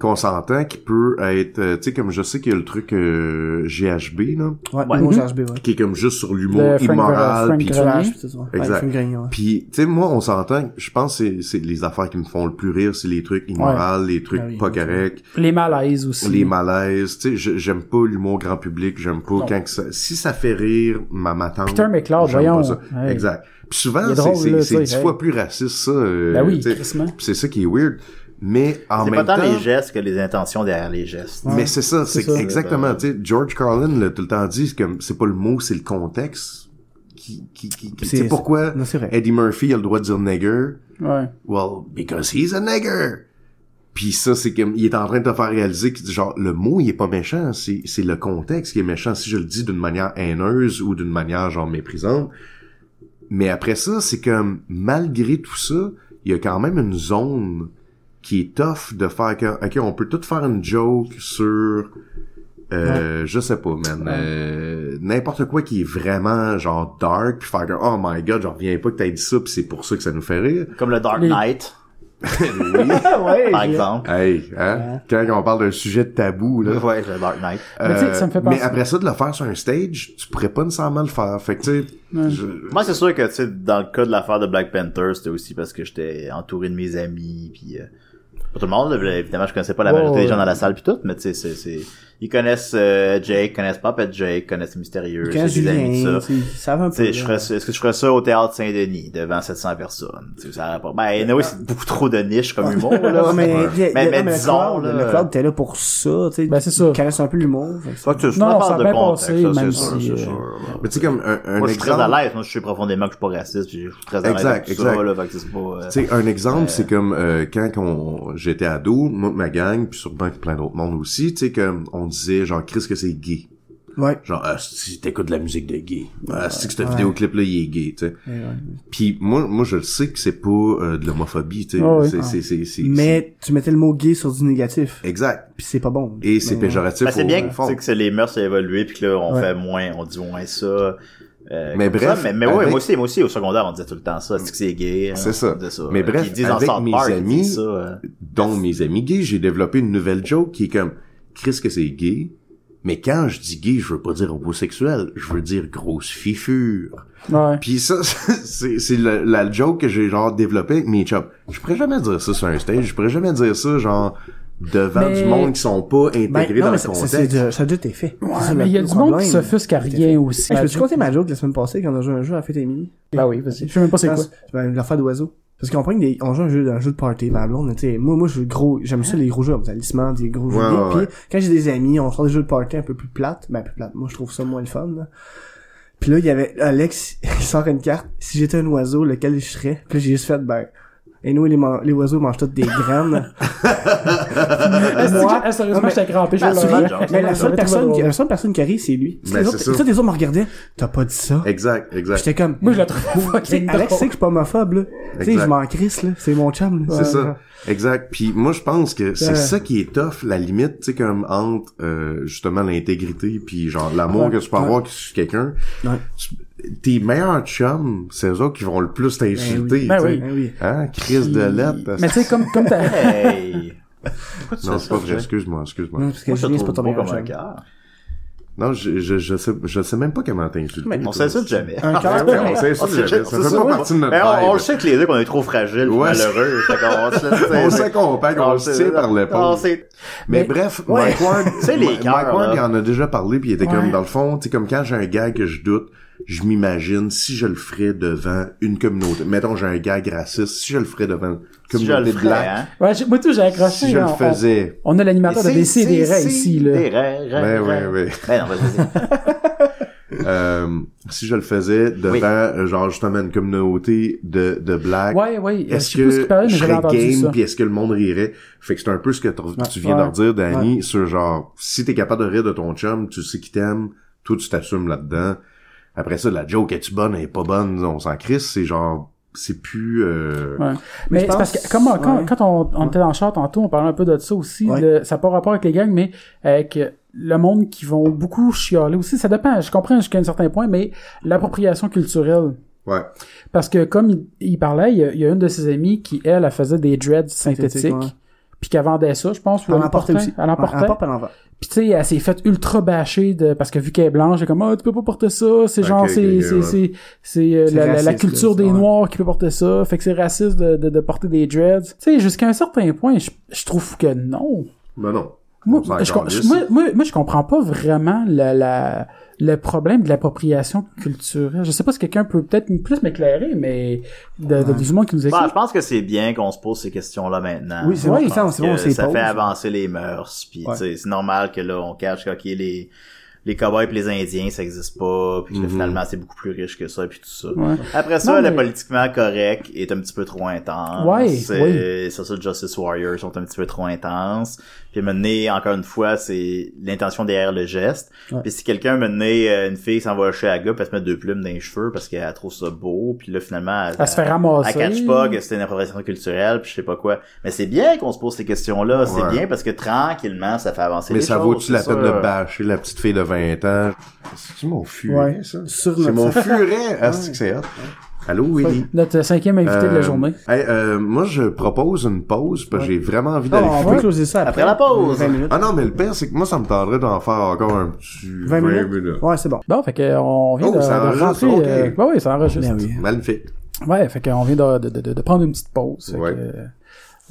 qu'on s'entend qui peut être, euh, tu sais, comme je sais qu'il y a le truc euh, GHB, là, Ouais, Ouais. non, George B, ouais. qui est comme juste sur Le l'humour Frank- Frank immoral, puis Mm-hmm. Grenier. Trash, pis tout ça. Ouais, Exact. Frank Grenier, ouais. Puis, tu sais, moi, on s'entend, je pense que c'est- c'est les affaires qui me font le plus rire, c'est les trucs immoraux, les trucs Ah oui. pas corrects, Les malaises aussi. les malaises, tu sais, je- j'aime pas l'humour grand public, j'aime pas quand que ça... Si ça fait rire ma, ma tante, Peter McLeod, j'aime voyons. pas ça. Hey. Exact. Puis souvent, Il est c'est- drôle, c'est là, c'est tu sais, dix hey. fois plus raciste, ça. euh, Ben oui, tu sais. crissement. Puis c'est ça qui est weird. Mais en C'est même pas tant temps... les gestes que les intentions derrière les gestes. Mais c'est ça, c'est ça. exactement, tu sais, George Carlin l'a tout le temps dit, c'est comme, c'est pas le mot, c'est le contexte qui, qui, qui, qui- tu sais C'est- pourquoi Non, c'est vrai. Eddie Murphy a le droit de dire nigger, Ouais. Well, because he's a nigger. Puis ça, c'est comme, il est en train de te faire réaliser que, genre, le mot, il est pas méchant, c'est, c'est le contexte qui est méchant. Si je le dis d'une manière haineuse ou d'une manière, genre, méprisante. Mais après ça, c'est comme, malgré tout ça, il y a quand même une zone qui est tough de faire que, ok, on peut tout faire une joke sur, euh, je sais pas, man, euh, n'importe quoi qui est vraiment, genre, dark, puis faire que, oh my god, j'en reviens pas que t'aies dit ça, puis c'est pour ça que ça nous fait rire. Comme le Dark Les- Knight, Oui. ouais. par exemple. Hey, hein? Quand on parle d'un sujet de tabou, là. euh, Ouais, le Dark Knight. Mais tu sais, ça me fait penser- mais après ça, de le faire sur un stage, tu pourrais pas nécessairement le faire. Fait que, tu sais, je- Moi, c'est sûr que, tu sais, dans le cas de l'affaire de Black Panther, c'était aussi parce que j'étais entouré de mes amis, puis euh, pas tout le monde, là, évidemment, je connaissais pas la Ouais, majorité des ouais. gens dans la salle, puis tout, mais tu sais, c'est, c'est- ils connaissent euh, Jake, connaissent Papa Jake, connaissent Mystérieux, Quand c'est des amis Julien, de ça. tu sais, ils savent un Tu sais, peu. je là. ferais ça- est-ce que je ferais ça au théâtre Saint-Denis devant 700 personnes? Tu sais, ça aurait pas. Ben, anyway, c'est beaucoup trop de niche comme humour, là. Non, mais, il y a- il y a- mais, non, mais mais le disons, crowd, là. le crowd était là pour ça, tu sais. Ben, c'est ça. Il caresse un peu l'humour. fait que c'est- Faut que tu- c'est une Non, affaire ça a de bien contexte, passé, ça, même c'est sûr, si, c'est euh, sûr. mais tu sais, comme un, un Moi, je suis très à exemple. l'aise. Moi, je sais profondément que je suis pas raciste, puis je suis très à l'aise Exact, avec tout exact. ça, là, fait que c'est pas, euh, Tu sais, un exemple, c'est comme euh, quand qu'on- j'étais ado, moi, ma gang, puis sûrement que plein d'autres mondes aussi, tu sais, comme on disait, genre, Chris, que c'est gay. Ouais. Genre, ah, si t'écoutes de la musique de gay. Ah, si que ce vidéoclip-là, il est gay, tu sais. Ouais, ouais. Puis moi, moi, je le sais que c'est pas euh, de l'homophobie, tu sais. Ah oui. C'est- c'est- c'est- c'est- Mais tu mettais le mot gay sur du négatif. c'est- Exact. Puis c'est pas bon. Et c'est Mais, péjoratif Ben, c'est au- bien au que, tu fond. sais, que c'est les mœurs ont évolué puis que là on Ouais. fait moins on dit moins ça euh, Mais comme ça. bref, mais, mais ouais, avec- moi aussi moi aussi au secondaire on disait tout le temps ça c'est que c'est gay C'est on ça. disait ça Mais Euh, bref, puis ils disent en avec South mes Park, ils disent amis- ça, euh, dont mes amis gays, j'ai développé une nouvelle joke qui est comme Chris que c'est gay, mais quand je dis gay, je veux pas dire homosexuel, je veux dire grosse fifure. Ouais. Puis ça, c'est c'est la, la joke que j'ai genre développée avec mes chums. Je pourrais jamais dire ça sur un stage, je pourrais jamais dire ça genre devant Mais- du monde qui sont pas Ben, intégrés non, dans le mais ça, ça, c'est contexte. déjà- ça a déjà été fait. C'est ça, Mais le il y a plus du monde qui problème. s'offusque à rien aussi. Hey, Ben, je peux-tu compter ma joke la semaine passée quand on a joué à un jeu à la fête Émilie? Bah oui, vas-y. Je sais même pas c'est quoi. Ben, L'affaire d'oiseau. Parce qu'on prend des, on joue à un jeu, un jeu de party, ma blonde, tu sais, moi, moi, je suis gros, j'aime ça, les gros jeux, talisman, des gros jeux. Ouais, de ouais, puis, ouais. quand j'ai des amis, on sort des jeux de party un peu plus plates, ben, plus plates. Moi, je trouve ça moins le fun, là. Puis là, il y avait Alex, il sort une carte. Si j'étais un oiseau, lequel je serais? Puis là, j'ai juste fait, ben, et nous, les, man- les oiseaux mangent toutes des graines. Est-ce que- Moi- eh, Non, Sérieusement, mais- j'étais crampé. j'ai Ah, le- tu ris, genre. mais la Ça seule va personne, trop qui- drôle. la seule personne qui rit, c'est lui. Ben, les c'est autres, ça. ça, les autres me regardaient. T'as pas dit ça? Exact, exact. J'étais comme. Moi, je le trouve Tu sais, fucking Alex sait que drôle. je suis pas homophobe, là. Tu sais, Exact. je m'en crisse, là. C'est mon chum, là. Ah, C'est ça. Exact. Puis moi, je pense que c'est Euh. ça qui est tough, la limite, tu sais, comme entre euh, justement l'intégrité puis genre l'amour Ouais, que tu peux ouais. avoir sur quelqu'un. Ouais. Tu- Tes meilleurs chums, c'est eux autres qui vont le plus t'insulter. Ben tu sais. oui. Ben oui. Hein? Crise de lettre. Mais tu sais, comme, comme t'as... hey Non, c'est pas vrai. Excuse-moi, excuse-moi. Non, parce que moi je Julien, te c'est pas trouve ton beau meilleur comme un chum. cœur Non, je, je, je, sais, je sais même pas comment t'insulter. On s'insulte toi. jamais. Un Ah cœur. ouais, on s'insulte jamais. Ça fait pas partie de notre Mais Ben, on, on le vibe. sait que les deux qu'on est trop fragiles, Ouais. malheureux. fait qu'on se laisse- On s'accompagne, on se tire par l'épaule. On s'est- Mais, Mais- bref, Ouais. Mike Ward, Tu sais, les Mike cœurs, là. Ward, il en a déjà parlé, puis il était comme, Ouais. dans le fond, tu sais, comme quand j'ai un gag que je doute, je m'imagine si je le ferais devant une communauté. Mettons, j'ai un gag raciste, si je le ferais devant une Si je communauté le ferais, black, hein. Ouais, j'ai- moi tout, j'ai accroché. si je là, le on- faisais. On, a l'animateur de C'est- DC des c'est- raies ici, là. Des raies, Ouais, raies, ouais, raies. ouais. Ben non, vas-y. Euh, si je le faisais devant, Oui. euh, genre, justement, une communauté de, de black, Ouais, ouais. Je sais est-ce pas ce que qu'il parlait, mais je j'avais serais entendu ça. game puis est-ce que le monde rirait fait que c'est un peu ce que t'as- tu viens Ouais. de dire Danny sur genre si t'es capable de rire de ton chum tu sais qu'il t'aime toi tu t'assumes là-dedans après ça la joke est-tu bonne elle est pas bonne on s'en crisse c'est genre c'est plus euh, Ouais. Mais Mais je c'est parce pense- que comme, quand, ouais. quand on, on était dans le chat tantôt, on parlait un peu de ça aussi. Ouais. de- ça n'a pas rapport avec les gangs, mais avec euh, le monde qui vont beaucoup chialer aussi. Ça dépend, je comprends jusqu'à un certain point, mais l'appropriation culturelle. ouais, Parce que comme il, il parlait, il y, a, il y a une de ses amies qui, elle, elle faisait des dreads synthétiques. Synthétique, ouais. Puis qu'elle vendait ça, je pense. ou Elle elle en l'emportait portait. aussi. hein? Elle en portait. Elle porte, elle en va. Puis tu sais, elle s'est faite ultra bâcher de parce que vu qu'elle est blanche, elle est comme ah tu peux pas porter ça, c'est Ok, genre ok, c'est ok, ouais. c'est c'est c'est euh, C'est la, la- la raciste, culture là, des ouais. noirs qui peut porter ça, fait que c'est raciste de, de, de porter des dreads. Tu sais, jusqu'à un certain point, je, je trouve que non. ben non Moi, On s'en je, com- calisse. moi, moi, moi, je comprends pas vraiment la, la, le problème de l'appropriation culturelle. Je sais pas si quelqu'un peut peut-être m- plus m'éclairer, mais de, de, du monde qui nous écoute. Bon, Bah, je pense que c'est bien qu'on se pose ces questions-là maintenant. Oui, c'est Ouais, vrai, je ça, c'est bon, que c'est ça pauvre. fait avancer les mœurs puis Ouais. tu sais, c'est normal que là on cache que ok, les les cowboys et les indiens ça existe pas puis que là, finalement c'est beaucoup plus riche que ça puis tout ça Ouais. après ça Non, le mais- politiquement correct est un petit peu trop intense Ouais, c'est ça ça justice warriors sont un petit peu trop intenses puis maintenant encore une fois c'est l'intention derrière le geste puis si quelqu'un mener euh, une fille s'en va chez la gars puis elle se met deux plumes dans les cheveux parce qu'elle trouve ça beau puis là finalement Elle se fait elle ramasser. catch pas que c'était une appropriation culturelle puis je sais pas quoi mais c'est bien qu'on se pose ces questions là c'est Ouais. bien parce que tranquillement ça fait avancer mais les ça choses, vaut-tu la c'est peine sûr. de bâcher la petite fille de 20 ans c'est mon furet Ouais. ça Sur c'est notre- mon furet ah, c'est que c'est hot allô Willy Notre cinquième invité de la Euh, journée. hey, euh, moi je propose une pause parce que j'ai vraiment envie Non, d'aller on fumer. peut closer ça après. Ah, Après la pause. 20 minutes. Ah non, mais le pire, c'est que moi, ça me tendrait d'en faire encore un petit 20 minutes. Ouais, c'est bon. Bon, fait que euh, on vient Oh, de, ça de enregistre, rentrer. ok. euh, bah oui, ça enregistre. Ben oui. Magnifique. Ouais, fait qu'on vient de, de, de, de prendre une petite pause. Fait Ouais. que, euh,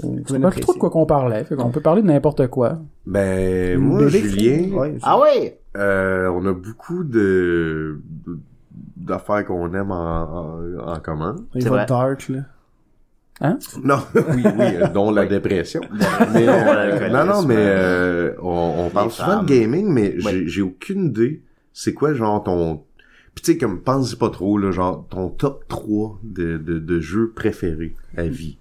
on bien sait pas trop apprécié. de quoi qu'on parlait. Fait qu'on peut parler de n'importe quoi. Ben, moi, Bébé. Julien, Ouais, ah oui euh, on a beaucoup de d'affaires qu'on aime en, en, en commun. Il C'est va vrai. dark, là. Hein? Non, oui, oui, euh, dont la dépression. Mais, Dont euh, l'alcoolisme. non, non, mais euh, on, on parle Les souvent femmes. de gaming, mais j'ai Oui. j'ai aucune idée. C'est quoi, genre, ton... Puis tu sais, comme, pense pas trop, là, genre, ton top 3 de, de, de jeux préférés à vie.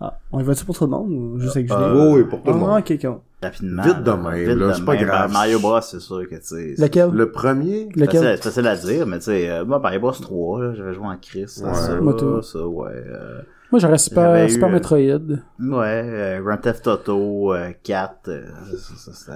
Ah, on y va-tu pour tout le monde ou juste Euh, avec Julien? oh, oui, oui, pour tout le Ah, monde. ok, ok. rapidement Vite de là. même, Vite là, de c'est pas même. grave. Ben, Mario Bros c'est sûr que tu sais c'est- Lequel? Le premier, c'est facile, Lequel? c'est facile à dire mais tu sais euh, moi Mario Bros 3 là, j'avais joué en Chris ça, Ouais. ça, Moi, tout. ça ouais euh, Moi, j'aurais Super, J'avais eu, super euh, Metroid. ouais euh, Grand Theft Auto euh, 4 euh, ça, ça, ça,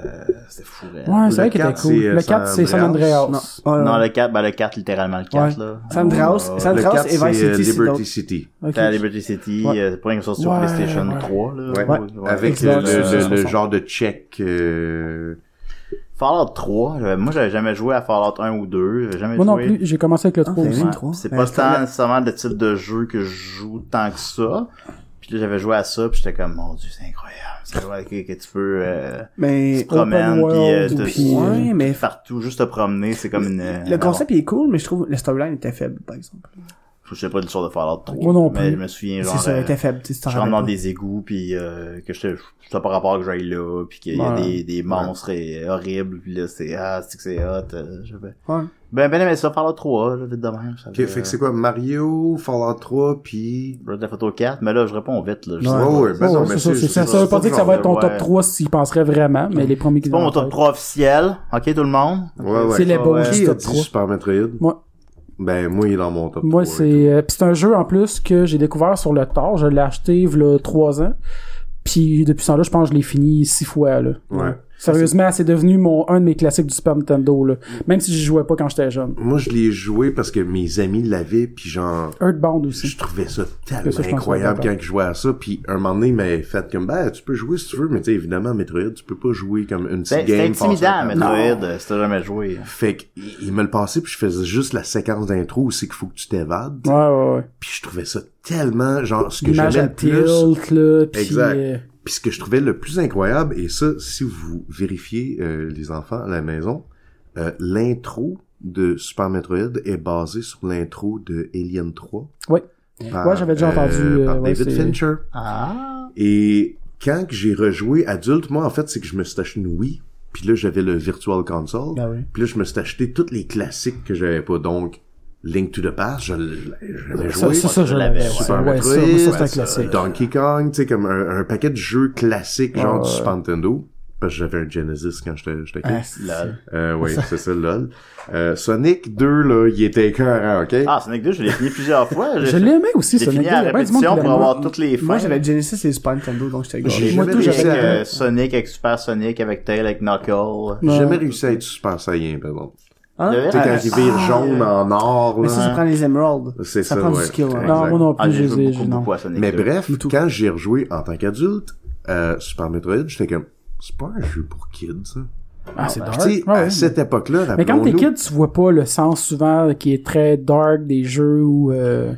c'était fou raide. Ouais, c'est euh, vrai le qu'il était 4, cool. c'est, euh, Le 4, c'est San Andreas. Non, ah, non le 4 ben le 4 littéralement le 4 Ouais. là San Andreas, Ouais. San le Andreas 4, et Vice c'est euh, City, c'est Liberty d'autres. City. Ok. T'as Liberty City, Ouais. euh, pas une sorte sur Ouais, PlayStation ouais. 3, là. Ouais. Ouais. Avec Xbox, euh, le, euh, le- le 360. genre de check. Euh... Fallout 3, j'avais- moi j'avais jamais joué à Fallout 1 ou 2, j'avais jamais Moi non joué. plus, j'ai commencé avec le Ah, 3 t'as aussi. vu? Ouais. Trois. C'est Ben, pas je tant connais. nécessairement le type de jeu que je joue tant que ça. Puis là, j'avais joué à ça, puis j'étais comme, mon dieu, c'est incroyable. C'est vrai que, que tu peux euh, Mais te promènes, world, puis euh, te- puis, euh, ouais, ouais, mais- partout, juste te promener, c'est comme une... euh, le concept il est cool, mais je trouve le storyline était faible, par exemple. Je sais pas l'histoire de Fallout 3, Moi non mais plus. je me souviens, genre... C'est ça, euh, il était faible, tu sais, tu t'en je rentre rappelles dans pas. des égouts puis euh, que je te- je ça pas rapport que j'aille là puis qu'il y a Ouais. des, des monstres et, euh, horribles puis là c'est ah c'est que c'est hot euh, je vais- Ouais. ben ben mais ça parle 3 là vite de même ça euh, ok, fait que c'est quoi Mario, Fallout 3, puis. Red Dead Photo 4 mais là je réponds vite là je sais Ouais, pas. ouais, ben Ouais, non, ouais, mais oh, c'est ça, c'est ça. c'est- Ça veut pas c'est- dire que ça va c'est- être ton ouais. top 3 s'il penserait vraiment, mais les premiers qui c'est pas mon top 3 officiel ok tout le monde Ouais, ouais. C'est les Ouais, beaux ouais. du Qui a top dit 3. Super Metroid? Moi. Ben, moi, il est dans mon top Moi, 3. c'est euh, pis c'est un jeu en plus que j'ai découvert sur le tard. Je l'ai acheté il y a 3 ans. Puis depuis ce temps-là, je pense que je l'ai fini 6 fois. Là. Ouais. Sérieusement, c'est devenu mon un de mes classiques du Super Nintendo, Mm. là. Même si je jouais pas quand j'étais jeune. Moi, je l'ai joué parce que mes amis l'avaient, puis genre, Earthbound aussi. je trouvais ça Que tellement ça, je pense incroyable qu'on est quand je jouais à ça. Puis un moment donné, il m'avait fait comme, ben, tu peux jouer si tu veux, mais tu sais, évidemment, Metroid, tu peux pas jouer comme une petite C'est c'est game. intimidant, passée. Metroid, euh, si t'as jamais joué. Fait qu'il me le passait, puis je faisais juste la séquence d'intro où c'est qu'il faut que tu t'évades. Ouais, ouais, ouais. Puis je trouvais ça tellement, genre, ce que L'image j'aimais à le plus. tilt, là, pis, Exact. euh, Puis ce que je trouvais le plus incroyable, et ça, si vous vérifiez euh, les enfants à la maison, euh, l'intro de Super Metroid est basée sur l'intro de Alien 3. Ouais. Par, Ouais, j'avais déjà entendu, euh, par euh, ouais, David c'est- Fincher. Ah. Et quand que j'ai rejoué adulte, moi, en fait, c'est que je me suis acheté une Wii, puis là, j'avais le Virtual Console. Ben oui. Puis là, je me suis acheté tous les classiques que j'avais pas. Donc, Link to the Past, je l- j'avais ça, joué. ça, ça, je je l'avais, l'avais. ouais. Ouais, Super ouais, ça, Metroid, moi, ça, c'est un ouais, classique. Donkey Kong, tu sais, comme un, un paquet de jeux classiques, genre Ah, du ouais. Super Nintendo. Parce que j'avais un Genesis quand j'étais j'étais kid. Ah, c'est- Lol. Euh, oui, c'est ça, lol. Euh, Sonic 2, là, il était écœurant, ok? Ah, Sonic 2, je l'ai fini plusieurs fois. Je l'aimais aussi, J'ai Sonic fini 2. à Il y a bien du monde qui répétition pour l'aimait. avoir toutes les fins. Moi, j'avais Genesis et Super Nintendo, donc j'étais J'ai Moi, gâché. jamais tout, tout, j'avais j'avais réussi à- euh, Sonic avec Super Sonic, avec Tail, avec Knuckle. J'ai Ouais. jamais réussi à être Super Saiyan, par exemple. Hein? J'avais- Tu sais, quand Ah, il vire jaune en or, Mais ça, ça là. prend les émeraudes. C'est ça, prend ouais. du skill. hein. Ouais. Non, Exact. moi non Ah, plus, je j'ai les joué ai- beaucoup, non. beaucoup à Sonic Mais 2. bref, Tout. quand j'ai rejoué en tant qu'adulte, euh, Super Metroid, j'étais comme, c'est pas un jeu pour kids, ça. Ah, c'est dark. Puis, tu sais, Ouais, à ouais. cette époque-là, Mais quand t'es rappelons-nous, kid, tu vois pas le sens souvent qui est très dark des jeux où, euh,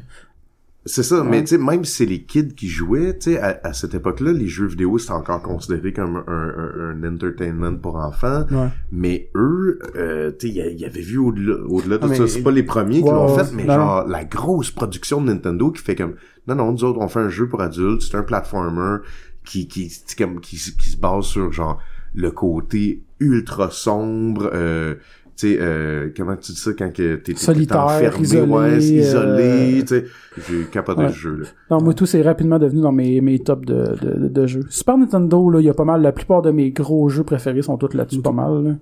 C'est ça, mais tu sais, même si c'est les kids qui jouaient, tu sais, à, à cette époque-là, les jeux vidéo, c'était encore considéré comme un, un- un entertainment pour enfants. Ouais. Mais eux, euh, tu sais, y a- y avait vu au-delà au-delà de Ah, mais- ça. C'est pas les premiers qui Ouais, l'ont ouais, fait, mais non. genre, la grosse production de Nintendo qui fait comme, non, non, nous autres, on fait un jeu pour adultes, c'est un platformer qui, qui, c'est comme, qui, se- qui se base sur, genre, le côté ultra sombre, euh, tu sais, euh, comment tu dis ça quand que t'es t'es- t'es Solitaire, enfermé, isolé, ouais, isolé, euh, tu sais. J'ai capoté Ouais. ce jeu, là. Non, moi, tout c'est rapidement devenu dans mes, mes tops de, de, de, de jeux. Super Nintendo, là, il y a pas mal, la plupart de mes gros jeux préférés sont tous là-dessus, pas mal, là.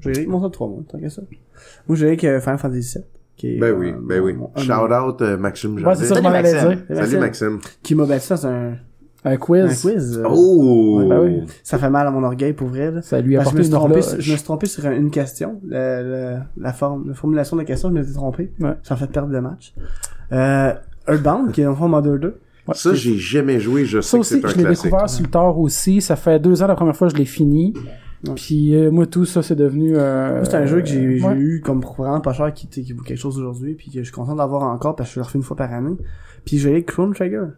Je vais mon top 3, moi, tant qu'à ça. Moi, j'avais que Final Fantasy VII. Qui est, Ben oui, euh, ben oui. mon- un- Shout out euh, Maxime Ah, Ouais, c'est ça, Jardin. je m'en Salut, allais Maxime. dire. Salut Maxime. Qui m'a battu dans un, Un un quiz. quiz. euh, Oh! Ouais, ben oui. Ça fait mal à mon orgueil, pour vrai, là. Ça lui a Parce que Ben, je, apporté me une suis trompé horloge. sur, je me suis trompé sur un- une question. Le- le- la, forme, la formulation de la question, je m'étais trompé. Ouais. J'en fait perdre le match. Euh, Earthbound, qui est en fond Mother 2. Ouais. Ça, j'ai jamais joué, je sais Ça que aussi, c'est un je l'ai classique. découvert sur le tard aussi. Ça fait deux ans la première fois que je l'ai fini. Puis euh, moi, tout ça, c'est devenu... euh, C'est un jeu que j'ai j'ai ouais. eu comme pour vraiment pas cher, qui, qui vaut quelque chose aujourd'hui, puis que je suis content d'avoir encore, parce que je le refais une fois par année. Puis j'ai Chrome Trigger.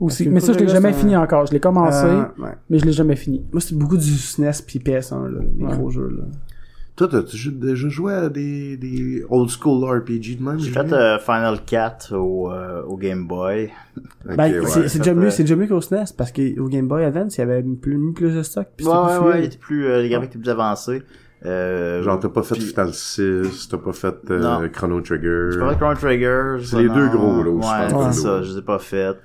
Aussi. Parce que Mais ça, je l'ai Chrono jamais Trigger, fini encore. Je l'ai commencé, Euh, ouais. mais je l'ai jamais fini. Moi, c'est beaucoup du SNES puis PS1, là, les Ouais. gros jeux. Là. Toi, t'as-tu déjà joué à des, des old school RPG de même? J'ai Julien? fait euh, Final 4 au, euh, au Game Boy. Ok, ben, ouais. c'est c'est ça déjà peut- mieux, c'est déjà mieux qu'au SNES, parce qu'au Game Boy Advance, il y avait plus, mis plus de stock, puis Ouais, c'était plus ouais, fluide. ouais, il était plus, euh, les graphiques étaient plus avancés. Euh, Genre, t'as pas fait puis- Final 6, t'as pas fait euh, Non. Chrono Trigger. J'ai pas fait Chrono Trigger. j'ai C'est pas- les non. deux gros, là, au Super Ouais, Nintendo. c'est ça, je les ai pas fait.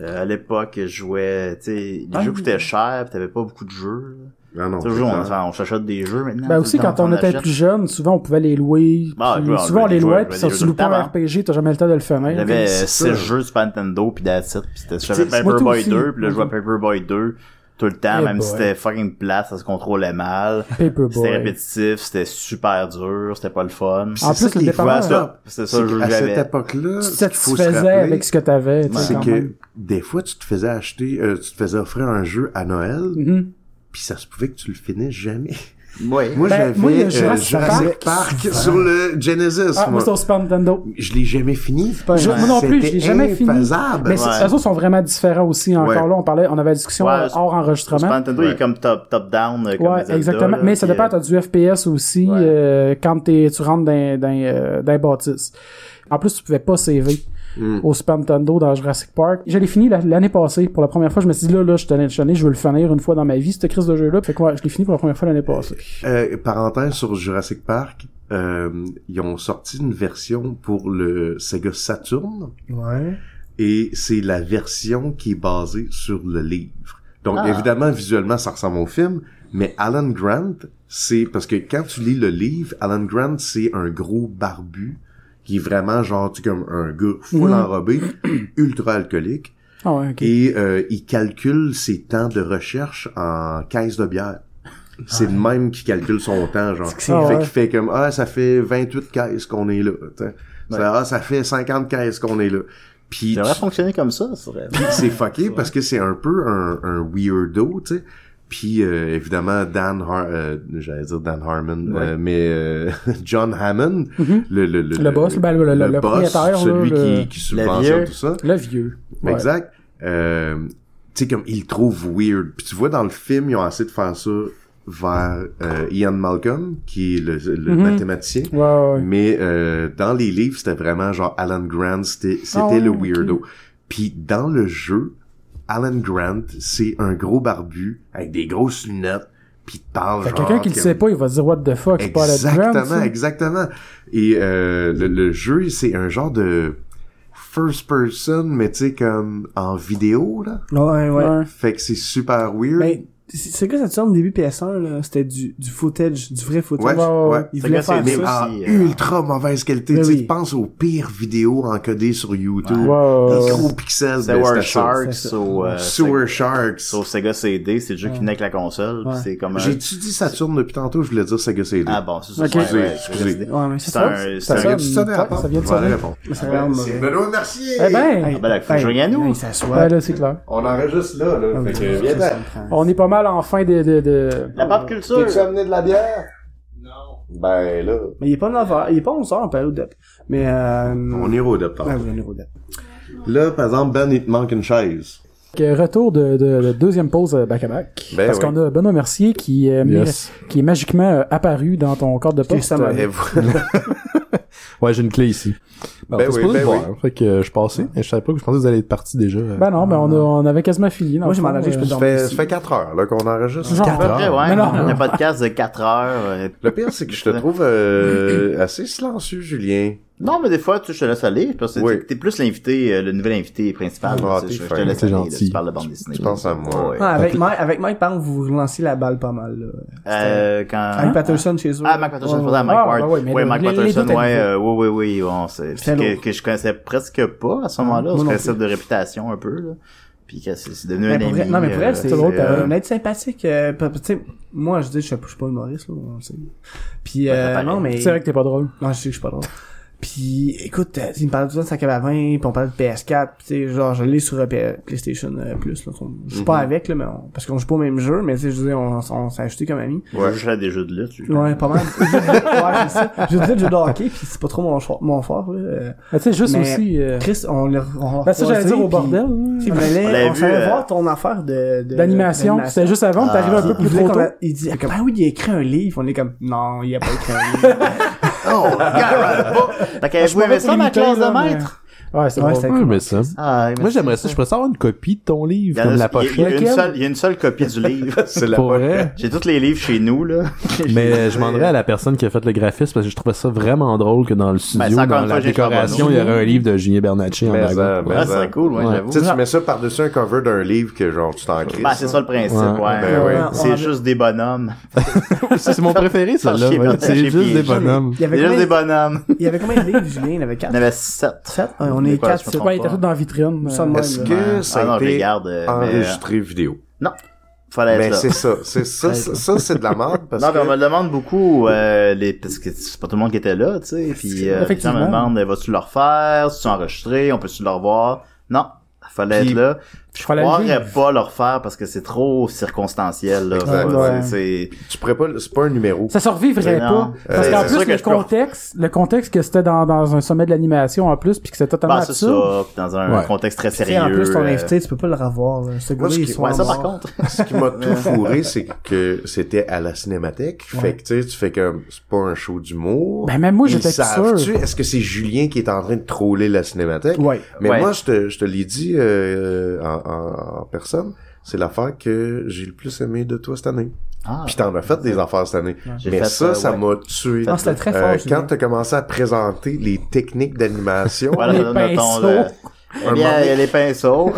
Euh, à l'époque, je jouais, tu sais, les Ah, jeux oui. coûtaient cher, pis t'avais pas beaucoup de jeux. là. Ah non, Toujours, hein, on, c'est ça. on s'achète des jeux maintenant. Ben tout aussi, le temps, quand on était achète. plus jeune, souvent on pouvait les louer. Ah, puis je vois, souvent je on les vois, je louait, vois puis des ça, jeux tu de loupes un talent. RPG, t'as jamais le temps de le hein. finir. J'avais c'est 6 ça. euh, jeux Super Nintendo pis that's it, pis c'était- j'avais Tu sais, moi, toi Paperboy aussi. 2 pis là je jouais à Paperboy 2 tout le temps Eh même si boy. c'était fucking plat ça se contrôlait mal c'était Paperboy. répétitif c'était super dur c'était pas le fun En C'est plus, ça le qui est Ouais, dépanneur, fou, ça, c'était ça hein, C'est le jeu qu'à que cette j'avais époque-là, tu te ce qu'il faut se satisfaisais rappeler, avec ce que t'avais, tu sais, c'est quand que même. des fois, tu te faisais acheter, euh, tu te faisais offrir un jeu à Noël, Mhm. puis ça se pouvait que tu le finisses jamais. ouais Moi, Ben, j'avais moi, il y a euh, Jurassic Jurassic, Park, Park. sur le Genesis. Ah, moi, moi. c'est au Super Nintendo. Je l'ai jamais fini. pas Je- vrai. moi non plus, je l'ai C'était jamais fini. infaisable. Mais c'est- Ouais. eux autres sont vraiment différents aussi. Encore Ouais. là, on parlait, on avait la discussion Ouais, euh, c'est- hors Super enregistrement. Nintendo il est comme top top down euh, comme Ouais, Zelda, exactement. là, Mais ça puis, dépend, euh, t'as du FPS aussi Ouais. euh, quand t'es- tu rentres dans, dans, euh, dans les bâtisses. En plus, tu pouvais pas sauver au Super Nintendo dans Jurassic Park. Je l'ai fini la- l'année passée. Pour la première fois, je me suis dit, là, là, je suis tanné de chialer, je veux le finir une fois dans ma vie, cette crise de jeu-là. Fait quoi, je l'ai fini pour la première fois l'année passée. Euh, parenthèse sur Jurassic Park, euh, ils ont sorti une version pour le Sega Saturn Ouais. et c'est la version qui est basée sur le livre. Donc Ah. évidemment visuellement ça ressemble au film, mais Alan Grant, c'est parce que quand tu lis le livre, Alan Grant c'est un gros barbu qui est vraiment genre tu sais, comme un gars full Mhm. enrobé, ultra alcoolique Ah ouais, ok. et euh, il calcule ses temps de recherche en caisse de bière. C'est le même qui calcule son temps, genre. C'est que c'est fait vrai. qu'il fait comme, ah, ça fait 28 caisses qu'on est là, t'sais. Ça, ah, ça fait 50 caisses qu'on est là. Puis Ça devrait tu- fonctionner comme ça, ça serait... c'est fucké parce que c'est un peu un, un weirdo, tu sais. Puis euh, évidemment Dan Har euh, j'allais dire Dan Harmon euh, mais euh, John Hammond le, le, le Mm-hmm. Le boss, ben, le- le- le boss, propriétaire, celui là, le- qui, qui subventionne vieux. tout ça Le vieux. Ouais. exact euh, tu sais comme il le trouve weird puis tu vois dans le film ils ont essayé de faire ça vers euh, Ian Malcolm qui est le, le Mhm. mathématicien Ouais, ouais, ouais. mais euh, dans les livres, c'était vraiment genre Alan Grant, c'était c'était Ah ouais, le ok. weirdo. Puis dans le jeu, Alan Grant, c'est un gros barbu avec des grosses lunettes, puis il te parle Fait que genre quelqu'un qui le comme- sait pas, il va se dire what the fuck, c'est pas la grande, Ah, Exactement, ça. exactement. Et euh, le, le jeu, c'est un genre de first person, mais tu sais comme en vidéo là. Ouais, ouais. Ouais. Fait que c'est super weird. Ben, Mais c'est c'est quoi cette sorte début PS1, là? C'était du, du footage, du vrai Ouais, footage. ouais, ouais. ouais. Ils C'est voulaient que c'est faire des- mais aussi, ça. en euh, Ah, ultra mauvaise qualité. Ben tu sais, oui. tu penses aux pires vidéos encodées sur YouTube. Ouais, ouais, Des ouais. gros pixels ben, There de were sharks. Sharks au... euh, Sewer Sharks. Sur Sega CD, c'est le jeu qui venait avec la console, puis Ouais. c'est comme un... J'ai-tu dit Saturne depuis tantôt? Je voulais dire Sega CD. Ah bon, c'est ça. Ok. ouais, ouais, Excusez, c'est- Ouais, mais c'est C'est ça. un... Ah, Ça C'est sonne. un... Viens-tu sonner hein. à la porte? Ça vient de Je vais aller sonner. répondre. Mais c'est vraiment C'est mauvais. Benoît Mercier! Eh ben! Hey, ben là, faut hey, jouer à nous. hey, ça soit. Ouais, là, c'est clair. On enregistre là, là. Fait que viens Ah, Ça me t'en. prend. On est pas mal en fin de, de, de... La pop culture! T'es-tu amené de la bière? Non. Ben là. Mais il est pas 9h, il est pas 11h en période d'app. Mais euh. On ira au départ. Ouais, oui, on est au d'app. Là, par exemple, Ben, il te manque une chaise. Donc, euh, Retour de, de, de deuxième pause euh, back à back. Ben parce oui. qu'on a Benoît Mercier qui, euh, Yes. mi- qui est magiquement euh, apparu dans ton corps de J'étais poste. ça, ma- Euh, Eh Et voilà. Ouais, j'ai une clé ici. Ben t'es oui, supposé ben le voir. Fait que euh, je passais, mais je savais pas que je pensais que vous allez être parti déjà. euh. Ben non, ben on, a, on avait quasiment fini. dans Ah. Moi, le je fond, m'en allais, je euh, peux Ça dormir. fait, ça ici. fait 4 heures là qu'on enregistre. Genre. Quatre À peu près, Ah. heures. ouais. Mais non. Un podcast de 4 heures. euh, Le pire, c'est que je te trouve euh, assez silencieux, Julien. Non, mais des fois, tu, je te laisse aller, parce que Oui. t'es plus l'invité, euh, le nouvel invité principal. Ah, tu t'es sais, je, je fin, te laisse t'es aller, là, gentil. tu parles de bande dessinée. Tu penses à moi. Ouais. Ah, avec, Mike, avec Mike, par exemple, vous vous relancez la balle pas mal, là. Euh, quand... Avec Patterson chez eux. Ah, Mike Patterson, je Ouais, pensais à Mike Ah, Ward. bah ouais, mais ouais, le- Mike les- les Patterson, deux ouais, étaient euh, ouais, ouais, ouais, bon, c'est, puis C'était que, lourd. que je connaissais presque pas à ce moment-là, Moi ce non concept plus. de réputation un peu, là. Puis que c'est, c'est devenu Mais un Ben, pour ami. vrai- non, mais pour euh, elle, c'est c'est drôle, euh, t'as- un être sympathique. euh, pa- pa- tu sais, moi, je dis, je suis pas- je suis pas humoriste, là, on le sait. Puis, Ouais, ça euh, paraît. non, mais... C'est vrai que t'es pas drôle. Non, je sais que je suis pas drôle. Puis, écoute, euh, il me parle tout le temps de 5 à 20, puis on parle de PS4, puis tu sais, genre, je l'ai sur euh, P- PlayStation euh, Plus, là. On- Je suis pas avec, là, mais on- parce qu'on joue pas au même jeu, mais tu sais, je dis, on, on s'est ajouté comme amis. Ouais. Je jouais à des jeux de lutte. je- Ouais, pas mal. ouais, c'est ça. Je veux dire, je joue de hockey, puis c'est pas trop mon, cho- mon fort, là. Euh, Mais tu sais, juste Mais- aussi... euh, Chris, on l'a, on l'a Ben ça, j'allais croisé, dire au puis- bordel. puis hein. on allait, l'avait on vu, s'allait euh, voir ton affaire de, de- D'animation. C'était juste avant, t'es arrivé un peu Ah, il plus voulait trop qu'on tôt. a- il dit, ben oui, il a écrit un livre. On est comme, non, il a pas écrit un livre. Oh, regarde pas. Fait que vous avez m'avais ça, ma limité, classe de là, mais- maître? Ouais, c'est Ouais, drôle. c'était Ouais, mais ça. Ah, Moi, j'aimerais ça. Je pourrais savoir une copie de ton livre, comme la Il y a pochette. une seule- il y a une seule copie du livre. C'est la Pour bonne- vrai. J'ai tous les livres chez nous, là. Mais euh, je demanderais à la personne qui a fait le graphisme parce que je trouvais ça vraiment drôle que dans le studio, c'est encore dans une la fois, j'ai décoration, il y aurait un livre de Julien Bernacci en Mais arrière. ça, mais Ah, ça. c'est cool, ouais, Ouais. j'avoue. Tu sais, tu mets ça par-dessus un cover d'un livre que genre tu t'en crises. Bah, c'est ça le principe, ouais. Ouais. Ben oui. C'est juste des bonhommes. Ça, c'est mon préféré, celle-là. Ah, j'ai ouais. bien- C'est j'ai juste piégé. des bonhommes. Il y C'est avait juste combien, des bonhommes. il y avait combien de livres, Julien? Il y en avait Il y 4. en avait sept. Sept? Ouais, on est Quoi, quatre, je me sept. trompe Ouais, il était pas. tout dans la vitrine. Ça, euh, moi, Est-ce là. que ça Ah non, a je été regarde, euh, mais, euh, enregistré vidéo? Non. Fallait être Mais là. ben, c'est ça, c'est ça, ça, ça, c'est de la merde parce Non, mais on me que le demande beaucoup, euh, les, parce que c'est pas tout le monde qui était là, tu sais. Puis, euh, les gens me Effectivement. demandent, euh, vas-tu le refaire? Si tu enregistré? On peut-tu le revoir? Non. Fallait Puis- être là. Puis, je Fallait le croirais vivre. pas le refaire parce que c'est trop circonstanciel, là. Exact. Ouais, Ouais. c'est- tu pourrais pas, c'est pas un numéro. Ça survivrait Mais non. pas. Parce Euh, qu'en c'est sûr plus, que le je peux- contexte, le contexte que c'était dans, dans un sommet de l'animation en plus, puis que c'était totalement Bah, c'est absurde. ça. puis dans un Ouais. contexte très Tu sais, sérieux. en plus, ton euh, invité, tu peux pas le revoir, là. Ce gars-là, ce il qui- est Ouais, ça, par mort. contre. Ce qui m'a tout fourré, c'est que c'était à la cinémathèque. Fait que tu sais, tu fais comme c'est pas un show d'humour. Ben, même moi, Ils j'étais plus savent-tu, sûr. Est-ce que c'est Julien qui est en train de troller la cinémathèque? Ouais. Mais Ouais. moi, je te, je te l'ai dit euh, en, en- en personne. C'est l'affaire que j'ai le plus aimé de toi cette année. Ah. Puis t'en as fait des affaires cette année. J'ai Mais fait, ça, euh, ça ouais. m'a tué. Euh, Non, c'était très fort, Julien. quand t'as commencé à présenter les techniques d'animation, Voilà, Les ça donne le ton, là. pinceaux. Eh bien, il y a les pinceaux.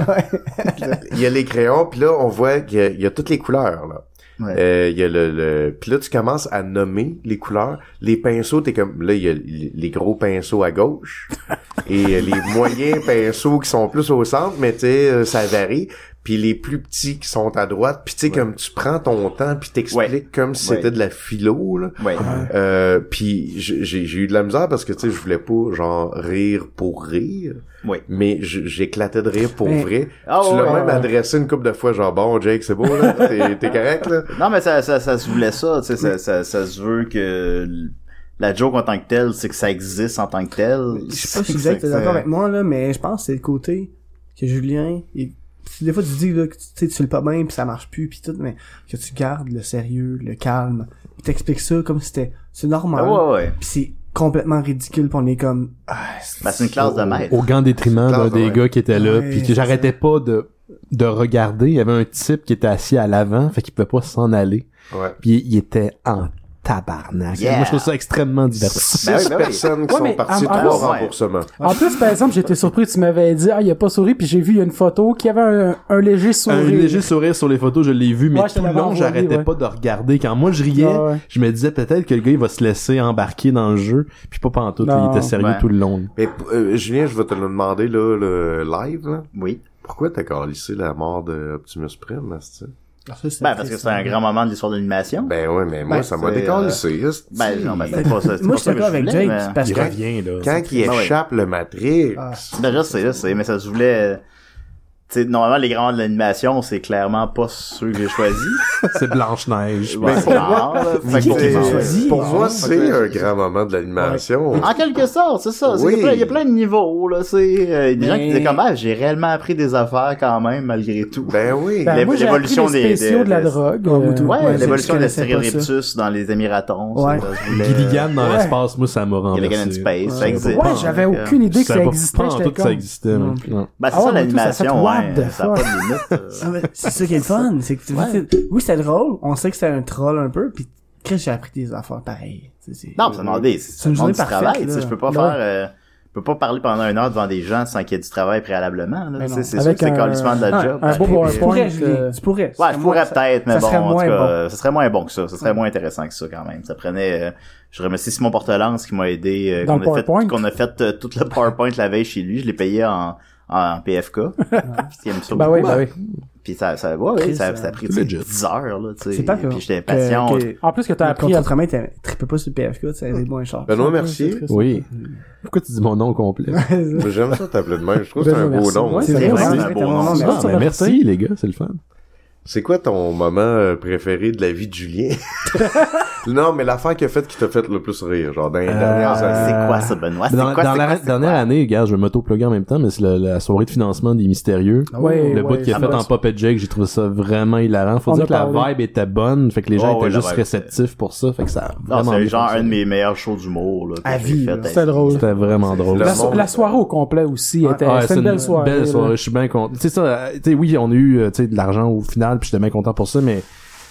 il y a les crayons, puis là, on voit qu'il y a, il y a toutes les couleurs. Là. Ouais. Euh, il y a le, le... Puis là, tu commences à nommer les couleurs. Les pinceaux, t'es comme... Là, il y a l- les gros pinceaux à gauche et euh, les moyens pinceaux qui sont plus au centre, mais tu sais, euh, ça varie. puis les plus petits qui sont à droite, puis tu sais, comme tu prends ton temps, puis t'expliques Ouais. comme si c'était Ouais. de la philo, là. Ouais. Euh, puis j'ai j'ai- j'ai eu de la misère parce que tu sais je voulais pas genre rire pour rire Oui. mais j- j'éclatais de rire pour Mais- vrai Ah, tu ouais, l'as ouais, même ouais. adressé une couple de fois genre bon Jake c'est beau là t'es t'es correct là Non, mais ça, ça, ça se voulait ça, tu sais, ça, ça, ça se veut que l- la joke en tant que telle, c'est que ça existe en tant que telle. Je sais pas si vous êtes d'accord avec moi, là, mais je pense que c'est le côté que Julien, il- tu- des fois tu dis là, que tu tu sais, tu fais le pas bien puis ça marche plus puis tout, mais que tu gardes le sérieux, le calme. Il t'explique ça comme si c'était, c'est normal. Ah, ouais, ouais. Puis c'est complètement ridicule pis on est comme, ah, c'est- Ben, c'est une classe de maître. au grand détriment d'un Classe, des ouais. gars qui était là. Ouais, puis c'est j'arrêtais pas de de regarder. Il y avait un type qui était assis à l'avant, fait qu'il pouvait pas s'en aller. ouais Puis il était en tabarnak. Yeah. Moi, je trouve ça extrêmement divertissant. Ben oui, six ben oui. personnes qui Ouais, mais sont parties en- en- trois ouais. remboursements En plus, par exemple, j'étais surpris, tu m'avais dit, ah, il a pas souri, puis j'ai vu il y a une photo qui avait un, un léger Un sourire. léger sourire sur les photos, je l'ai vu, mais Ouais, je te tout le l'avais long, envoyé, j'arrêtais ouais. pas de regarder. Quand moi, je riais, Ah ouais. je me disais peut-être que le gars, il va se laisser embarquer dans le jeu. Puis pas pantoute, là, Non. il était sérieux Ouais. tout le long. mais euh, Julien je vais te le demander là le live là Oui. pourquoi t'as calissé la mort de Optimus Prime asti? Ah, ça, c'est Ben, parce que triste, c'est un hein. grand moment de l'histoire de l'animation. ben ouais mais moi Ben, ça m'a c'est, décalissé asti. Ben, non, ben, c'est pas ça. c'est pas Moi, je suis ça que d'accord avec voulais, Jake, mais- parce que revient, là. quand il Ben ouais. échappe le Matrix Ah. Ben, je sais, je sais, mais ça se voulait. euh, Tu sais, normalement, les grands de l'animation, c'est clairement pas ceux que j'ai choisis. C'est Blanche-Neige. Ben, c'est rare, là. Fait que, c'est- euh, choisi? pour Ah, moi, ouais. c'est un grand moment de l'animation. En quelque sorte, c'est ça. c'est Oui. qu'il y a plein- Il y, a plein de niveaux, là. C'est euh, des gens qui Mais- disaient comme, ah, j'ai réellement appris des affaires quand même, malgré tout. Ben oui. Ben, L'évo- moi, j'ai appris l'évolution les des- spéciaux des- de la des- drogue. Ouais, euh, Moutou. Ouais, Ouais, l'évolution je de la connaissais pas ça. Stérioriptus dans les Émiratons. ça, Ouais. ça se voulait- Gilligan dans Ouais. l'espace, moi, ça m'a rendu. Gilligan in Space, ça Ouais. existe. Ouais, j'avais Donc, euh, aucune idée que Ça ça pas- pas existait. en J'étais tout que ça comme... existait. Non non. plus. Non. Ben, c'est Ah ça ouais, mais tout ça, ça fait l'animation, what the hein. Ça a pas de limite. euh. Ah, mais c'est ça qui est le fun, c'est que tu tu- oui, c'est drôle, on sait que c'est un troll un peu, puis Chris, j'ai appris des affaires pareilles. tu sais, c'est- Non, mais ça demandait, C'est c'est une le monde journée du parfaite, travail, tu sais, là. je peux pas Non. faire, euh, je peux pas parler pendant une heure devant des gens sans qu'il y ait du travail préalablement, là, Mais tu sais, non. c'est sûr que c'est calissement de la un- job. Un pareil, beau mais- PowerPoint. pourrais, Julien, euh, tu pourrais. Ouais, je Moi, pourrais ça- peut-être, mais ça bon, serait en moins tout cas, bon. euh, ça serait moins bon que ça. Ça serait moins intéressant que ça, quand même. Ça prenait, euh, je remercie Simon Portelance qui m'a aidé, euh, Dans qu'on le a fait, PowerPoint. qu'on a fait euh, tout le PowerPoint la veille chez lui. Je l'ai payé en, en PFK. Parce qu'il aime ça Ben Bah beaucoup. oui, ben oui. Puis ça, ça, ouais, ouais, Chris, ça, euh, ça a pris legit. 10 heures, là, tu sais. C'est pas que- Puis j'étais que- impatient. que- En plus que t'as Le appris à... contrat main, t'as- trippais pas sur le PFK, ça aidait moins cher. Benoît Mercier. Oui. Pourquoi tu dis mon nom au complet? Ben, J'aime ça t'appeler de même. Je trouve que c'est un Benoît beau Mercier. nom. Ouais, C'est C'est vrai, vrai, c'est c'est un beau vraiment nom. merci. Ah, ben, merci, les gars, c'est le fun. C'est quoi ton moment euh, préféré de la vie de Julien? non, mais l'affaire qui a fait qui t'a fait le plus rire, genre dans Euh, les dernières Ah, années. C'est quoi ça, Benoît? C'est Dans, quoi, dans c'est la quoi, c'est quoi? dernière année, gars, je vais m'auto-plugger en même temps, mais c'est la, la soirée de financement des mystérieux. Ouais, ouais, le bout qu'il a ça fait me en passe. Puppet Jake, j'ai trouvé ça vraiment hilarant. Faut On dire a que la parlé. vibe était bonne, fait que les Oh, gens étaient ouais, la juste vibe. réceptifs pour ça, fait que ça a Non, vraiment c'est bien genre un fonctionné. de mes meilleurs shows d'humour, là. que À j'ai vie, fait. là. C'était drôle. C'était vraiment drôle. Le La, monde. la soirée au complet aussi était, Ah, c'était une belle soirée. belle là. soirée, je suis bien content. Tu sais ça, euh, tu sais oui, on a eu euh, tu sais de l'argent au final, puis j'étais bien content pour ça, mais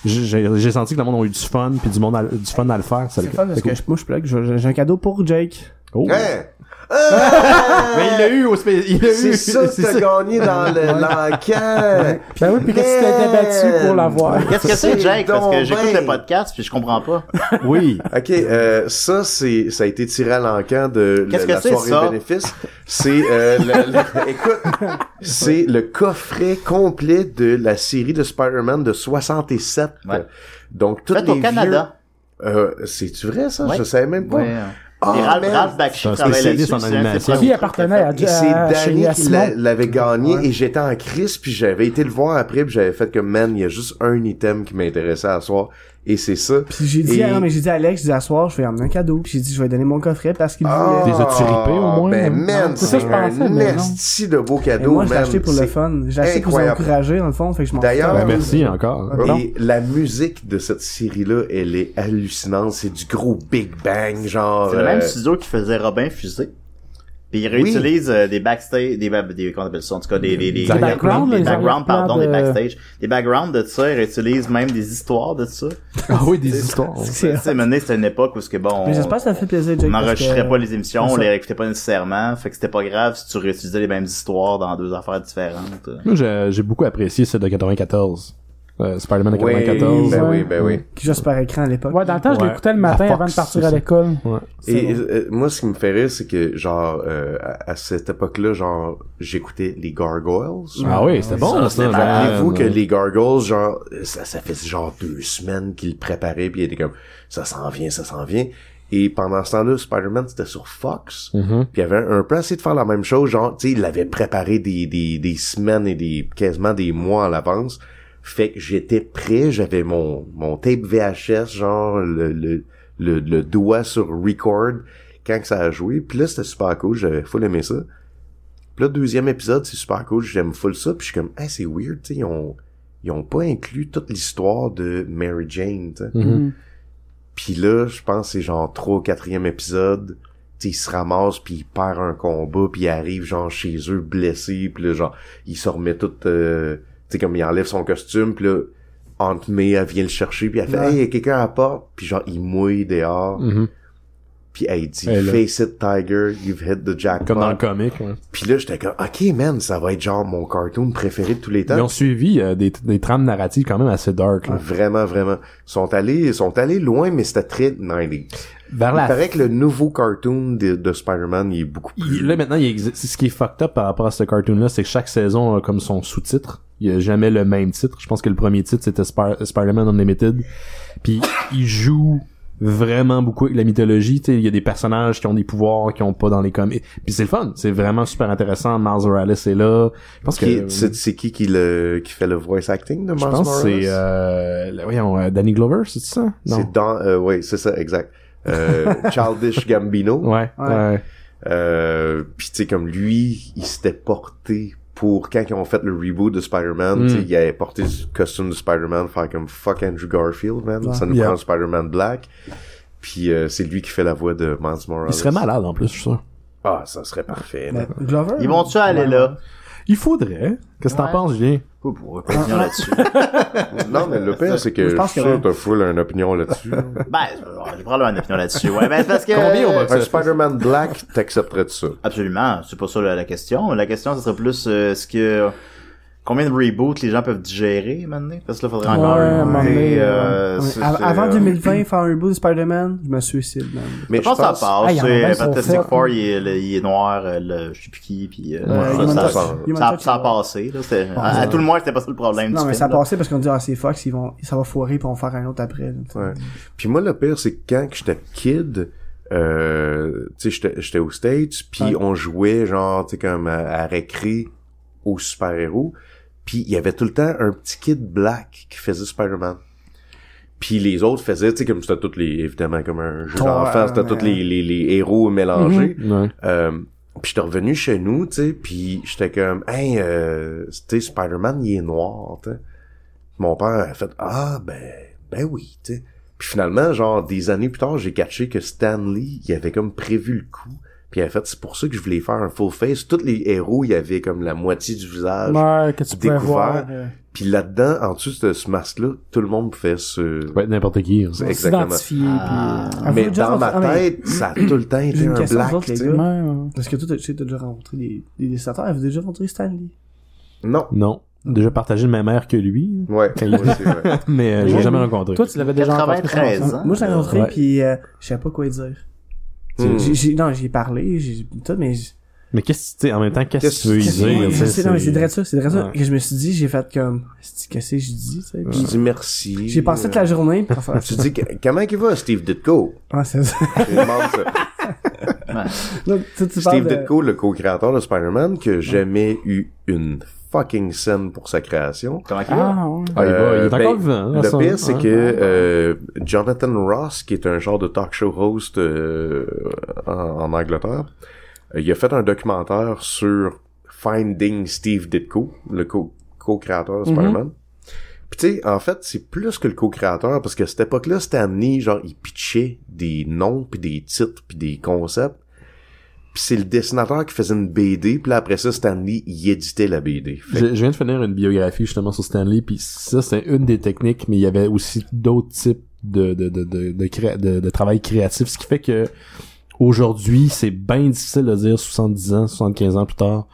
j'ai- j'ai j'ai senti que le monde a eu du fun, puis du monde a- du fun à le faire. ça C'est le- fun parce fait que je- moi, je plug, j'ai j'ai un cadeau pour Jake. Oh. Hein? Mais il l'a eu au spé- il l'a C'est eu. ça que t'as gagné dans le- l'enquête. Ben oui, puis que tu t'étais battu pour l'avoir. Qu'est-ce que c'est, C'est Jake? Parce donc que j'écoute bien. le podcast puis je comprends pas. Oui. Ok, euh, ça c'est ça a été tiré à l'encan de la- Qu'est-ce que la c'est, soirée ça? bénéfice. C'est euh, le- le- écoute, c'est le coffret complet de la série de Spider-Man de 67. Ouais. Donc tout Fait au Canada. c'est tu Euh, vrai ça Ouais. Je savais même pas. Ouais. Ah, Et Ralph, merde. Ralph Bakshi C'est un travaille spécialiste là-dessus. en c'est un animation. des Qui premiers appartenait à trucs qu'il a Et fait. c'est à- à- Danny chez à qui Simon. l'a- l'avait gagné et j'étais en crise puis j'avais été le voir après puis j'avais fait comme man il y a juste un item qui m'intéressait à soir et c'est ça. Puis j'ai dit, Et- ah non, mais j'ai dit à Alex, j'ai dit à soir, je vais lui emmener un cadeau. Puis j'ai dit, je vais lui donner mon coffret parce qu'il Ah, voulait. Des as-tu ripés, au moins, Ben, hein? man, C'est c'est ça que je un pensais, mais non. esti de beau Et cadeau, moi, je l'ai man. acheté pour le C'est- fun. J'ai acheté pour vous incroyable. encourager, dans le fond, fait que je m'en D'ailleurs, Ben, fous. merci encore. Pardon? Et la musique de cette série-là, elle est hallucinante. C'est du gros Big Bang, genre. C'est le même euh, studio qui faisait Robin Fusé. Puis il réutilise euh, des backstage, des, ba- des, comment on arrière-plans, en tout cas, des, des, des, Des backgrounds, des les backgrounds, arrière-plans pardon, de- des euh, backstage. Des backgrounds de ça, ils réutilisent même des histoires de ça. Ah oui, des histoires. Tu sais, maintenant, c'était une époque où ce que bon. Mais j'espère que ça fait plaisir, Jake. on parce que- n'enregistrait pas les émissions, c'est on ça. les réécoutait pas nécessairement, fait que c'était pas grave si tu réutilisais les mêmes histoires dans deux affaires différentes. Moi, j'ai j'ai beaucoup apprécié celle de 94. euh, Spider-Man de Oui, 94. ben ouais. oui, ben oui. qui juste par écran à l'époque. Ouais, dans le temps, je Ouais. l'écoutais le À matin Fox, avant de partir c'est à ça. l'école. Ouais. Et euh, moi, ce qui me fait rire, c'est que, genre, euh, à, à cette époque-là, genre, j'écoutais les Gargoyles. Ah oui, c'était bon, ça. Mais man. Rappelez-vous que les Gargoyles, genre, ça, ça fait genre deux semaines qu'ils le préparaient, puis il était comme, ça s'en vient, ça s'en vient. Et pendant ce temps-là, Spider-Man, c'était sur Fox. Puis il avait un peu essayé de faire la même chose, genre, tu sais, il l'avait préparé des, des, des semaines et des quasiment des mois à l'avance. Fait que j'étais prêt, j'avais mon, mon tape VHS, genre, le, le, le, le doigt sur record quand que ça a joué. Puis là, c'était super cool, j'avais full aimé ça. Puis là, deuxième épisode, c'est super cool, j'aime full ça, puis je suis comme, hey, c'est weird, tu sais, ils ont, ils ont pas inclus toute l'histoire de Mary Jane, tu sais. Mhm. Puis là, je pense que c'est genre trois ou quatrième épisode, tu sais, ils se ramassent, puis ils perdent un combat, puis ils arrivent genre chez eux blessés, puis là, genre, ils se remettent tout, euh, tu sais, comme ils enlèvent son costume, puis là, Aunt May, elle vient le chercher, puis elle fait, Ouais. hey, y a quelqu'un à la porte, puis genre, il mouille dehors, Mhm. puis elle dit, Elle est face it, Tiger, you've hit the jackpot. Comme dans le comic. ouais. Puis là, j'étais comme, OK, man, ça va être genre mon cartoon préféré de tous les Ils ont temps. suivi euh, des, des trames narratives quand même assez dark. là. Vraiment, vraiment. Ils sont allés, ils sont allés loin, mais c'était très 90s. Vers Il la paraît que le nouveau cartoon de, de Spider-Man, il est beaucoup plus... Il- là maintenant, il existe. ce qui est fucked up par rapport à ce cartoon-là, c'est que chaque saison a comme son sous-titre. Il y a jamais le même titre. Je pense que le premier titre c'était Spar- Spider-Man Unlimited. Puis il joue vraiment beaucoup avec la mythologie. Tu sais, il y a des personnages qui ont des pouvoirs qui ont pas dans les comics. Puis c'est le fun. C'est vraiment super intéressant. Miles Morales est là. Je pense Qui est- que c'est, c'est qui qui, le, qui fait le voice acting de Miles je pense que Morales? c'est euh, le- voyons euh, Danny Glover, c'est ça C'est dans... euh, ouais, c'est ça, exact. Euh, Childish Gambino. Ouais. Ouais. ouais. Euh, puis tu sais comme lui, il s'était porté pour quand ils ont fait le reboot de Spider-Man, tu sais, Mm. il avait porté le costume de Spider-Man, faire comme fuck Andrew Garfield, man, ça nous Yeah. prend Spider-Man Black. Puis euh, c'est lui qui fait la voix de Miles Morales. Il serait malade en plus, je suis sûr. Ah, ça serait parfait. Mais là. Glover. hein. Ils vont-tu aller Ouais. là? Il faudrait. Qu'est-ce que Ouais. t'en penses, Julien? Pour opinion là-dessus. non, mais le pire, c'est que Je je pense suis que- sûr que t'as full une opinion là-dessus. ben, je prends une opinion là-dessus. Ouais, ben, c'est parce que. Combien on va- Euh, un Spider-Man Black, t'accepterais de ça? Absolument, c'est pas ça la, la question. La question, ce serait plus euh, est-ce que combien de reboots les gens peuvent digérer maintenant Parce que là, faudrait Ouais, encore rebooter, à un moment donné, euh, Ouais. c'est- Av- c'est, Avant euh, 2020, faire un bout de Spider-Man, je me suicide, man. Mais Je pense que ça passe. Ah, il y en a c'est- bien qui sont Fantastic faits. Four, il est, le- il est noir, euh, le, je sais plus qui, puis euh, Euh, ça, Human ça, Touch. ça, Human ça- Touch, ça a ouais. passé. Là, c'était- à, à ça- tout le moins, c'était pas ça le problème Non, du mais film, ça là. passait parce qu'on dit, ah, c'est Fox, ils vont, ça va foirer, puis on va faire un autre après. là. Ouais. Puis moi, le pire, c'est que quand que j'étais kid, euh, tu sais, j'étais- j'étais aux States, puis Ouais. on jouait, genre, tu sais, comme à, à récré aux super-héros, puis il y avait tout le temps un petit kid black qui faisait Spider-Man. Puis les autres faisaient, tu sais, comme c'était toutes les, évidemment, comme un jeu Ouais, d'enfant, c'était tous ouais. Mhm. les, les, les héros mélangés. Ouais. Euh, puis j'étais revenu chez nous, tu sais, puis j'étais comme, hey, euh, tu sais, Spider-Man, il est noir, tu sais. Mon père a fait, ah, ben, ben oui, tu sais. Puis finalement, genre, des années plus tard, j'ai catché que Stan Lee, il avait comme prévu le coup, puis il avait fait, c'est pour ça que je voulais faire un full face. Tous les héros, il y avait comme la moitié du visage. Ouais, que tu pouvais Découvert. voir. euh, Puis là-dedans, en dessous de ce masque-là, tout le monde pouvait se... Ça peut être n'importe qui. hein. Exactement. s'identifier. Ah. puis, Ah, Mais vous, Jeff, dans ma ah, mais- tête, ça a tout le temps J'ai été une un question, black, vous autres, tu les sais. gars. euh, ouais, ouais. Parce que toi, t'as- tu sais, t'as déjà rencontré des, des dessinateurs. Avez-vous déjà rencontré Stanley? Non, Non. Déjà partagé le même air que lui, ouais, Quand il- ouais, c'est vrai. mais euh, je l'ai Ouais. jamais rencontré. Toi, tu l'avais déjà rencontré. hein. 93 Ah, ans. Moi, je l'ai rencontré, Ouais. puis euh, je savais pas quoi dire. Hmm. J'ai- j'ai- non, j'y ai parlé, j'ai tout, mais... j'- Mais qu'est-ce que tu sais, en même temps, qu'est-ce que tu veux y qu'est-ce que- dire? je tu sais, sais, non, mais c'est vrai ça, c'est vrai ça. Ouais. Et je me suis dit, j'ai fait comme... c'est-tu, Qu'est-ce que je dis, tu sais? Tu puis dis merci. Euh, euh, J'ai pensé toute la journée, puis enfin, Tu dis, que- comment il va, Steve Ditko? ah, c'est ça. Je demande ça. Là, tu, tu parles Steve de... Ditko, le co-créateur de Spider-Man, qui a jamais eu une fucking scène pour sa création. Comment qu'il va? Ah, ouais. Ah, il, va, il est Euh, encore ben, vivant. hein, Le ça, hein, pire, c'est hein. que euh, Jonathan Ross, qui est un genre de talk show host euh, en, en Angleterre, euh, il a fait un documentaire sur Finding Steve Ditko, le co- co-créateur de Mhm. Spider-Man. Puis tu sais, en fait, c'est plus que le co-créateur, parce que cette époque-là, c'était amené, genre, il pitchait des noms, puis des titres, puis des concepts. Puis c'est le dessinateur qui faisait une BD, puis là, après ça, Stanley, il éditait la BD. Fait Je, je viens de finir une biographie justement sur Stanley, puis ça, c'est une des techniques, mais il y avait aussi d'autres types de, de, de, de, de, créa- de- de travail créatif, ce qui fait que aujourd'hui, c'est bien difficile de dire 70 ans, 75 ans plus tard,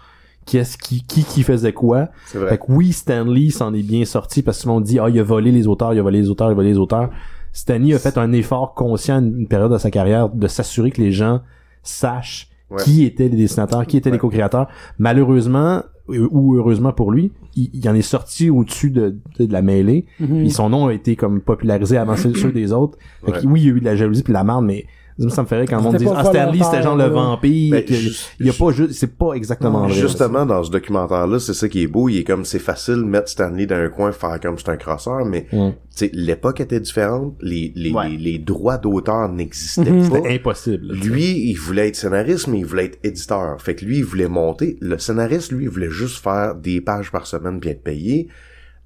qu'est-ce qui, qui qui faisait quoi. C'est vrai. Fait que oui, Stanley s'en est bien sorti parce que tout le monde dit ah il a volé les auteurs, il a volé les auteurs, il a volé les auteurs. Stanley a fait un effort conscient une une période de sa carrière de s'assurer que les gens sachent Ouais. qui étaient les dessinateurs, qui étaient les co-créateurs. Malheureusement euh, ou heureusement pour lui, il, il en est sorti au-dessus de, de, de la mêlée. Mhm. Puis son nom a été comme popularisé avant ceux ceux des autres. Fait que, oui, il y a eu de la jalousie puis de la merde, mais ça me ferait quand le monde C'était dise pas ah, Stanley volontaire, c'était genre le là. vampire. Ben, que- juste- il y a pas juste, c'est pas exactement vrai. Justement, dans ce documentaire-là, c'est ça qui est beau. Il est comme, c'est facile de mettre Stanley dans un coin, faire comme c'est un crosseur, mais Mm. tu sais, l'époque était différente. Les, les, Ouais. les, les droits d'auteur n'existaient pas. Mm-hmm. C'était impossible. là, tu sais. Lui, il voulait être scénariste, mais il voulait être éditeur. Fait que lui, il voulait monter. Le scénariste, lui, il voulait juste faire des pages par semaine puis être payé.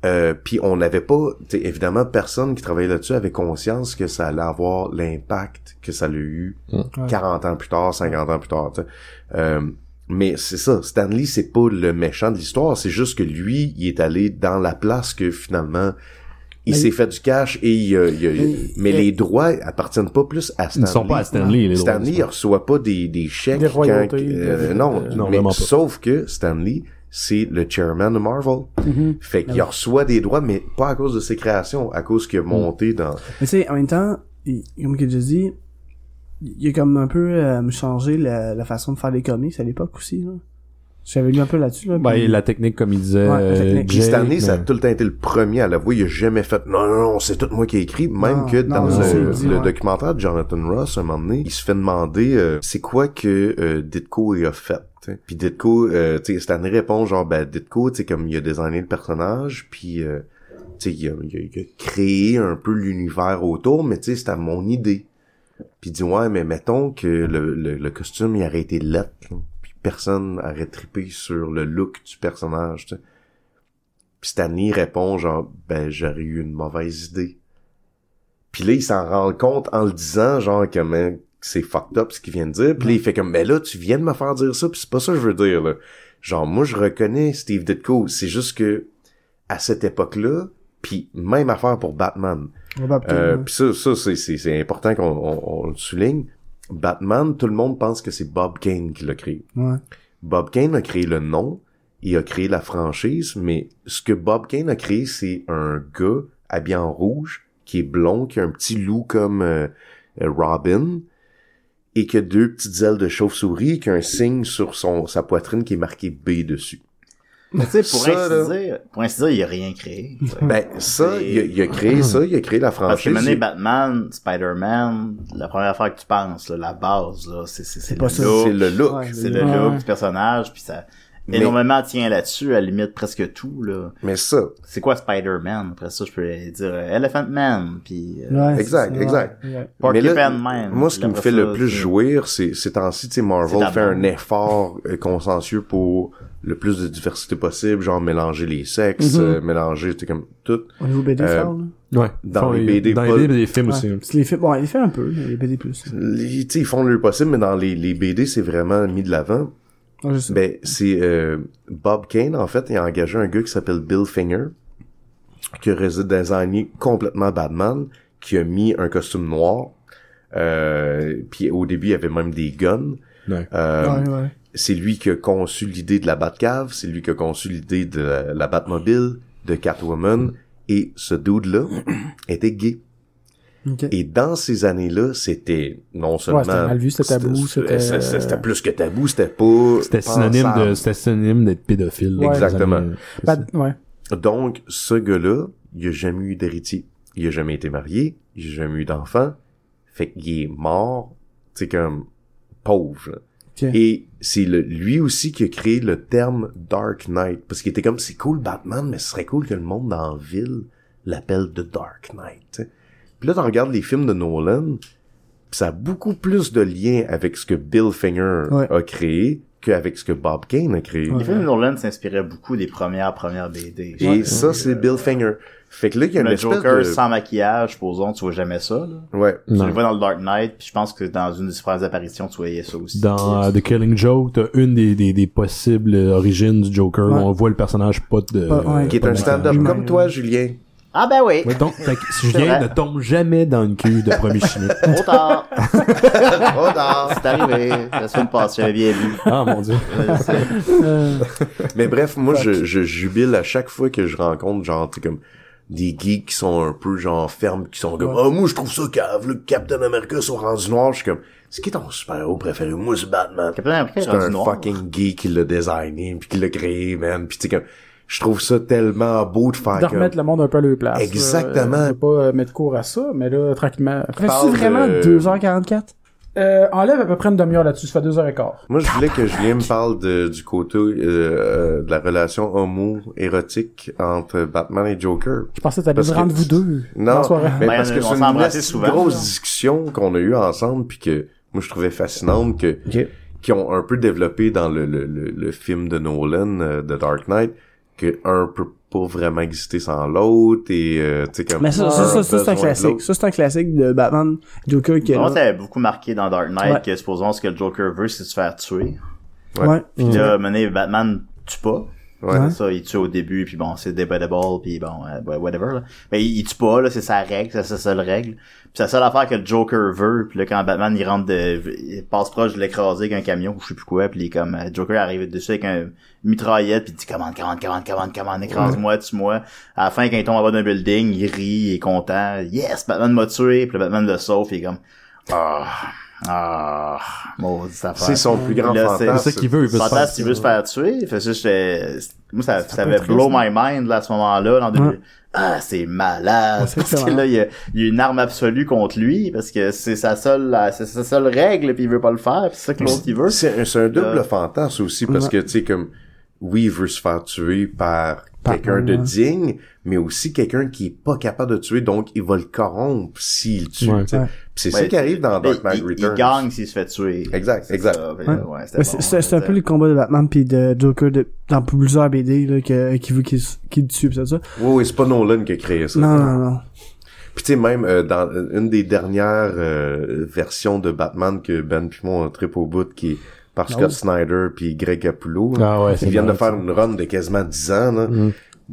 Euh, puis on n'avait pas, tu sais, évidemment, personne qui travaillait là-dessus avait conscience que ça allait avoir l'impact que ça l'a eu 40 ans plus tard, 50 ans plus tard. tu sais. Euh, mais c'est ça, Stanley, c'est pas le méchant de l'histoire, c'est juste que lui, il est allé dans la place que finalement, il s'est fait du cash et il, a- il a- mais les droits appartiennent pas plus à Ils Stanley. ne sont pas à Stanley, les autres. Stanley il reçoit pas des, des chèques Des royautés, quand- euh, des- non, euh, non, mais vraiment pas. sauf que Stanley c'est le chairman de Marvel. Fait qu'il reçoit des droits, mais pas à cause de ses créations, à cause qu'il a monté dans... Mais tu sais, en même temps, il- comme que j'ai dit, il a comme un peu euh, changé la, la façon de faire les comics à l'époque aussi. Là. J'avais lu un peu là-dessus. Là, Ben, puis- et la technique, comme il disait. euh, Ouais, la technique. Puis Jay, Stanley, ça a mais- tout le temps été le premier à l'avouer. Il a jamais fait « Non, non, non, c'est tout moi qui ai écrit. » Même Non, que dans non, c'est le, dit, le ouais. documentaire de Jonathan Ross, un moment donné, il se fait demander euh, C'est quoi que euh, Ditko il a fait? » tu sais. Puis Ditko, euh, tu sais, Stanley répond genre « Ben, Ditko, tu sais, comme il a designé le personnage, puis... euh, tu sais, il a, il a- il a créé un peu l'univers autour, mais tu sais, c'était mon idée. Puis il dit, ouais, mais mettons que le, le, le costume, il aurait été lettre, là, puis personne aurait trippé sur le look du personnage, tu sais. Puis Stanley répond, genre, ben, j'aurais eu une mauvaise idée. Puis là, il s'en rend compte en le disant, genre, comment c'est fucked up ce qu'il vient de dire. Puis là, il fait comme, mais là, tu viens de me faire dire ça, puis c'est pas ça que je veux dire, là. Genre, moi, je reconnais Steve Ditko, c'est juste que, à cette époque-là, puis même affaire pour Batman. On va peut-être, Euh, là. Puis ça, ça c'est, c'est, c'est important qu'on on, on le souligne. Batman, tout le monde pense que c'est Bob Kane qui l'a créé. Ouais. Bob Kane a créé le nom, il a créé la franchise, mais ce que Bob Kane a créé, c'est un gars habillé en rouge, qui est blond, qui a un petit loup comme euh, euh, Robin, et qui a deux petites ailes de chauve-souris, et qui a un signe sur son, sa poitrine qui est marqué B dessus. Mais tu sais, pour, Ça, là. ainsi dire, pour ainsi dire, il a rien créé. tu sais. Ben, ça, il a, il a créé ça, il a créé la Parce que franchise. mener Batman, Spider-Man, la première affaire que tu penses, là, la base, là, c'est c'est- c'est le pas ça. look, c'est le look. Ouais, c'est le Ouais. look du personnage, puis ça Mais- énormément tient là-dessus, à la limite presque tout. là. Mais ça, C'est quoi Spider-Man? Après ça, je peux dire euh, Elephant Man, puis euh, Ouais, exact, c'est ça, exact. ouais, ouais. Porky là, Pan Man. Moi, ce qui me Après fait ça, le plus c'est- jouir, c'est ces temps-ci, tu sais, Marvel C'est la fait bombe. un effort euh, consciencieux pour le plus de diversité possible, genre mélanger les sexes, euh, mélanger, tu sais, comme tout. Au niveau BD, Euh, hein. ça, là. Ouais. Dans Font les les- BD, Dans pas- les BD, des films Ouais. aussi. Parce que les films, bon, il fait un peu, les BD plus. Les- tu sais, ils font le possible, mais dans les, les BD, c'est vraiment mis de l'avant. Non, je sais. Ben, c'est euh, Bob Kane, en fait, il a engagé un gars qui s'appelle Bill Finger, qui a réside designé complètement Batman, qui a mis un costume noir. Euh, puis au début, il y avait même des guns. Ouais. Euh, ouais, ouais. c'est lui qui a conçu l'idée de la Batcave, c'est lui qui a conçu l'idée de la, la Batmobile, de Catwoman, et ce dude-là était gay. Ok. Et dans ces années-là, c'était non seulement... c'était mal vu, c'était tabou, c'était- euh, C'était c'était plus que tabou, c'était pas... C'était synonyme pensable. de, c'était synonyme d'être pédophile. Ouais. dans les Exactement. années- Pas- ouais. Donc, ce gars-là, il a jamais eu d'héritier. Il a jamais été marié, il a jamais eu d'enfant. Fait qu'il est mort, tu sais, comme pauvre. là. Ok. Et c'est le- lui aussi qui a créé le terme Dark Knight. Parce qu'il était comme, c'est cool Batman, mais ce serait cool que le monde en ville l'appelle The Dark Knight. tu sais. Puis là, tu regardes les films de Nolan, puis ça a beaucoup plus de lien avec ce que Bill Finger Ouais. a créé qu'avec ce que Bob Kane a créé. Les films de Nolan s'inspiraient beaucoup des premières, premières BD. Et ça, c'est Bill Finger. Fait que là, il y a une le espèce Joker de... sans maquillage, posons, tu vois jamais ça. Là. Ouais. Tu Non. le vois dans le Dark Knight, puis je pense que dans une des premières apparitions, tu voyais ça aussi. Dans euh, The Killing Joke, t'as une des, des, des possibles euh, origines du Joker Ouais. où on voit le personnage pas de... euh, Pas- ouais. Qui est pas un de- stand-up Ouais. comme toi, Julien. Ah ben oui. Ouais, donc, fait que si je C'est viens, vrai. ne tombe jamais dans une cuve de premier chimique. Trop tard. Trop tard. C'est arrivé. La semaine passée, j'avais bien lu. Ah, mon dieu. Euh, c'est- Mais bref, moi, je, je jubile à chaque fois que je rencontre, genre, tu sais, comme des geeks qui sont un peu, genre, fermes, qui sont comme, oh, moi, je trouve ça cave, le Captain America sont rendus noirs. Je suis comme, c'est qui ton super-héros préféré? Moi, c'est Batman. Captain America est C'est rendu un noir. fucking geek qui l'a designé, puis qui l'a créé, man. Puis tu sais, comme, je trouve ça tellement beau de faire de comme- remettre le monde un peu à leur place. là. Exactement. Euh, je veux pas euh, mettre cours à ça, mais là, tranquillement. parle Fais-tu vraiment de- 2h44? Euh, enlève à peu près une demi-heure là-dessus, ça fait deux heures et quart. Moi, je voulais que Julien me parle de, du côté euh, euh, de la relation homo-érotique entre Batman et Joker. Je pensais que t'avais Parce dit que- rendez-vous deux. dans Non, la soirée. mais Ben, parce que on c'est s'est une embrassé assez souvent, grosse là. discussion qu'on a eue ensemble, puis que moi, je trouvais fascinante, que qui ont un peu développé dans le, le, le, le film de Nolan, euh, The Dark Knight, que un peut pas vraiment exister sans l'autre, et euh, tu sais comme... Mais ça, ça, un ça, ça, c'est besoin un de classique. l'autre. Ça, c'est un classique de Batman Joker qui est Moi, là. ça avait beaucoup marqué dans Dark Knight Ouais. que, supposons, ce que le Joker veut, c'est se faire tuer. ouais. Ouais. Puis là, mené, Batman tue pas. Mm. Ouais. C'est Ça, il tue au début, puis bon, c'est debatable, puis bon, euh, ouais, whatever. Là. Mais il, il tue pas, là, c'est sa règle, c'est sa seule règle. Puis c'est la seule affaire que le Joker veut, puis là, quand Batman, il rentre de... Il passe proche de l'écraser avec un camion, ou je sais plus quoi, puis il est comme... euh, Joker arrive dessus avec un mitraillette, puis il dit « Commande, commande, commande, commande, commande, écrase-moi, tue-moi. » À la fin, quand il tombe en bas d'un building, il rit, il est content. « Yes, Batman m'a tué! » Puis le Batman le sauve, puis il est comme... Ah... Ah... Maudit affaire. C'est son plus grand Là, c'est- fantasme. C'est ça qu'il veut, il veut se faire Fantas, il veut se faire tuer. Fait ça, j'étais, moi, ça, ça avait blow my mind, là, à ce moment-là, l'an 2000. Ah, c'est malade. c'est parce que excellent. là, il y a, il y a une arme absolue contre lui, parce que c'est sa seule, la- c'est sa seule règle, puis il veut pas le faire, puis c'est ça que l'autre, il veut. C'est un- c'est un double Euh, fantasme aussi parce que tu sais comme oui, il veut se faire tuer par quelqu'un de digne, mais aussi quelqu'un qui est pas capable de tuer, donc il va le corrompre s'il le tue. Ouais. tu sais. Ouais. Puis C'est Ouais, ça qui arrive dans mais Dark Knight il, Returns. il gagne s'il se fait tuer. Exact, C'est exact. ça, fait- Ouais. Euh, ouais, c'était Mais bon, c'est- C'est c'est un c'était- Ben, peu les combats de Batman puis de Joker de, dans plusieurs BD là, que, euh, qui veut qu'il s- qu'il le tue pis tout ça. Oui, oui, c'est pas Nolan qui a créé ça. Non, non, non. Puis tu sais même euh, dans une des dernières euh, versions de Batman que Ben Pimon a trip au bout qui est par Scott Snyder puis Greg Capullo. là, Ah ouais, c'est ils viennent de bon, faire ça. une run de quasiment 10 ans là.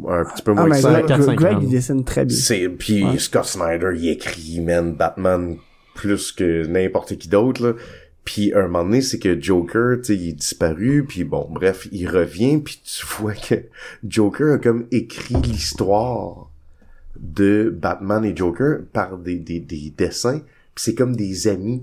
Un petit peu moins Ah, que mais ça. Greg, quatre, cinq Greg, ans. il dessine très bien. C'est puis Scott Snyder il écrit man Batman plus que n'importe qui d'autre là. Puis un moment donné, c'est que Joker, tu sais, il est disparu, puis bon, bref, il revient, puis tu vois que Joker a comme écrit l'histoire de Batman et Joker par des, des, des dessins, puis c'est comme des amis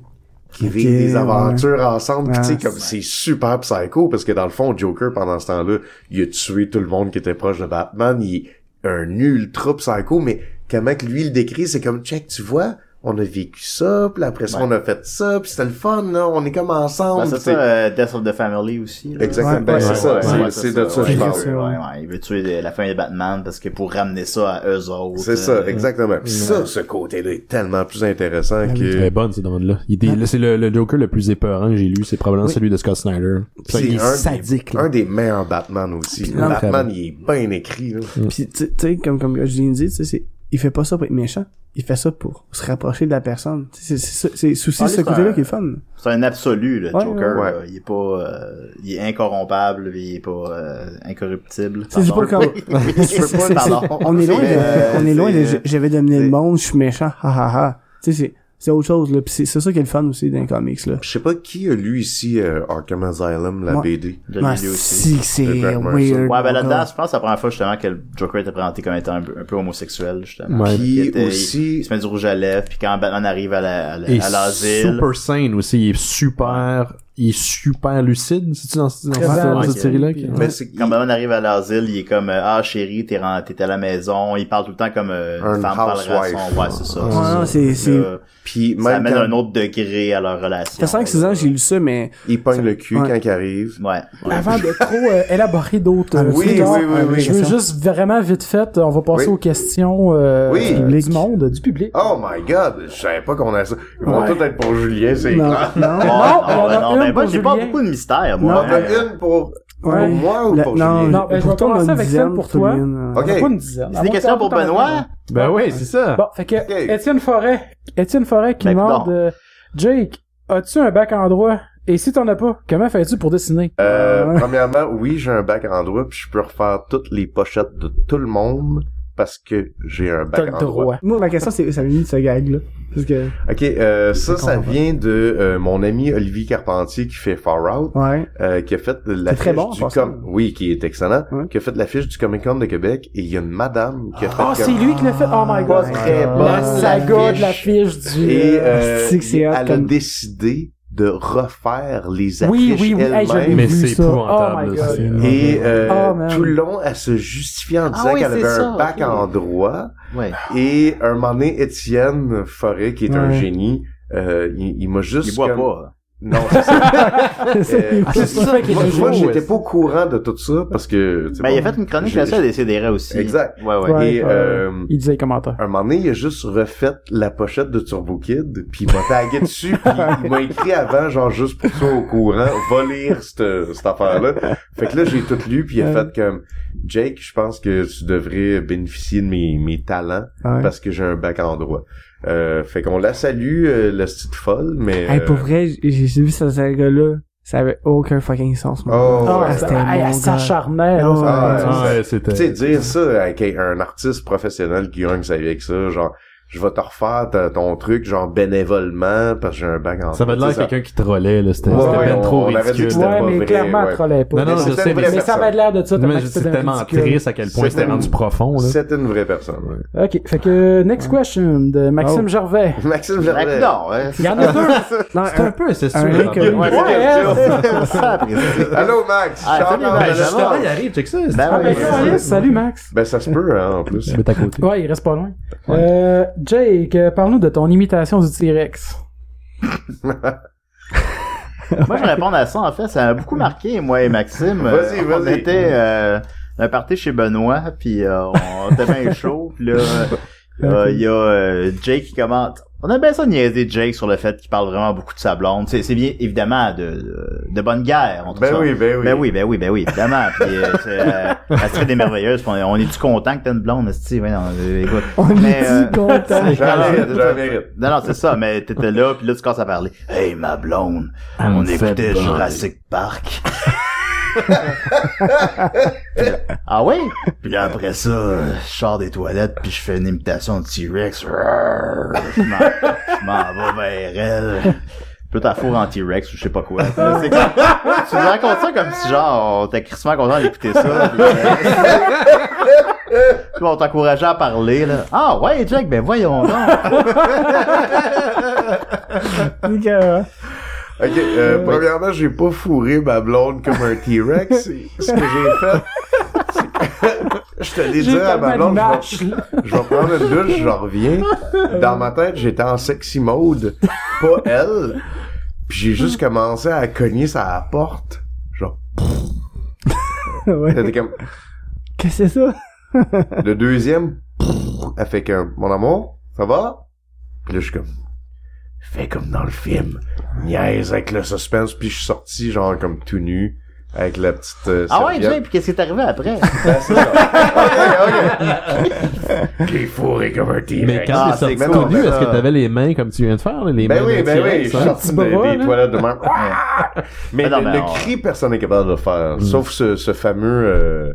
qui Ok, vivent des ouais. aventures ensemble, puis tu sais, Ah, comme c'est super psycho, parce que dans le fond, Joker, pendant ce temps-là, il a tué tout le monde qui était proche de Batman, il est un ultra psycho, mais comment que lui le décrit, c'est comme, check, tu vois, on a vécu ça, puis après ça, on a fait ça, puis c'était le fun, là, on est comme ensemble. Ben, c'est tu sais. ça, euh, Death of the Family aussi. là. Exactement. Ouais, Ben, ouais, c'est ouais, ça. ouais, c'est ouais, c'est de ça que ouais, ouais, je parle. ouais, ouais. Il veut tuer de- la fin de Batman parce que pour ramener ça à eux autres. C'est ça, euh, exactement. Puis ça, ce côté-là est tellement plus intéressant Elle que... est bonne, cette demande-là. Il est- là, C'est le, le Joker le plus épeurant que j'ai lu, c'est probablement celui de Scott Snyder. Ça, C'est il est un des- sadique, là. Un des meilleurs Batman aussi. non, Batman, il est bien écrit. là. Puis tu tu sais, comme comme Julien dit, tu sais, c'est- il fait pas ça pour être méchant, il fait ça pour se rapprocher de la personne. Tu sais, C'est c'est ça- c'est souci Ah, ce lui, c'est côté-là un- qui est fun. C'est un absolu, le Ouais, Joker. ouais. là. Il est pas, euh, il est incorrompable, puis il est pas euh, incorruptible. C'est pas Pardon. comme Oui, oui, C'est- c'est- pardon. on est loin de, Euh, on est loin de c'est- je vais dominer c'est- le monde, je suis méchant. Ha ha ha. Tu sais c'est c'est autre chose là, puis c'est c'est ça qui est le fun aussi dans les comics là. Je sais pas qui a lu ici euh, Arkham Asylum, la Moi. BD. Je l'ai Ah, lu aussi. si c'est De Grant weird. Morrison. Ouais, ben là-dedans, encore. je pense que c'est la première fois justement que le Joker était présenté comme étant un, peu- un peu homosexuel, justement. Ouais. Il Puis était- aussi... Il se met du rouge à lèvres, puis quand Batman arrive à la- à Il est la- à l'asile, super sane aussi, il est super, il est super lucide, c'est-tu dans, dans cette- dans ouais, cette série-là? puis- qui- Mais c'est quand Batman arrive à l'asile, il est comme euh, ah chérie, t'es ren- t'es à la maison, il parle tout le temps comme euh, Un une femme parlerait à housewife. son, ouais c'est ça. Ouais, non, ça. c'est c'est Là, Puis ça même amène quand un autre degré à leur relation. ça fait 5 6 ans, j'ai lu ça mais il pogne le cul Ouais. quand il arrive. Ouais. ouais. Avant de trop euh, élaborer d'autres Ah euh, Ah, oui, sujets, oui, oui, oui. je veux juste vraiment vite fait, on va passer Oui. aux questions euh, Oui. euh, du monde, du public. Oh my god, je savais pas qu'on a ça. Ils vont tous être pour Julien, c'est non, clair. non. Oh, on ben a une ben moi pour j'ai pas Julien. beaucoup de mystère On moi. en a une pour, pour Ouais. moi ou La- pour non, Julien? Non, ben, je vais Pourtant, on a commencer une avec celle dizaine pour pour toi. Julien, euh. On a Ok. pas une dizaine. C'est des questions pour Benoît. Ben oui, c'est ça. Bon, fait que Ok. Étienne Forêt, Étienne Forêt qui Ben, demande non. euh, Jake, as-tu un bac en droit Et si t'en as pas, comment fais-tu pour dessiner Euh, Ouais. Premièrement, oui, j'ai un bac en droit, puis je peux refaire toutes les pochettes de tout le monde parce que j'ai un T'as le background droit. droit. Moi, ma question, c'est, ça vient de ce gag-là. Parce que, Ok, euh, ça, C'est ça convaincant. vient de euh, mon ami Olivier Carpentier qui fait Far Out. ouais. euh, qui a fait l'affiche très bon, en du passant. com- oui qui est excellent Ouais. qui a fait l'affiche du Comic Con de Québec et il y a une madame qui a fait Ah, comme- c'est lui qui l'a fait. Oh my god. très bonne La saga l'affiche. de l'affiche du. et euh, C'est que c'est elle hot a comme- décidé de refaire les affiches oui, oui, oui. Hey, je l'ai elle-même Mais vu, c'est ça. épouvantable, Oh my là, c'est- god. et euh, Oh, man. tout le long elle se justifiait en disant Ah oui, qu'elle c'est avait un ça, bac ok. en droit Ouais. et un moment donné Étienne Forêt qui est un Ouais. génie euh, il, il m'a juste Il boit comme- pas. non c'est ça. C'est- Euh, c'est ça qu'il est moi, un moi, génie, j'étais ouais. pas au courant de tout ça parce que tu sais, Ben, il a bon, fait une chronique j'ai- là-dessus à Décideret aussi. Exact. Ouais, ouais. Ouais, et ouais. euh, Il disait les commentaires. un moment donné, il a juste refait la pochette de Turbo Kid, puis il m'a tagué dessus, puis il m'a écrit avant, genre juste pour toi au courant, va lire cette, cette affaire-là. Fait que là, j'ai tout lu, puis il a Ouais. fait comme, Jake, je pense que tu devrais bénéficier de mes, mes talents, ouais. parce que j'ai un bac en droit. Euh, fait qu'on la salue, euh, la petite folle, mais... Hey, pour euh, vrai, j'ai j'ai vu ce saga-là. Ça avait aucun fucking sens, moi. Ah, Oh, Oh, ouais. elle c'était hey, mon elle s'acharnait. là, gars. ça- Ah, ouais. Ah ouais, Tu sais, c'était... dire ça à quel- un artiste professionnel qui gagne sa vie avec ça, genre, je vais te refaire ta- ton truc, genre, bénévolement, parce que j'ai un bac en Ça avait Tu l'air sais, de quelqu'un qui trollait, là. C'était Ouais, c'était ouais, ben on- on trop avait dit que ridicule. c'était Ouais, pas mais vrai, clairement, ouais. elle trollait pas. Non, non, Mais je c'était sais, une vraie mais Mais ça personne. avait l'air de ça, Non, mais tellement que c'est c'était tellement ridicule. triste à quel point c'était C'était- rendu profond, là. C'est une vraie personne. ouais. Ok, fait que next question de Maxime Oh. Gervais. Ah, Maxime Fait que Gervais. non, hein. Il y en a deux. Non, C'est un un- peu incestueux. un là, inconnu. quand même. Ouais, hein, c'est ça, après. Allô, Max. Ah, Charles salut, Max. André Ben, justement, Lachance. justement, il arrive, check ça. Ben Ah, ben, ouais. ça, yes, Salut Max. Ben, ça se peut, hein, en plus. à côté. Ouais, il reste pas loin. Euh, Jake, euh, parle-nous de ton imitation du T-Rex. Moi, je vais répondre à ça, en fait. Ça m'a beaucoup marqué, moi et Maxime. Vas-y, Euh, On vas-y. était euh, un party chez Benoît, puis euh, on était bien chaud. Puis là, euh, euh, il y a euh, Jake qui commente. On a bien ça niaisé Jake sur le fait qu'il parle vraiment beaucoup de sa blonde. C'est c'est bien, évidemment, de, de bonne guerre. on trouve Ben ça- oui, ben oui. Ben oui, ben oui, ben oui, évidemment. Puis, euh, c'est, euh, elle se fait des merveilleuses. puis on, on est-tu content que t'aies une blonde, esti? Ouais, non, euh, écoute. on Mais, euh, est dit Ah, content. Je la mérite, je la Non, mérite. non, non, c'est ça, mais t'étais là, puis là, tu commences à parler. Hey, ma blonde, on écoutait Jurassic Park. Puis là, ah oui? Puis là, après ça, euh, je sors des toilettes, puis je fais une imitation de T-Rex. Rrrr. Je m'en je m'en vais vers elle. Puis là, t'as fourre en T-Rex ou je sais pas quoi. Puis là, c'est comme- tu me racontes ça comme si, genre, on était crissement content d'écouter ça. Puis, euh, puis on t'encourageait à parler, là. Ah ouais, Jack, ben voyons donc. Donc, euh, Ok, euh, premièrement, j'ai pas fourré ma blonde comme un T-Rex. Ce que j'ai fait, c'est- je te l'ai dit à ma blonde, je vais, je vais prendre une douche, je reviens. Dans ma tête, j'étais en sexy mode, pas elle. Puis j'ai juste commencé à cogner sa porte. Genre, ouais. t'étais comme, Qu'est-ce que c'est ça? Le deuxième, elle fait comme, mon amour, ça va? Puis là, je suis comme, fais comme dans le film. Niaise avec le suspense, puis je suis sorti, genre, comme tout nu, avec la petite euh, Ah ouais, Jay, serviette. puis qu'est-ce qui est arrivé après? Ben, c'est ça. ok, ok. J'ai fourré comme un T-Rex. Mais quand Ah, t'es sorti c'est- mais tout non, nu, ben est-ce que ça- t'avais les mains comme tu viens de faire, là, les Ben mains oui, d'un ben oui, T-Rex, je suis hein? sorti des, bras, des là. toilettes de même. Mais Ah non, le, ben, le on- cri, personne n'est capable de le faire, sauf ce, ce fameux, euh,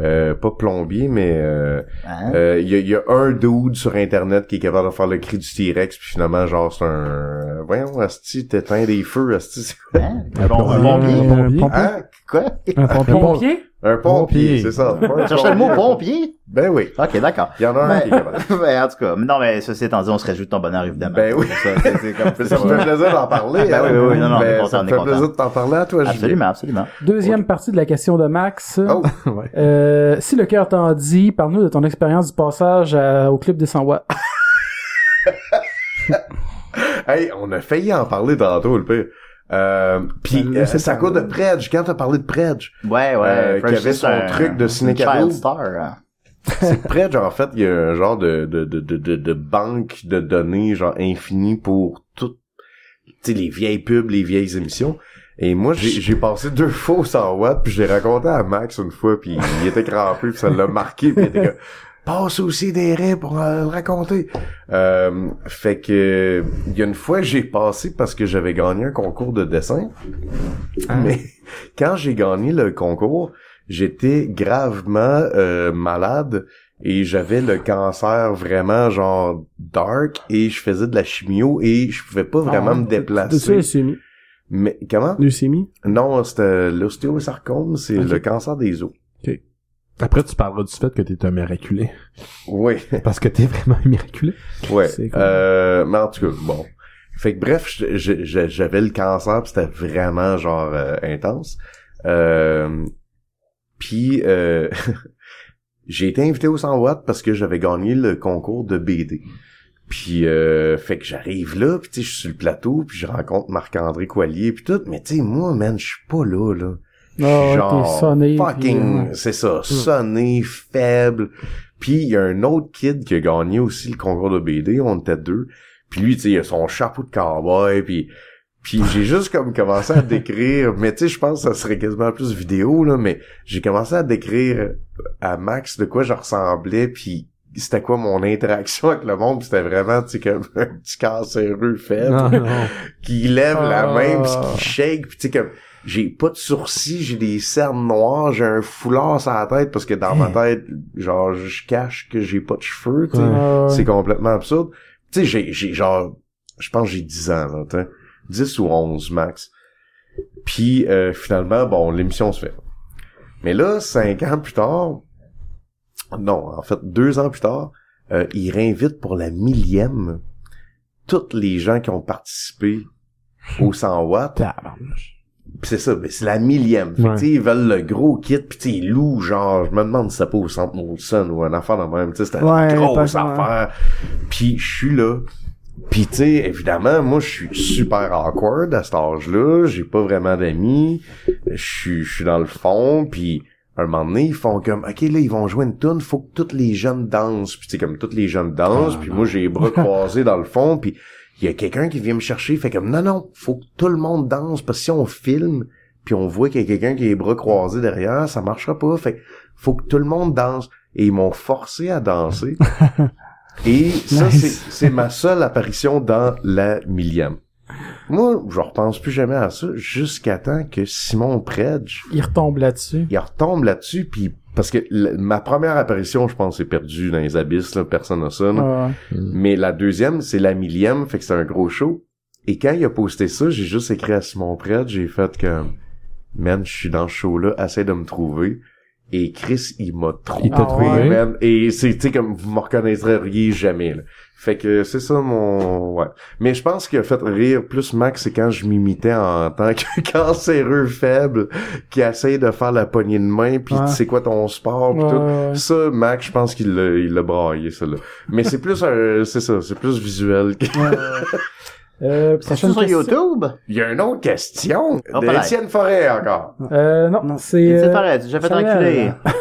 euh, pas plombier, mais... euh, Hein? Euh, Il y, a- il y a un dude sur internet qui est capable de faire le cri du T-Rex puis finalement genre c'est un euh, voyons asti t'éteins des feux asti c'est Hein? Un bon, un plombier. bon Un pied. pompier. Hein? Quoi? Un pompier. pompier. Pompier? un pompier Pompier. c'est ça Pas un Cherchais le mot pompier? ben oui Ok, d'accord. il y en a un qui est Ben, capable ben, en tout cas, non, mais ceci étant dit, on se rajoute ton bonheur, évidemment. ben oui Ça, c'est- c'est comme- ça me fait plaisir d'en parler Ben hein. oui, oui, oui, non, non, on est Ben, content, ça on me est fait content. plaisir de t'en parler à toi Julien. Absolument, absolument. Deuxième partie de la question de Max. Oh. Ouais. Euh, si le cœur t'en dit, parle-nous de ton expérience du passage à- au club des 100 watts. Hey, on a failli en parler tantôt le pire euh, puis Ben, euh, c'est ça ça. court de Predge quand t'as parlé de Predge Ouais, ouais. Euh, French qui avait Kiss, son un- truc de une ciné-cadeau. Child Star. C'est prêt, genre, en fait, il y a un genre de, de, de, de, de, de banque de données, genre, infinie pour toutes, tu sais, les vieilles pubs, les vieilles émissions. Et moi, j'ai j'ai passé deux fois au 100 watts, puis j'ai raconté à Max une fois, puis il était crampé, puis ça l'a marqué, puis il était comme, passe aussi des raies pour euh, le raconter. Euh, fait que, il y a une fois, j'ai passé parce que j'avais gagné un concours de dessin. Mais quand j'ai gagné le concours, j'étais gravement euh, malade Et j'avais le cancer vraiment genre dark et je faisais de la chimio et je pouvais pas vraiment me Ah, C'est ça, déplacer. leucémie. Mais comment? Leucémie. Non, c'était l'ostéosarcome, c'est le cancer des os. Après, tu parleras du fait que t'es un miraculé. Oui, Parce que t'es vraiment un miraculé. ouais. C'est cool. Euh, mais en tout cas, bon. Fait que bref, je- je- je- j'avais le cancer, pis c'était vraiment genre euh, intense. Euh, puis euh, j'ai été invité au 100 watts parce que j'avais gagné le concours de BD. Puis euh, fait que j'arrive là, puis tu sais, je suis sur le plateau, puis je rencontre Marc-André Coallier puis tout, mais tu sais moi man, je suis pas là là. Ah, ouais, t'es sonné, puis, fucking, euh, c'est ça, sonné, faible. Puis il y a un autre kid qui a gagné aussi le concours de BD, on était deux. Puis lui, tu sais, il a son chapeau de cowboy, puis puis j'ai juste comme commencé à décrire, mais tu sais, je pense que ça serait quasiment plus vidéo là, mais j'ai commencé à décrire à Max de quoi je ressemblais, puis c'était quoi mon interaction avec le monde, puis c'était vraiment tu sais comme un petit cancéreux faible Non, non. qui lève Ah. la main puis qui shake puis tu sais comme j'ai pas de sourcils, j'ai des cernes noires, j'ai un foulard sur la tête parce que dans ma tête genre je cache que j'ai pas de cheveux, tu sais. Ah, ouais. Euh, C'est complètement absurde. Tu sais j'ai j'ai genre je pense que j'ai 10 ans là, tu sais. 10 ou 11 max. Puis euh, finalement bon, l'émission se fait. Mais là 5 ans plus tard non, en fait deux ans plus tard, euh, il réinvite pour la millième toutes les gens qui ont participé au 100 watts. Tabarnouche. Pis c'est ça, mais c'est la millième. Fait que, Ouais. tu sais, ils veulent le gros kit, pis tu sais, ils louent, genre, je me demande si c'est pas au Centre Molson ou un affaire de même, tu sais, c'était Ouais, une grosse pas grave. affaire. Puis je suis là. Puis tu sais, évidemment, moi, je suis super awkward à cet âge-là, j'ai pas vraiment d'amis, je suis je suis dans le fond, puis un moment donné, ils font comme, OK, là, ils vont jouer une tune, faut que toutes les jeunes dansent. Puis tu sais, comme toutes les jeunes dansent, puis moi, j'ai les bras croisés dans le fond, puis il y a quelqu'un qui vient me chercher, fait comme, non, non, faut que tout le monde danse, parce que si on filme, puis on voit qu'il y a quelqu'un qui a les bras croisés derrière, ça marchera pas, fait que faut que tout le monde danse. Et ils m'ont forcé à danser. Et ça, Nice. c'est c'est ma seule apparition dans la millième. Moi, je repense plus jamais à ça jusqu'à temps que Simon Predge Il retombe là-dessus. il retombe là-dessus puis parce que la- ma première apparition je pense est perdue dans les abysses là, personne n'a ça là. Euh, Ah, mais la deuxième c'est la millième fait que c'est un gros show et quand il a posté ça j'ai juste écrit à Simon Prêtre j'ai fait comme man je suis dans ce show là essaie de me trouver et Chris il m'a trouvé Il t'a Ah trouvé. ouais. man. et c'est tu sais comme vous me reconnaîtriez jamais là. fait que c'est ça mon ouais mais je pense qu'il a fait rire plus Max c'est quand je m'imitais en tant que cancéreux faible qui essaye de faire la poignée de main puis Ouais. c'est quoi ton sport ouais, puis tout ouais, ouais. ça Max je pense qu'il l'a il l'a braillé ça là mais c'est plus un- c'est ça c'est plus visuel que- Euh, C'est prochaine sur question. YouTube? il y a une autre question Oh, de pareil. Étienne Forêt encore Euh, non, Il c'est dit, euh, pareil, j'ai fait Samuel. enculer. hein.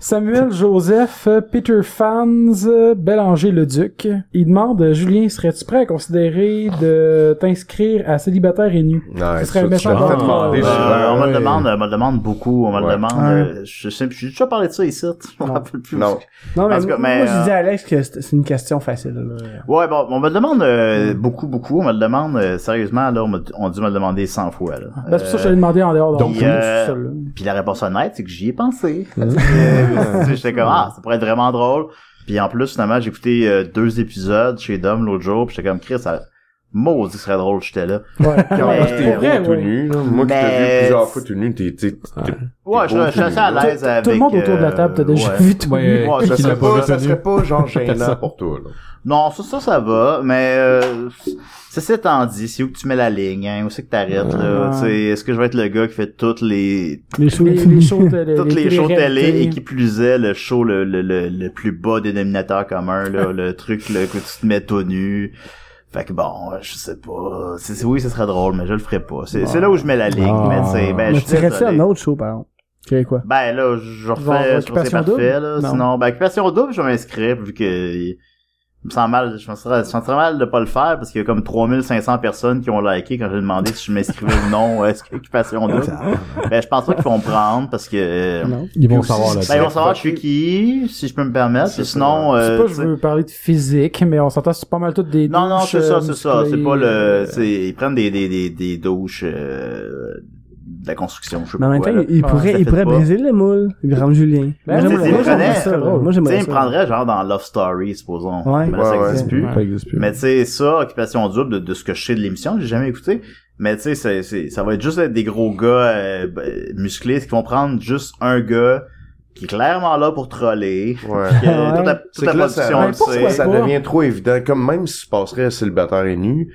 Samuel Joseph euh, Peter Fans euh, Bélanger le Duc. Il demande euh, Julien, serais-tu prêt à considérer de t'inscrire à célibataire et nu ouais, Ce serait ça, un méchant tu l'as bon- fait demander Ah, Euh, souvent. on me le ouais. demande, on me le demande beaucoup, on me le Ouais. demande, Ouais. euh, je sais, j'ai déjà parlé de ça ici, je me Non. rappelle plus. non Non, mais, En tout cas, moi, mais, euh, je dis à Alex que c'est c'est une question facile. là. Ouais, bon, on me le demande euh, Mm. beaucoup, beaucoup, on me le demande, euh, sérieusement, là, on, me- on a dû me le demander 100 fois, là. Ben, C'est pour ça que je Euh, t'avais demandé en dehors. Donc, Donc, euh, seul. Puis la réponse honnête, c'est que j'y ai pensé. Euh, J'étais comme, ah, ça pourrait être vraiment drôle. Puis en plus, finalement, j'ai écouté euh, deux épisodes chez Dom l'autre jour, puis j'étais comme, Chris, ça... maudit que ce serait drôle, j'étais là. Ouais. Quand Ouais. même, t'es Pour vrai, tout ouais. nu, là. Moi qui t'ai Mais- vu plusieurs fois tout nu, t'es, t'es, t'es- Ouais, t'es je beau je suis tout assez nu, à là. l'aise Tout- avec... tout le monde autour de la table, t'as euh, déjà ouais. vu tout. Ouais, euh, Ouais, qui ça l'a serait pas pas, ça retenu. serait pas genre gênant pour toi, là. Non, ça, ça, ça va, mais euh, ceci étant dit, c'est où que tu mets la ligne, hein, où c'est que t'arrêtes, là, Ah. tu sais, est-ce que je vais être le gars qui fait toutes les Les choses. Les, les shows de- de- toutes les, Euh, les shows télé réalités. et qui plus est le show le, le, le, le plus bas dénominateur commun, là, le truc là, que tu te mets tout nu. Fait que bon, je sais pas. C'est, c'est- oui, ce serait drôle, mais je le ferai pas. C'est, c'est là où je mets la ligne, Ah. mais tu sais, ben, Mais je tu suis restes à un désolé. autre show, par exemple. Tu quoi? Ben là, je- je refais sur c'est Occupation parfait, Double? là. Non. Sinon, ben occupation double, je vais m'inscrire vu que il il me sent mal, je me serais, je me sentirais mal de pas le faire parce qu'il y a comme 3500 personnes qui ont liké quand j'ai demandé si je m'inscrivais ou non à occupation double. ben je pense pas qu'ils vont me prendre parce que euh, Non. Ils vont Puis aussi, savoir là ben, ils c'est vont savoir je suis qui, si je peux me permettre. C'est Puis ça. sinon, Je sais euh, pas, tu je sais- veux parler de physique, mais on s'entend, c'est pas mal toutes des. non, non, douches, c'est ça, euh, c'est ça. C'est musclées. pas le, c'est, ils prennent des, des, des, des douches, euh, la construction, je sais Mais pas en même quoi, temps, là. il pourrait, Ça il fait pourrait pas. briser le moule, il rend Julien. Ben, Moi, tu sais, il j'aimerais prenait- ça. drôle. Moi, Tu sais, j'aimerais il me ça. prendrait genre dans Love Story, supposons. Ouais. mais là, ça Ouais, existe ouais. plus. Ça existe plus. Mais tu sais, ça, Occupation Double, de, de ce que je sais de l'émission, j'ai jamais écouté. Mais tu sais, c'est- c'est- ça va être juste être des gros gars euh, ben, musclés qui vont prendre juste un gars qui est clairement là pour troller. Ouais. Puis, euh, toute la, toute C'est la que là, ça, production, Ben, le pourquoi sait. ça pas? devient trop évident. Comme même si tu passerais célibataire et nu,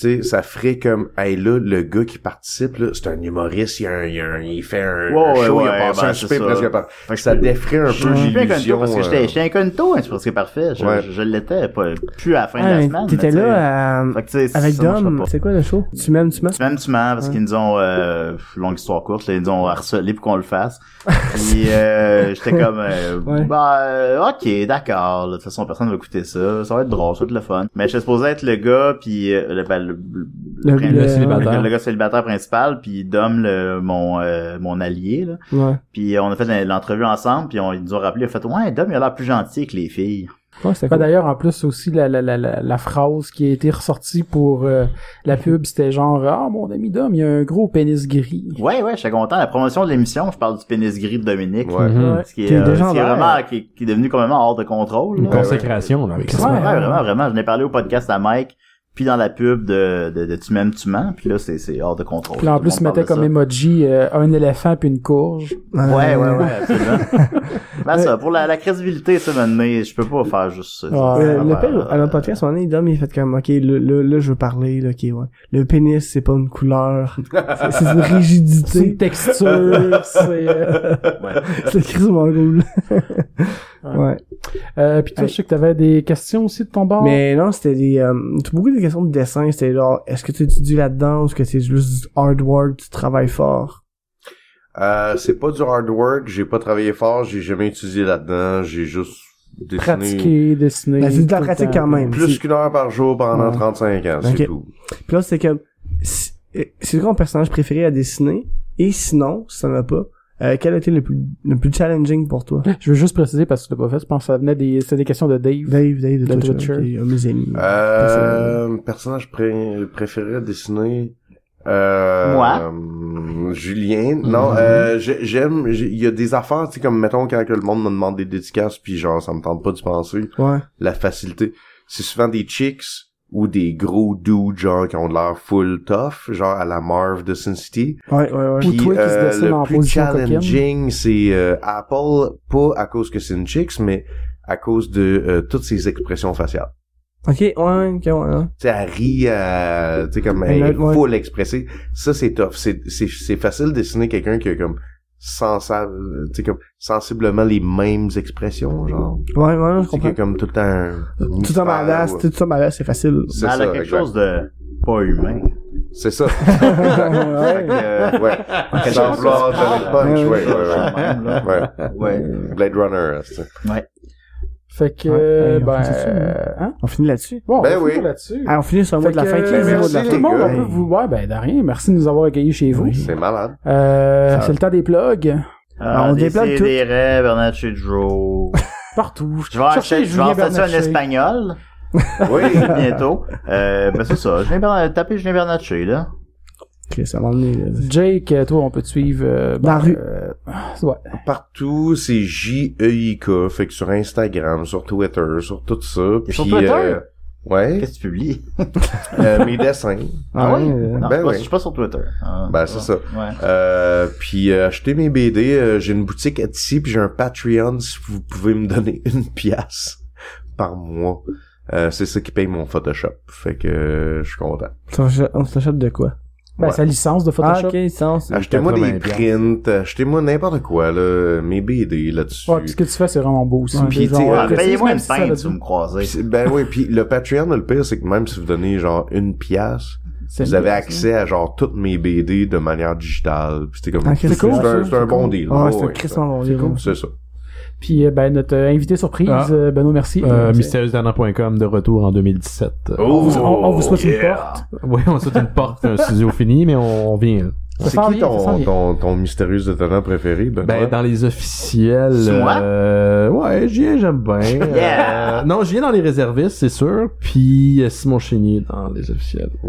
tu sais, ça ferait comme, hey là, le gars qui participe, là, c'est un humoriste, il, a un- il, a un- il fait un Ouais, ouais, show, il ouais, a passé ben, un c'est souper ça. presque par... Fait que Ça défrait un Je peu suis plus incognito l'illusion. euh, parce que j'étais j'étais incognito, hein, c'est presque parfait. Je, Ouais. je, je l'étais pas, plus à la fin de la Ouais, semaine. Ah, T'étais mais, tu sais. là à- Fait que, tu sais, avec ça marchera Dom. pas. C'est quoi le show? Tu m'aimes, tu m'aimes? Tu m'aimes, tu mens, parce Ouais. qu'ils nous ont, euh, longue histoire courte, là, ils nous ont harcelé pour qu'on le fasse. Puis, euh, j'étais comme, euh, Ouais. bah, euh, ok, d'accord, là, de toute façon, personne va écouter ça, ça va être drôle, ça va être le fun. Mais j'étais supposé être le gars, puis euh, le, ben, le, Le- prin- le- célibataire. le gars célibataire principal, puis Dom, le, mon, euh, mon allié, là. Ouais. Puis on a fait l'entrevue ensemble, puis on, ils nous ont rappelé, on a fait, ouais, Dom, il a l'air plus gentil que les filles. Ouais, c'était Ben, cool. D'ailleurs, en plus, aussi, la, la, la, la, la phrase qui a été ressortie pour euh, la pub, c'était genre « Ah, mon ami Dom, il y a un gros pénis gris. Ouais, ouais, j'étais content. La promotion de l'émission, je parle du pénis gris de Dominique. Ouais. Mhm. Ce qui est, Qui est euh, déjà ce qui est en l'air. vraiment, qui, qui est devenu complètement hors de contrôle. Une là. consécration, là, avec ça. Ouais, Ouais, ouais. vraiment, vraiment. Je n'ai parlé au podcast à Mike, puis dans la pub de, de, de Tu m'aimes, tu mens, puis là, c'est, c'est hors de contrôle. » Puis là, en Tout le plus, il monde mettait parle comme de emoji euh, un éléphant puis une courge. ça. Ouais, ouais, ouais, absolument. ben, ça, pour la, la crédibilité, ça, m'a donné, je peux pas faire juste ça. Euh, le Ouais, père, à notre podcast, on est Dom, il fait comme, ok, le- le- là, je veux parler, là, ok, ouais. Le pénis, c'est pas une couleur. C'est c'est une C'est une rigidité. texture, c'est... euh, ouais. C'est crissement cool. Ouais. euh, puis toi, je sais que t'avais des questions aussi de ton bord. Mais non, c'était des, euh, t'as beaucoup des questions de dessin. C'était genre, est-ce que tu étudies là-dedans ou est-ce que c'est juste du hard work, tu travailles fort? Euh, c'est pas du hard work, j'ai pas travaillé fort, j'ai jamais étudié là-dedans, j'ai juste dessiné Pratiquer, dessiner... Ben, c'est de la tout le pratique temps. quand même. plus C'est- qu'une heure par jour pendant Ouais. 35 ans, c'est Ok. tout. Puis là, c'est comme, si- euh, c'est quoi mon personnage préféré à dessiner? Et sinon, si t'en as pas, euh, quel a été le plus, le plus challenging pour toi? Je veux juste préciser, parce que tu l'as pas fait, je pense que ça venait des... C'était des questions de Dave. Dave, Dave de Le Twitch, Twitcher. ok, un de mes amis. Euh, mon personnage pré- préféré à dessiner. Euh, Moi? euh, Julien. Mhm. Non, euh, j'ai- j'aime. j'ai- Il y a des affaires, tu sais, comme mettons quand que le monde me demande des dédicaces, puis genre ça me tente pas d'y penser. Ouais. La facilité. C'est souvent des chicks ou des gros dudes genre qui ont de l'air full tough, genre à la Marv de Sin City. Ouais, ouais, ouais. Ou Puis, toi qui se euh, dessine le en plus position challenging, c'est euh, Apple, pas à cause que c'est une chicks, mais à cause de euh, toutes ses expressions faciales. Ok, ouais, ouais, ok, ouais, hein. ouais. tu sais, elle rit, euh, tu sais, comme elle Elle est a- ouais. full expressée. Ça, c'est tough. C'est, c'est, c'est facile de dessiner quelqu'un qui a comme, sensable, tu sais, comme, sensiblement les mêmes expressions, genre. Ouais, ouais, non, je Tu sais, qui comprends. a comme tout le temps un... Tout en badass, tout ça badass, c'est facile. C'est Mais ça, elle a quelque exact. chose de pas humain. C'est ça. Ouais. Euh, ouais. Sans vouloir donner le Ah, punch, ouais, ouais, Même, là. ouais. Ouais. Ouais. Blade Runner, hein, c'est ça. Fait que, Ouais, euh, hey, on ben, finit ça, euh, hein? On finit là-dessus? Bon, Ben on oui. finit là-dessus. Ah, on finit sur le mot Fait de la que, euh, fin. Qui est le mot de la merci, fin? tout le monde, gars. on peut vous, ouais, ben, de rien. Merci de nous avoir accueillis chez vous. C'est malade. Euh, Ça- c'est le temps des plugs. Ah, on des déploie tout. des rêves, Bernard Joe. Partout. Je vais acheter, Cherchez je vais en Julien faire ça en Bernatchez. espagnol. Oui. bientôt. Euh, ben c'est ça. Je viens Bernard- taper Julien Bernatchez, là. Chris, à un moment donné, là. Jake, euh, toi, on peut te suivre. euh, Dans la ben, rue. euh, ouais. Partout, c'est J-E-I-K. Fait que sur Instagram, sur Twitter, sur tout ça. Et Puis, sur Twitter? euh, ouais. Qu'est-ce que tu publies? Euh, mes dessins. Ah ouais? euh, Non, Ben je, suis pas, oui. je suis pas sur Twitter. Ah, Ben, c'est ça. Ouais. Euh, puis euh, acheter mes BD, euh, j'ai une boutique Etsy puis j'ai un Patreon si vous pouvez me donner une pièce par mois. Euh, c'est ça qui paye mon Photoshop. Fait que euh, je suis content. on s'ach- On s'achète de quoi? Ben, Ah, Ouais. sa licence de Photoshop. Ah, sens. Achetez-moi des 80 piastres. prints, achetez-moi n'importe quoi, là, mes BD là-dessus. Ouais, puis ce que tu fais, c'est vraiment beau aussi. Ouais. Puis Puis, tu sais, genre, euh, Ah, précise, Payez-moi même une si ça peinte, veut si dire- vous me croisez. Puis c'est- ben oui, puis le Patreon, le pire, c'est que même si vous donnez genre une pièce, c'est vous une- avez accès à genre toutes mes BD de manière digitale. Puis c'est comme hein? Ah, c'est c'est cool, un, ça, c'est un bon c'est cool. Ah, deal. Ouais, c'est Ouais, un crissement bon livre. ouais. C'est ça. Puis, euh, ben, notre euh, invité surprise, Ah. euh, Benoît, merci. Euh, mystérieusedana.com de retour en 2017. Oh. on, vous- on- on vous souhaite une porte. Oui, on souhaite une porte, un studio fini, mais on, on vient. Ça C'est s'en qui vient, ça s'en ton, vient. ton, ton mystérieux étonnant préféré, Ben, Benoît? dans les officiels. C'est moi? euh, ouais, Julien, j'aime bien. Euh, Yeah! non, Julien dans les réservistes, c'est sûr. Puis euh, Simon Chénier dans les officiels. Mmh.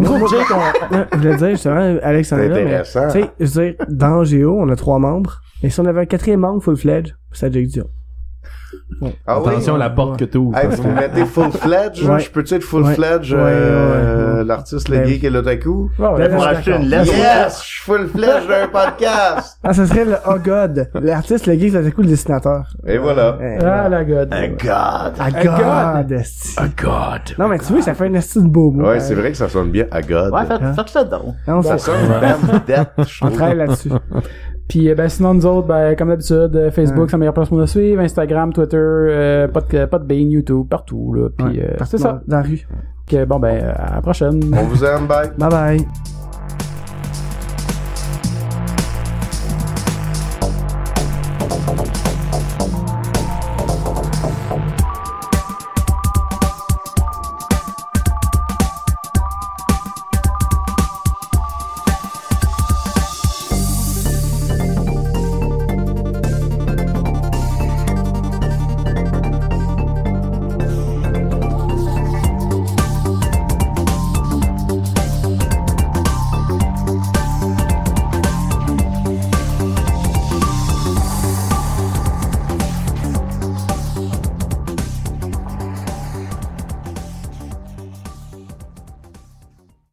Moi, Jake, on- Non, je voulais dire justement, Alex en C'est est là, mais, intéressant. tu sais, je veux dire, dans Géo, on a trois membres, mais si on avait un quatrième membre full-fledged, c'est Jake Dion. Ah oui? Attention à la porte que t'ouvres. Hey, parce que- vous mettez full-fledged, Ouais. là? je peux-tu être full-fledged, Ouais. euh, Ouais, ouais. l'artiste, le Ben- geek et l'otaku? Ouais, ouais, Là, Ben, pour ouais, acheter d'accord. une lettre. Yes! Je suis full-fledged d'un podcast! Ah, ça serait le Oh God, l'artiste, le geek, le coup, le dessinateur. Et voilà. Eh, Ah, la god. Un god. Ah, God, esti. Oh, God. Non, mais tu vois, ça fait un esti de beau mot. Ouais, c'est vrai que ça sonne bien à God. Ouais, faites, Hein? faites ça donc. Non, ça, Ça sonne même death, je on trouve. travaille là-dessus. Puis euh, ben, sinon, nous autres, ben, comme d'habitude, euh, Facebook, c'est la meilleure place pour nous suivre, Instagram, Twitter, euh, Pod- Podbean, YouTube, partout. Là. Puis Ouais, euh, partout c'est ça. Dans dans la rue. Que, bon, ben, à la prochaine. On vous aime, bye! Bye bye.